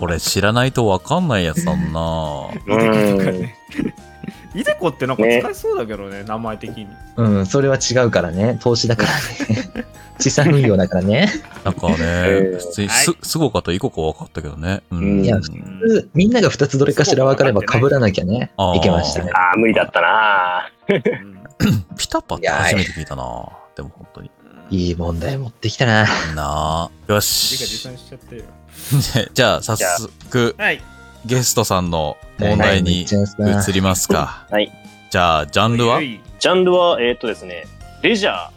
これ知らないとわかんないやつだな
うん
とかねイデコってなんか使えそうだけどね名前的に
うん、それは違うからね。投資だからね。 資産運用だからね。
なんかね、
えー
普通にす、すごかといこかわかったけどね。うん。
い
や
うん
みんなが2つどれかしら分かれば被らなきゃね、
あー
いけましたね。
ああ、無理だったな
ピタパって初めて聞いたなでも本当に。
いい問題持ってきたな。
なあよ
理科持
し。
参しちゃってよ
じゃあ、早速、
はい
ゲストさんの問題
はいめ
に
っちゃやつだな
移りますか。
はい。
じゃあ、ジャンルは
ゆい
ジャンルは、えーっとですね、レジャーっ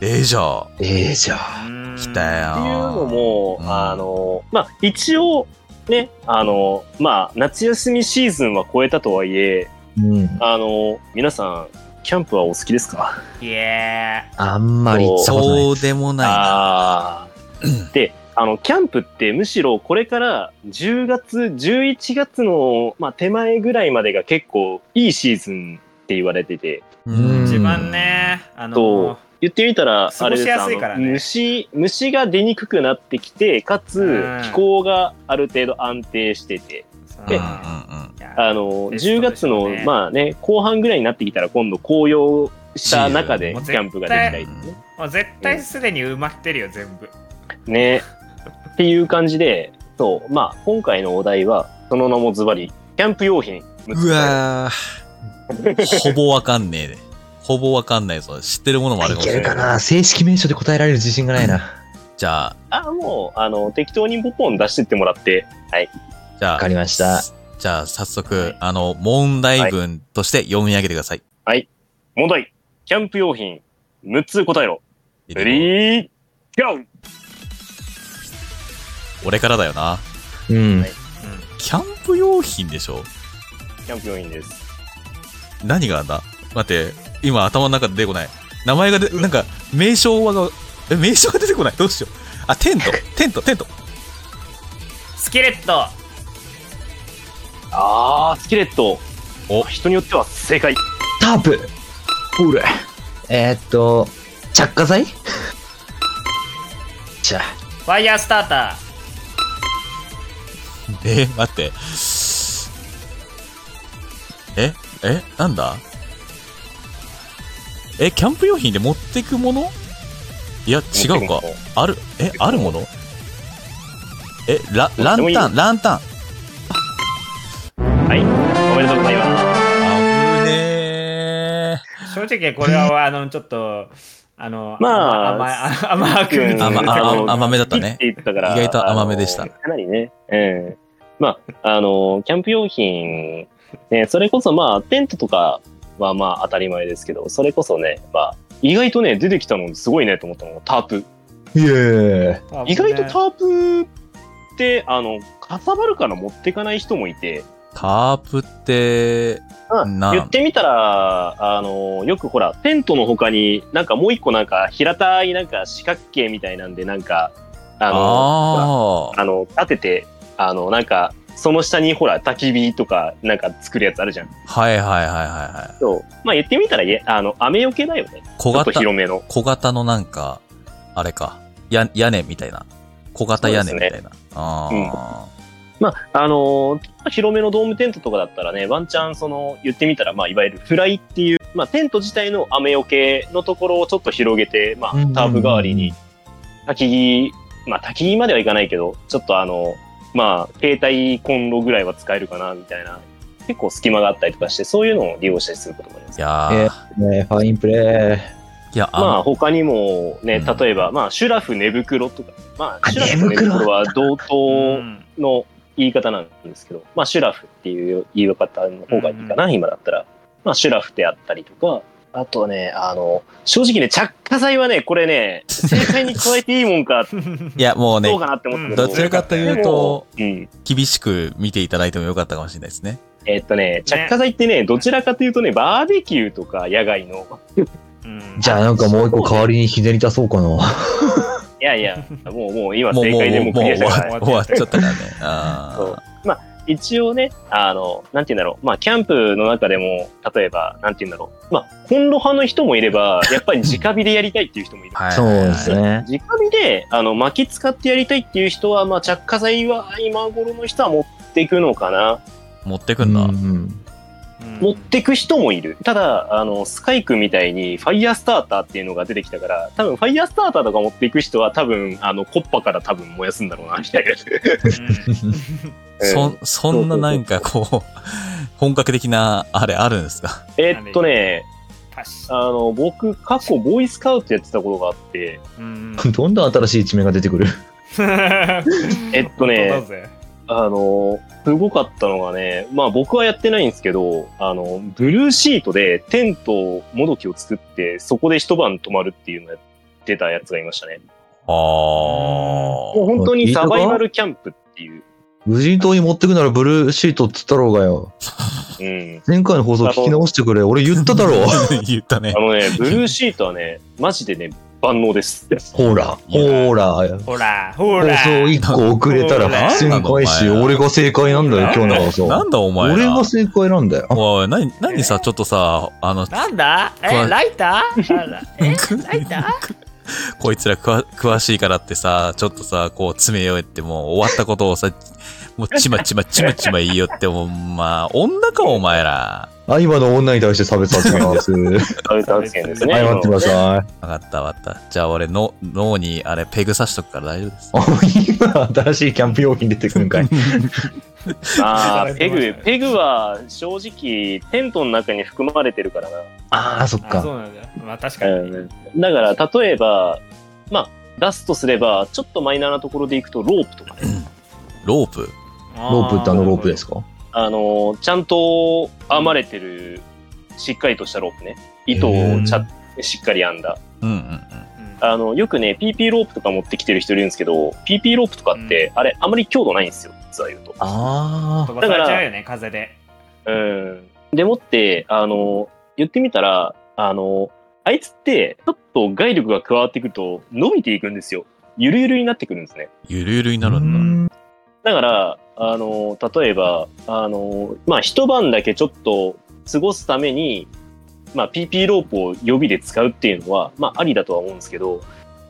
レジャー。
ええじゃあ。
うん
来たよ
ていうのも、
うん
あの、まあ、一応、ね、あの、まあ、夏休みシーズンは超えたとはいえ、
うん。
あの、皆さん、キャンプはお好きですか
いや
あんまり行ったことない。
そうでもな
ああ。で、あの、キャンプってむしろこれから10月、11月の、まあ、手前ぐらいまでが結構いいシーズンって言われてて、
いな。
うん
一番ねあの
と言ってみたら、
過
あ
ご
れ
し
です
やすいからね
あの虫、虫が出にくくなってきて、か
う
つ
ん
気候がある程度安定してて、
さ
うんうん
あ
うん。
いや
あの、
ベストでし
10月
ょ
の、
うね
まあね、後半ぐらいになってきたら今度紅葉した中で
も
キ
う絶
ャンプができたりとかね。
もう絶対すでに埋まってるよ全部
ね。っていう感じで、そう、まあ、今回のお題は、その名もズバリ、キャンプ用品。
うわーほぼわかんねえで。ほぼわかんないぞ。知ってるものもある
い
かもし
け
れ
る
な
か
い。
な正式名称で答えられる自信がないな。
じゃあ、
あ、もう、あの、適当にポポン出してってもらって、
じゃ
わ
あ
か、りました。
じゃあ、早速、
はい
あの、問題文として読み上げてください。
問題、キャンプ用品、6つ答えろ。レディー、ゴー
俺からだよな。
うん。
キャンプ用品でしょ
キャンプ用品です。
何があんだ待って、今頭の中で出てこない。名前がで、なんか、名称はが、え、名称が出てこない。どうしよう。あ、テン ト、テント、テント。
スキレット
あー、スキレット。
お
人によっては正解。
タープほらえーっと、着火剤じゃあ、
ファイヤースタータ
え、待って。え、え、なんだえ、キャンプ用品で持ってくものいや、違うか。ある、え、あるものえ、ラ、ランタン、ランタン。
はい、おめでとうございます。
あぶね
ー正直これはあのちょっとあの
ま
あ
あ
甘甘甘く見て
う
え。
ん
た
甘、甘甘めだった
っ
ね
て。言ったから。
意外と甘めでした
あのかなりね。うん。まあ、あの、キャンプ用品、ね、それこそまあ、テントとかはまあ当たり前ですけど、それこそね、まあ、意外とね、出てきたのすごいねと思ったのがタープ。
イエーイ
意外とタープって、あの、かさばるから持ってかない人もいて、
タープって、
うん
なん
言ってみたら、あの、よくほら、テントの他になんかもう一個なんか平たいなんか四角形みたいなんで、なんか、あの、ほら
ああ。
あの、立てて、あの、なんか、その下にほら、焚き火とか、なんか作るやつあるじゃん。
はいはいはいはいはい。
そう。まあ言ってみたら、えあの、雨よけだよね。ち
小
ょっと
型、
広めの。
小型のなんか、あれか、や屋根みたいな。小型屋根みたいな。
そ
ああ、
まあ、あのーちょっと広めのドームテントとかだったらね、ワンチャン、その、言ってみたら、まあ、いわゆるフライっていう、まあ、テント自体の雨よけのところをちょっと広げて、まあ、タープ代わりに、焚き木、まあ、焚き木まではいかないけど、ちょっとあの、まあ、携帯コンロぐらいは使えるかな、みたいな、結構隙間があったりとかして、そういうのを利用したりすることもあります
い。や
え
ー、
ねファインプレ
いや、あの
まあ、他にもね、
うん
例えば、まあ、シュラフ寝袋とか、まあ、
あ
シュラフと寝袋は同
う
等
ん
の言い方なんですけど、まあ、シュラフっていう言い方の方がいいかな、今だったら。まあ、シュラフであったりとか、あとね、あの、正直ね、着火剤はね、これね、正解に加えていいも んか、
いや、もうね
どう、かなって思ったけど。
どちらかという
でも
と、
うん。
厳しく見ていただいてもよかったかもしれないですね。
えっとね、着火剤ってね、どちらかというとね、バーベキューとか野外の、
うん
ー。 じゃあなんかもう一個代わりにひねり出そうかな。
いや いや、もう、もう今
もう、
正
もう、
解で
も
も
う、
ク
もう
リアし
終
た
わ
から。
終わっちゃったからね。あ
そう
ー
まあ一応ねあのなんて言うんだろうまあキャンプの中でも例えばなんて言うんだろうまあコンロ派の人もいればやっぱり直火でやりたいっていう人もいる
はい
そうですね。
直火であの薪使ってやりたいっていう人はまあ着火剤は今頃の人は持っていくのかな
持ってくんな。
うん
う ん
持ってく人もいるただあのスカイクみたいにファイヤースターターっていうのが出てきたから多分ファイヤースターターとか持っていく人は多分あのコッパから多分燃やすんだろうなみたいな、
そん、そんななんかこう、本格的な、あれあるんですか
えっとね
パシ
あの僕過去ボーイスカウトやってたことがあって
うん
うん。どんどん新しい一面が出てくる。
えっとね
本当だぜ
あの、すごかったのがね、まあ僕はやってないんですけど、あの、ブルーシートでテント、もどきを作って、そこで一晩泊まるっていうのをやってたやつがいましたね。
あ
もう
ー。
本当にサバイバルキャンプっていう。
無人島に持ってくならブルーシートっつったろうがよ。
うん。
前回の放送聞き直してくれ。俺言っただ ろう。
言ったね
あ。のね、ブルーシートはね、マジでね、万能です。
ほら、ほら。
ほらほ
放
ら
送一個遅れたら普通に返し、
ほら
俺が正解なんだよ、今日の放
な
送。
んだお前
俺
ら。
が正解なんだよ。
おい、なに、なにさ、ちょっとさ、あの、
なんだ
こ
え
れ
ライタ ーあらえライター
こいつらくわ詳しいからってさ、ちょっとさ、こう詰めようって、もう終わったことをさ、もうちまちまちまちま言いよって、もうまあ、女かお前ら。
あ、今の女に対して差別発言です。
アウト発言ですね。
謝ってくだ さい。
わかったわかった。じゃあ俺の、脳にあれペグ刺しとくから大丈夫 です。
あ今、新しいキャンプ用品出てくるんかい。
あーペグ、ペグは正直、テントの中に含まれてるからな。
ああ、そっ
あ
か。
そうなんだまあ確かに
うんだから例えばまあ出すとすればちょっとマイナーなところでいくとロープとかね
ロープ
ロープってあのロープです
か
か
あのちゃんと編まれてるしっかりとしたロープね糸をちゃしっかり編んだ
うんうんうん。
あのよくね PP ロープとか持ってきてる人いるんですけど PP ロープとかって、あれあまり強度ないんですよ実は言うと。
あ
飛ばされちゃうよね風で
うん、でもってあの言ってみたらあのあいつってちょっと外力が加わってくると伸びていくんですよ。ゆるゆるになってくるんですね。
ゆるゆるに
あ。
なるんだ。
だから、あの、例えば、あの、まあ、一晩だけちょっと過ごすために、まあ、PP ロープを予備で使うっていうのは、まあ、ありだとは思うんですけど、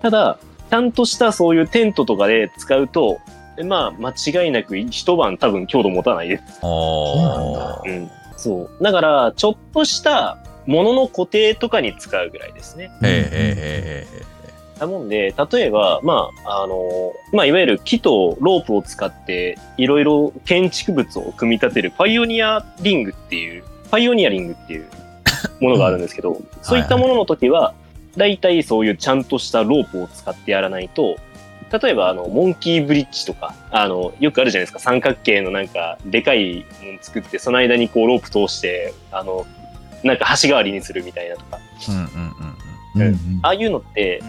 ただ、ちゃんとしたそういうテントとかで使うと、まあ、間違いなく一晩多分強度持たないです。
そう
お
う
ー。
ん。そう。だから、ちょっとしたものの固定とかに使うぐらいですね。
ええええええ
なもんで、例えば、まあ、あの、まあ、いわゆる木とロープを使って、いろいろ建築物を組み立てるパイオニアリングっていう、パイオニアリングっていうものがあるんですけど、そういったものの時は、だいたいそういうちゃんとしたロープを使ってやらないと、例えば、あの、モンキーブリッジとか、あの、よくあるじゃないですか、三角形のなんか、でかいもの作って、その間にこう、ロープ通して、あの、なんか橋代わりにするみたいなとか、
うんうんうんうん。
うんうん
ああいうのって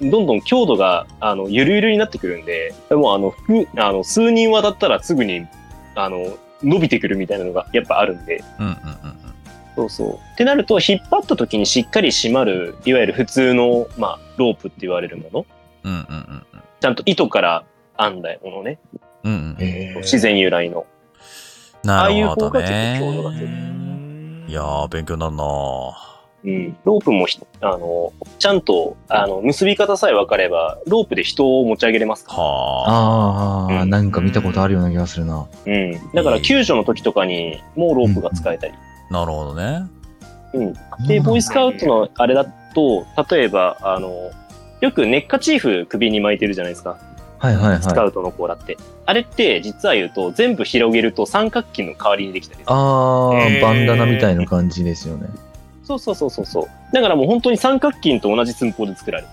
う、ん
どんどん強度があのゆるゆるになってくるんで、もうあのふあの数人渡ったらすぐにあの伸びてくるみたいなのがやっぱあるんで、
うんうんうん
そうそう。ってなると、引っ張った時にしっかり締まる、いわゆる普通の、まあ、ロープって言われるもの、
うん。うんうんうんうん。
ちゃんと糸から編んだものね、
うんうんうん。
へー
自然由来の。あ
な
あいう
るほ
方
ど
が結構強度
ね。
が出る。
いやー、勉強になるなー
うん。
ロープもひ、あの、ちゃんと、あの、結び方さえ分かれば、ロープで人を持ち上げれますから
はあ。
ああ、
うん
なんか見たことあるような気がするな。
うん。だから、救助の時とかにもロープが使えたり。
なるほどね。
で、ボーイスカウトのあれだと、例えば、あの、よくネッカチーフ首に巻いてるじゃないですか。
はいはい
ス
は
カ
い。
ウトの子だって。あれって、実は言うと、全部広げると三角形の代わりにできたりする。
ああ、
えー
バンダナみたいな感じですよね。
そうそうそうそうそう。だからもう本当に三角筋と同じ寸法で作られる。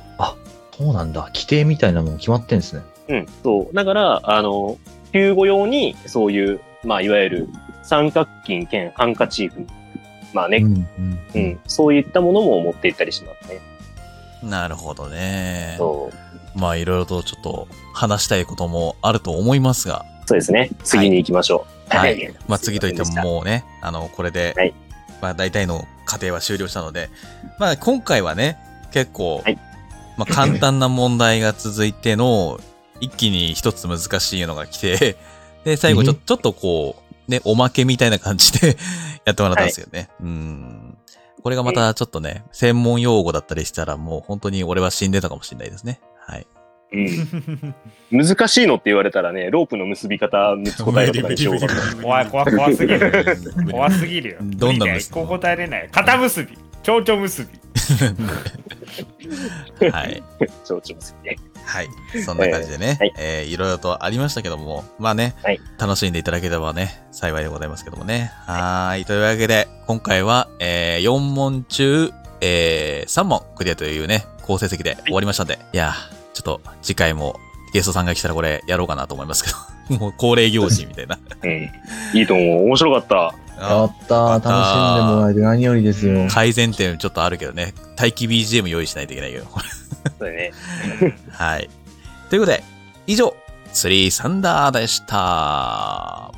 そうなんだ。規定みたいなもん決まってんですね。
うん。そう。だから、あの、救護用に、そういう、まあ、いわゆる三角筋兼ハンカチーフ。まあね、
んう
うん、そういったものも持っていったりしますね。
なるほどね。
そう。
まあいろいろとちょっと話したいこともあると思いますが、
そうですね。次に行きましょう。
はい。まあ次といっても
すませんでし
もうね、あの、これで、
はい
まあ大体の過程は終了したので、まあ今回はね、結構、
はい
まあ簡単な問題が続いての、一気に一つ難しいのが来て、で、最後ちょ
え
ちょっとこう、ね、おまけみたたいな感じで やってもらったんですけどね。うん。これがまたちょっとね、専門用語だったりしたらもう本当に俺は死んでたかもしれないですね。はい。
うん。難しいのって言われたらね、ロープの結び方3つ答えるとかにしようかな。
怖い怖い怖すぎ る怖すぎるよ
どんな
無理だよ
結
一
び
個答えれない肩結び蝶々結び
はい。
ちょうちょうすね。
はい。そんな感じでね、
はい
えーいろいろとありましたけども、まあね、
はい
楽しんでいただければね、幸いでございますけどもね。はーい。というわけで、今回は、え4問中、え3問クリアというね、好成績で終わりましたんで、い、やー、ちょっと次回もゲストさんが来たらこれやろうかなと思いますけど、 もう恒例行事みたいな。
うん。いいと思う。面白かっ
やった
ま
ー、楽しんで
た
もらえて何よりですよ。
改善点ちょっとあるけどね、待機 BGM 用意しないといけないけど。
た。そうだね。
はい。ということで、以上、スリーサンダーでした。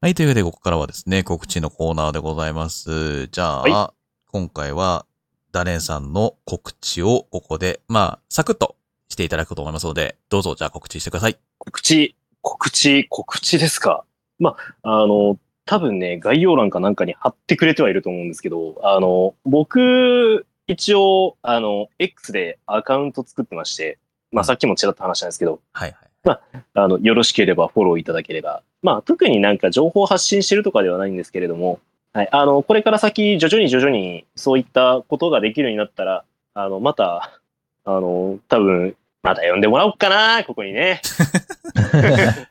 はい、というわけで、ここからはですね、告知のコーナーでございます。じゃあ、
は
今回は、ダレンさんの告知をここで、まあ、サクッとしていただくと思いますので、どうぞ、じゃあ告知してください。
告知、告知、告知ですか。まあ、あの、多分ね、概要欄かなんかに貼ってくれてはいると思うんですけど、あの、僕、一応、あの、X でアカウント作ってまして、まあ、さっきもちらっと話したんですけど、
はいはい。
あの、よろしければフォローいただければ。まあ、特になんか情報発信してるとかではないんですけれども、はい。あの、これから先、徐々に徐々にそういったことができるようになったら、あの、また、あの、多分、また呼んでもらおうかな、ここにね。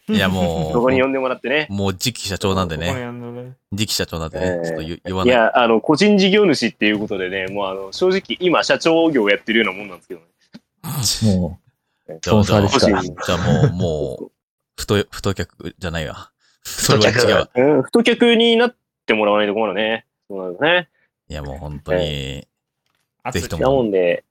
いや、
こ
も
こに呼
う、
んでもらってね。
もう次期社長なんで
ここに
ね、
あんのね
次期社長なんでね
え、ー
ちょっと言言わ
い
ない
や、あの、個人事業主っていうことでね、もうあの、正直今、社長業やってるよ うなもんなんですけどね。
も
じゃあじゃあ
スポ
ンサーです
じゃあもう、もう、太、太客じゃないわ。それは違うわ。
うん、太客になってもらわないと困るね。そうなんですね。
いやもう本当に、
熱い
ぜひとも
なもんで、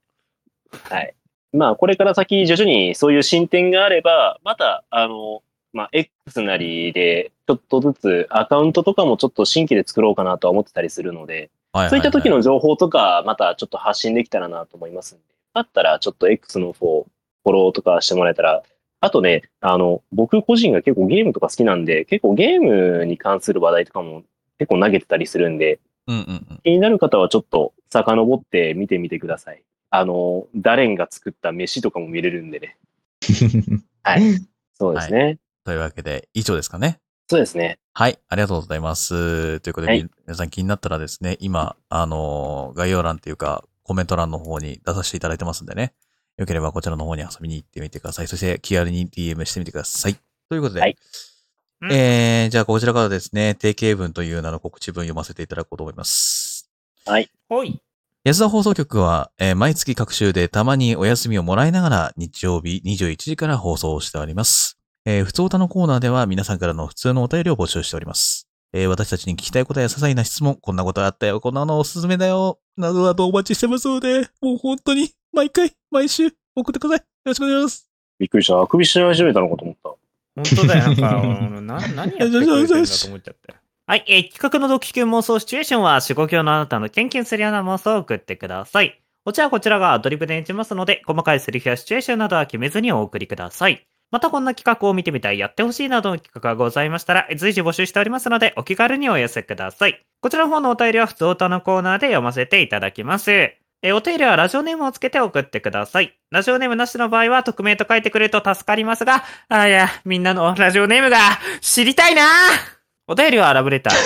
はい。まあ、これから先、徐々にそういう進展があれば、また、あの、まあ、X なりで、ちょっとずつアカウントとかもちょっと新規で作ろうかなとは思ってたりするので、
ははは
そういった時の情報とか、またちょっと発信できたらなと思いますんで、あったら、ちょっと X の方、フォローとかしてもらえたら、あとね、あの、僕個人が結構ゲームとか好きなんで、結構ゲームに関する話題とかも結構投げてたりするんで、
うんうんうん。
気になる方はちょっと遡って見てみてください。あの、ダレンが作った飯とかも見れるんでね。
う。
そうですね。
というわけで、以上ですかね。
そうですね。
はい、ありがとうございます。ということで、
はい
皆さん気になったらですね、今、あのー、概要欄っていうか、コメント欄の方に出させていただいてますんでね、よければこちらの方に遊びに行ってみてください。そして、気軽に DM してみてください。ということで、
はい
うん
えー、じゃあこちらからですね、定型文という名の告知文読ませていただこうと思います。
ほい
安田放送局は、えー毎月各週でたまにお休みをもらいながら日曜日21時から放送しております。えー、普通歌のコーナーでは皆さんからの普通のお便りを募集しております。えー私たちに聞きたいことや些細な質問、こんなことあったよ、こんなのおすすめだよ、などなどお待ちしてますので、もう本当に毎回、毎週送ってください。よろしくお願いします。
びっくりした。あくびし始めたのかと思った。
本当だよ、なんか、うんな何やってくれてんだと思っちゃったよ。はい、えー企画の読書妄想シチュエーションは、四五教のあなたのキュンキュンするような妄想を送ってください。こちらはこちらがアドリブで演じますので、細かいセリフやシチュエーションなどは決めずにお送りください。またこんな企画を見てみたい、やってほしいなどの企画がございましたら、随時募集しておりますので、お気軽にお寄せください。こちらの方のお便りは、普通歌のコーナーで読ませていただきます。えーお便りはラジオネームをつけて送ってください。ラジオネームなしの場合は、匿名と書いてくれると助かりますが、あーいや、みんなのラジオネームが知りたいなお便りはラブレターで。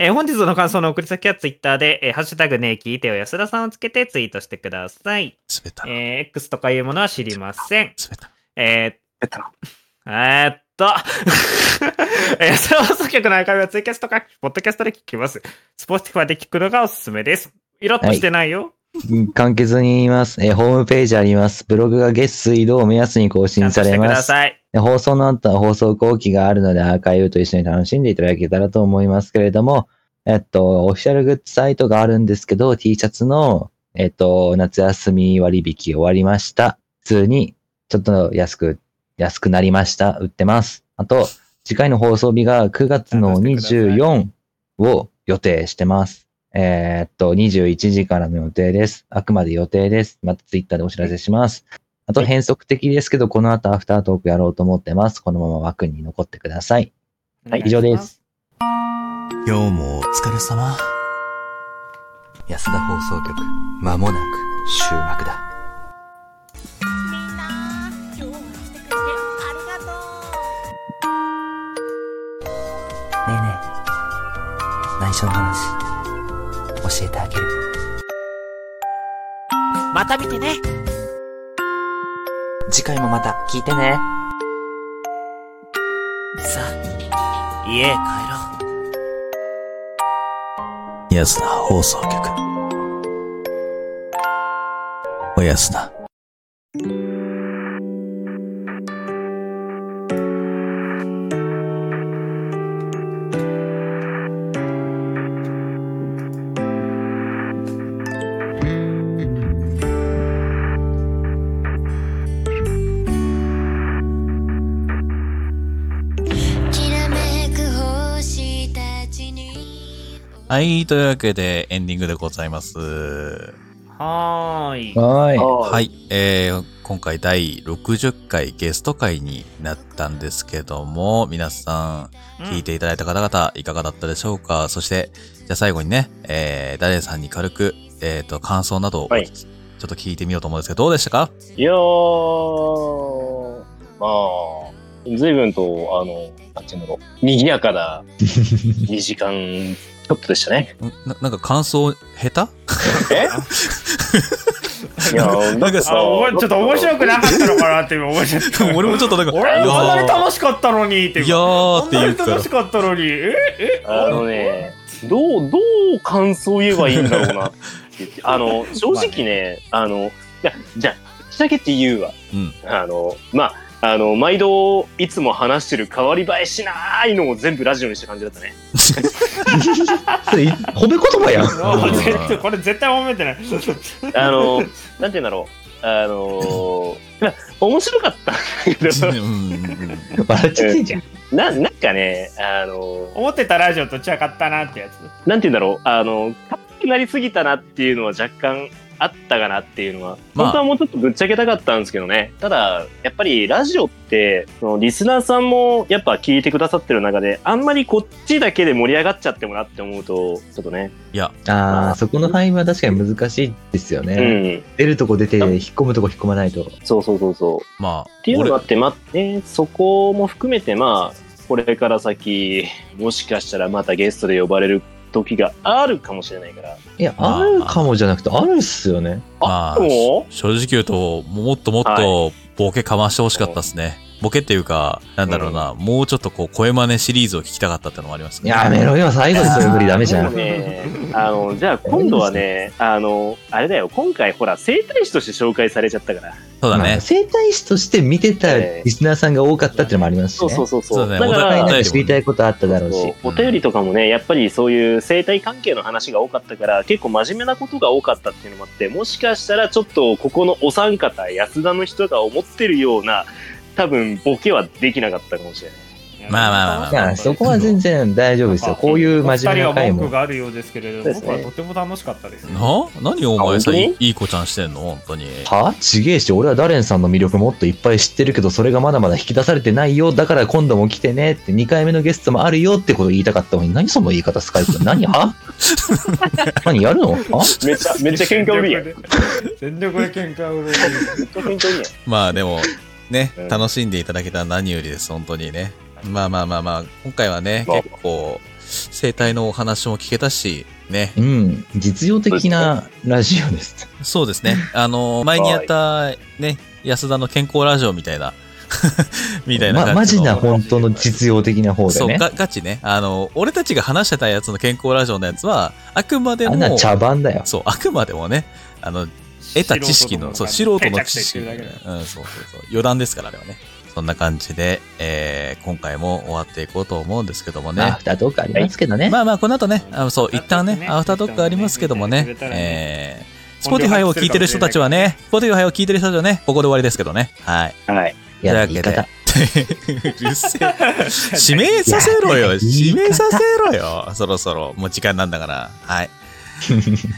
えー本日の感想の送り先はツイッターで、えーハッシュタグねえ聞いてよ安田さんをつけてツイートしてください。
滑ったな。滑
えー X とかいうものは知りません。
ったな。
えー
やったな。
えーっと、 えー、それ放送局のアーカイブはツイキャストか、ポッドキャストで聞きます。スポーティファで聞くのがおすすめです。イラッとしてないよ。
簡潔に言います。えー、ホームページあります。ブログが月水道を目安に更
ちゃん
新
と
さ
して
れ
く
ま
だ
す。
さい。
で放送の後は放送後期があるのでアーカイブと一緒に楽しんでいただけたらと思いますけれども、えっと、オフィシャルグッズサイトがあるんですけど、T シャツの、えっと、夏休み割引終わりました。普通に、ちょっと安く、安くなりました。売ってます。あと、次回の放送日が9月の24を予定してます。えーっと、21時からの予定です。あくまで予定です。またツイッターでお知らせします。あと変則的ですけど、この後アフタートークやろうと思ってます。このまま枠に残ってください。
はい
以上です。
今日もお疲れ様
安田放送局、まもなく終幕だ。
みんな今日は来てくれてありがとう
ねえねえ、内緒の話、教えてあげる。また見てね次回もまた聞いてね。さあ、家へ帰ろう。
安田放送局。おやすな。
きらめく星たちに
はい、というわけでエンディングでございます。
はーい。
はーい。
は。
はいい、えー今回第60回ゲスト会になったんですけども、皆さん聞いていただいた方々いかがだったでしょうか、そして、じゃあ最後にね、えー、ダレンさんに軽く、えっ、と、感想などを、
はい
ちょっと聞いてみようと思うんですけど、どうでしたか
いやー、まあ、随分と、あの、なんていうんだろう、賑やかな2時間ちょっとでしたね。
ななんか感想下手
えいやー
なんか
あ、おもちょっと面白くなかったのかなって今思っちゃった。
俺もちょっとなんか、
俺、こんなに
いや
楽しかったのにって
ー
いう。
いやー
こ
っ
ん
て
な
言う
に
から
楽し。かったのに。え
あのね、どう、どう感想を言えばいいんだろう なっていう。あの、正直ね、あの、いや、じゃあ、ぶっちゃけって言うわ。
うん
あの、まあ、あの、毎度、いつも話してる変わり映えしないのを全部ラジオにした感じだ ったね。
褒め言葉やん。
こ れ絶対これ絶対褒めてない。
あの、なんて言うんだろう。あの、まあ、面白かったんだ け ど、
うんうんうん
笑っちゃってんじゃん。
な、なんかね、あの、
思ってたラジオと違かったなってやつ。
なんて言うんだろう。あの、かっこよくなりすぎたなっていうのは若干あったかなっていうのは、
まあ
本当はもうちょっとぶっちゃけたかったんですけどね。ただ、やっぱりラジオって、そのリスナーさんもやっぱ聞いてくださってる中で、あんまりこっちだけで盛り上がっちゃってもなって思うと、ちょっとね。
いや、
ああ、そこの範囲は確かに難しいですよ
う
ね。
ん。
出るとこ出て、引っ込むとこ引っ込まないと。
そうそうそうそう。
まあ、
っていうのがあって、まあね、そこも含めて、まあ、これから先、もしかしたらまたゲストで呼ばれる時があるかもしれないから。
いや、
まあ
あるかもじゃなくて、あるっすよね。
あ
まあ、
でも
正直言うと、もっともっとボケかましてほしかったですね。ボケっていうか、なんだろうな、もうちょっとこう、声真似シリーズを聞きたかったってのもありますね。
やめろよ、最後にそれ無理ダメじゃん。
ね、あの、じゃあ今度はね、あの、あれだよ、今回ほら、整体師として紹介されちゃったから。
そうだ
まあ
ね。
整体師として見てたリスナーさんが多かったってのもありますし
そう
ね。
そうそうそ
そ
う。
うだ
だ
ね
か
お互いな
ら、
ん
そう
か知りたいことあっただろうし。
お便りとかもね、やっぱりそういう生態関係の話が多かったから、結構真面目なことが多かったっていうのもあって、もしかしたらちょっとここのお三方、安田の人が思ってるような、多分ボケはできなかったかもしれない。
いや
まあまあまあ
いや、そこは全然大丈夫ですよ。こういう真面目な回
お二人は文句
も。
があるようですけれども、
ですね
僕はとても楽しかったです。
な何お前さ
あ本当に
いいい子ちゃんしてんの本当に
はちげえし、俺はダレンさんの魅力もっといっぱい知ってるけど、それがまだまだ引き出されてないよ。だから今度も来てねって、2回目のゲストもあるよってことを言いたかったのに、何その言い方スカイプ。何は何やるのは
め っちゃ、めっちゃ喧嘩売りやん。めっ
全力で全力で喧嘩売る。
ちゃ喧嘩売りやん。
まあでもね
うん
楽しんでいただけたら何よりです本当にねまあまあまあまあ今回はね
まあ
結構生態のお話も聞けたしね
うん、実用的なラジオです。
そうですねあの前にやったね安田の健康ラジオみたいな みたいな
ま、
感
マ
じ
ジ
の
な本当の実用的な方で
そう
ね。
ガガチねあの俺たちが話してたやつの健康ラジオのやつはあくまで
あ
も
んな茶番だよ。
そう、あくまでもね、あの、得た知識の、そう、素人の知識。
う
うんん、そうそうそう。余談ですから、あれはね。そんな感じで、えー、今回も終わっていこうと思うんですけども
まあ、ア
ね。
フタートークありますけどね。
まあまあ、この後ね、あのそう、一旦ね、ア
ア
フ
フ
タ
タ
ートー
ートー
ク
ク
あ
あ
り
り
ま
ますす
け
け
ど
ど
も
も
ね
ね、
えー、
本領
Spotify を
発
聞
揮す
いてる人
るかもしたれ
ちは
ない
ね、Spotify を聞いてる人たちはね、ここで終わりですけどね。はい。
はい。
やだ
と
言
い
いう
わけ
方。
で、 うるせえ。指名させろよ。
いや
指名させろよ。そろそろ。もう時間なんだから。はい。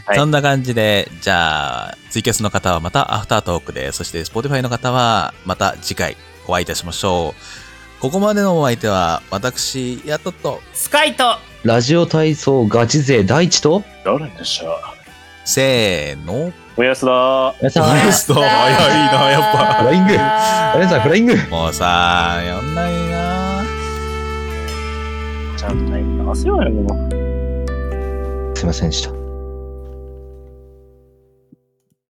はい
そんな感じで、じゃあ、ツイキャスの方はまたアフタートークで、そして Spotify の方はまた次回お会いいたしましょう。ここまでのお相手は、私、やっとっと、
スカイと
ラジオ体操ガチ勢第一と、
誰でしょう。
せーの。
おやすだ。
皆さん、
スト早いな、やっ
フ
ぱ。
ライングダレンさん、フライング
もうさ、やんないな。
ちゃんとタイム出せよ、あれもう。
すいませんでした。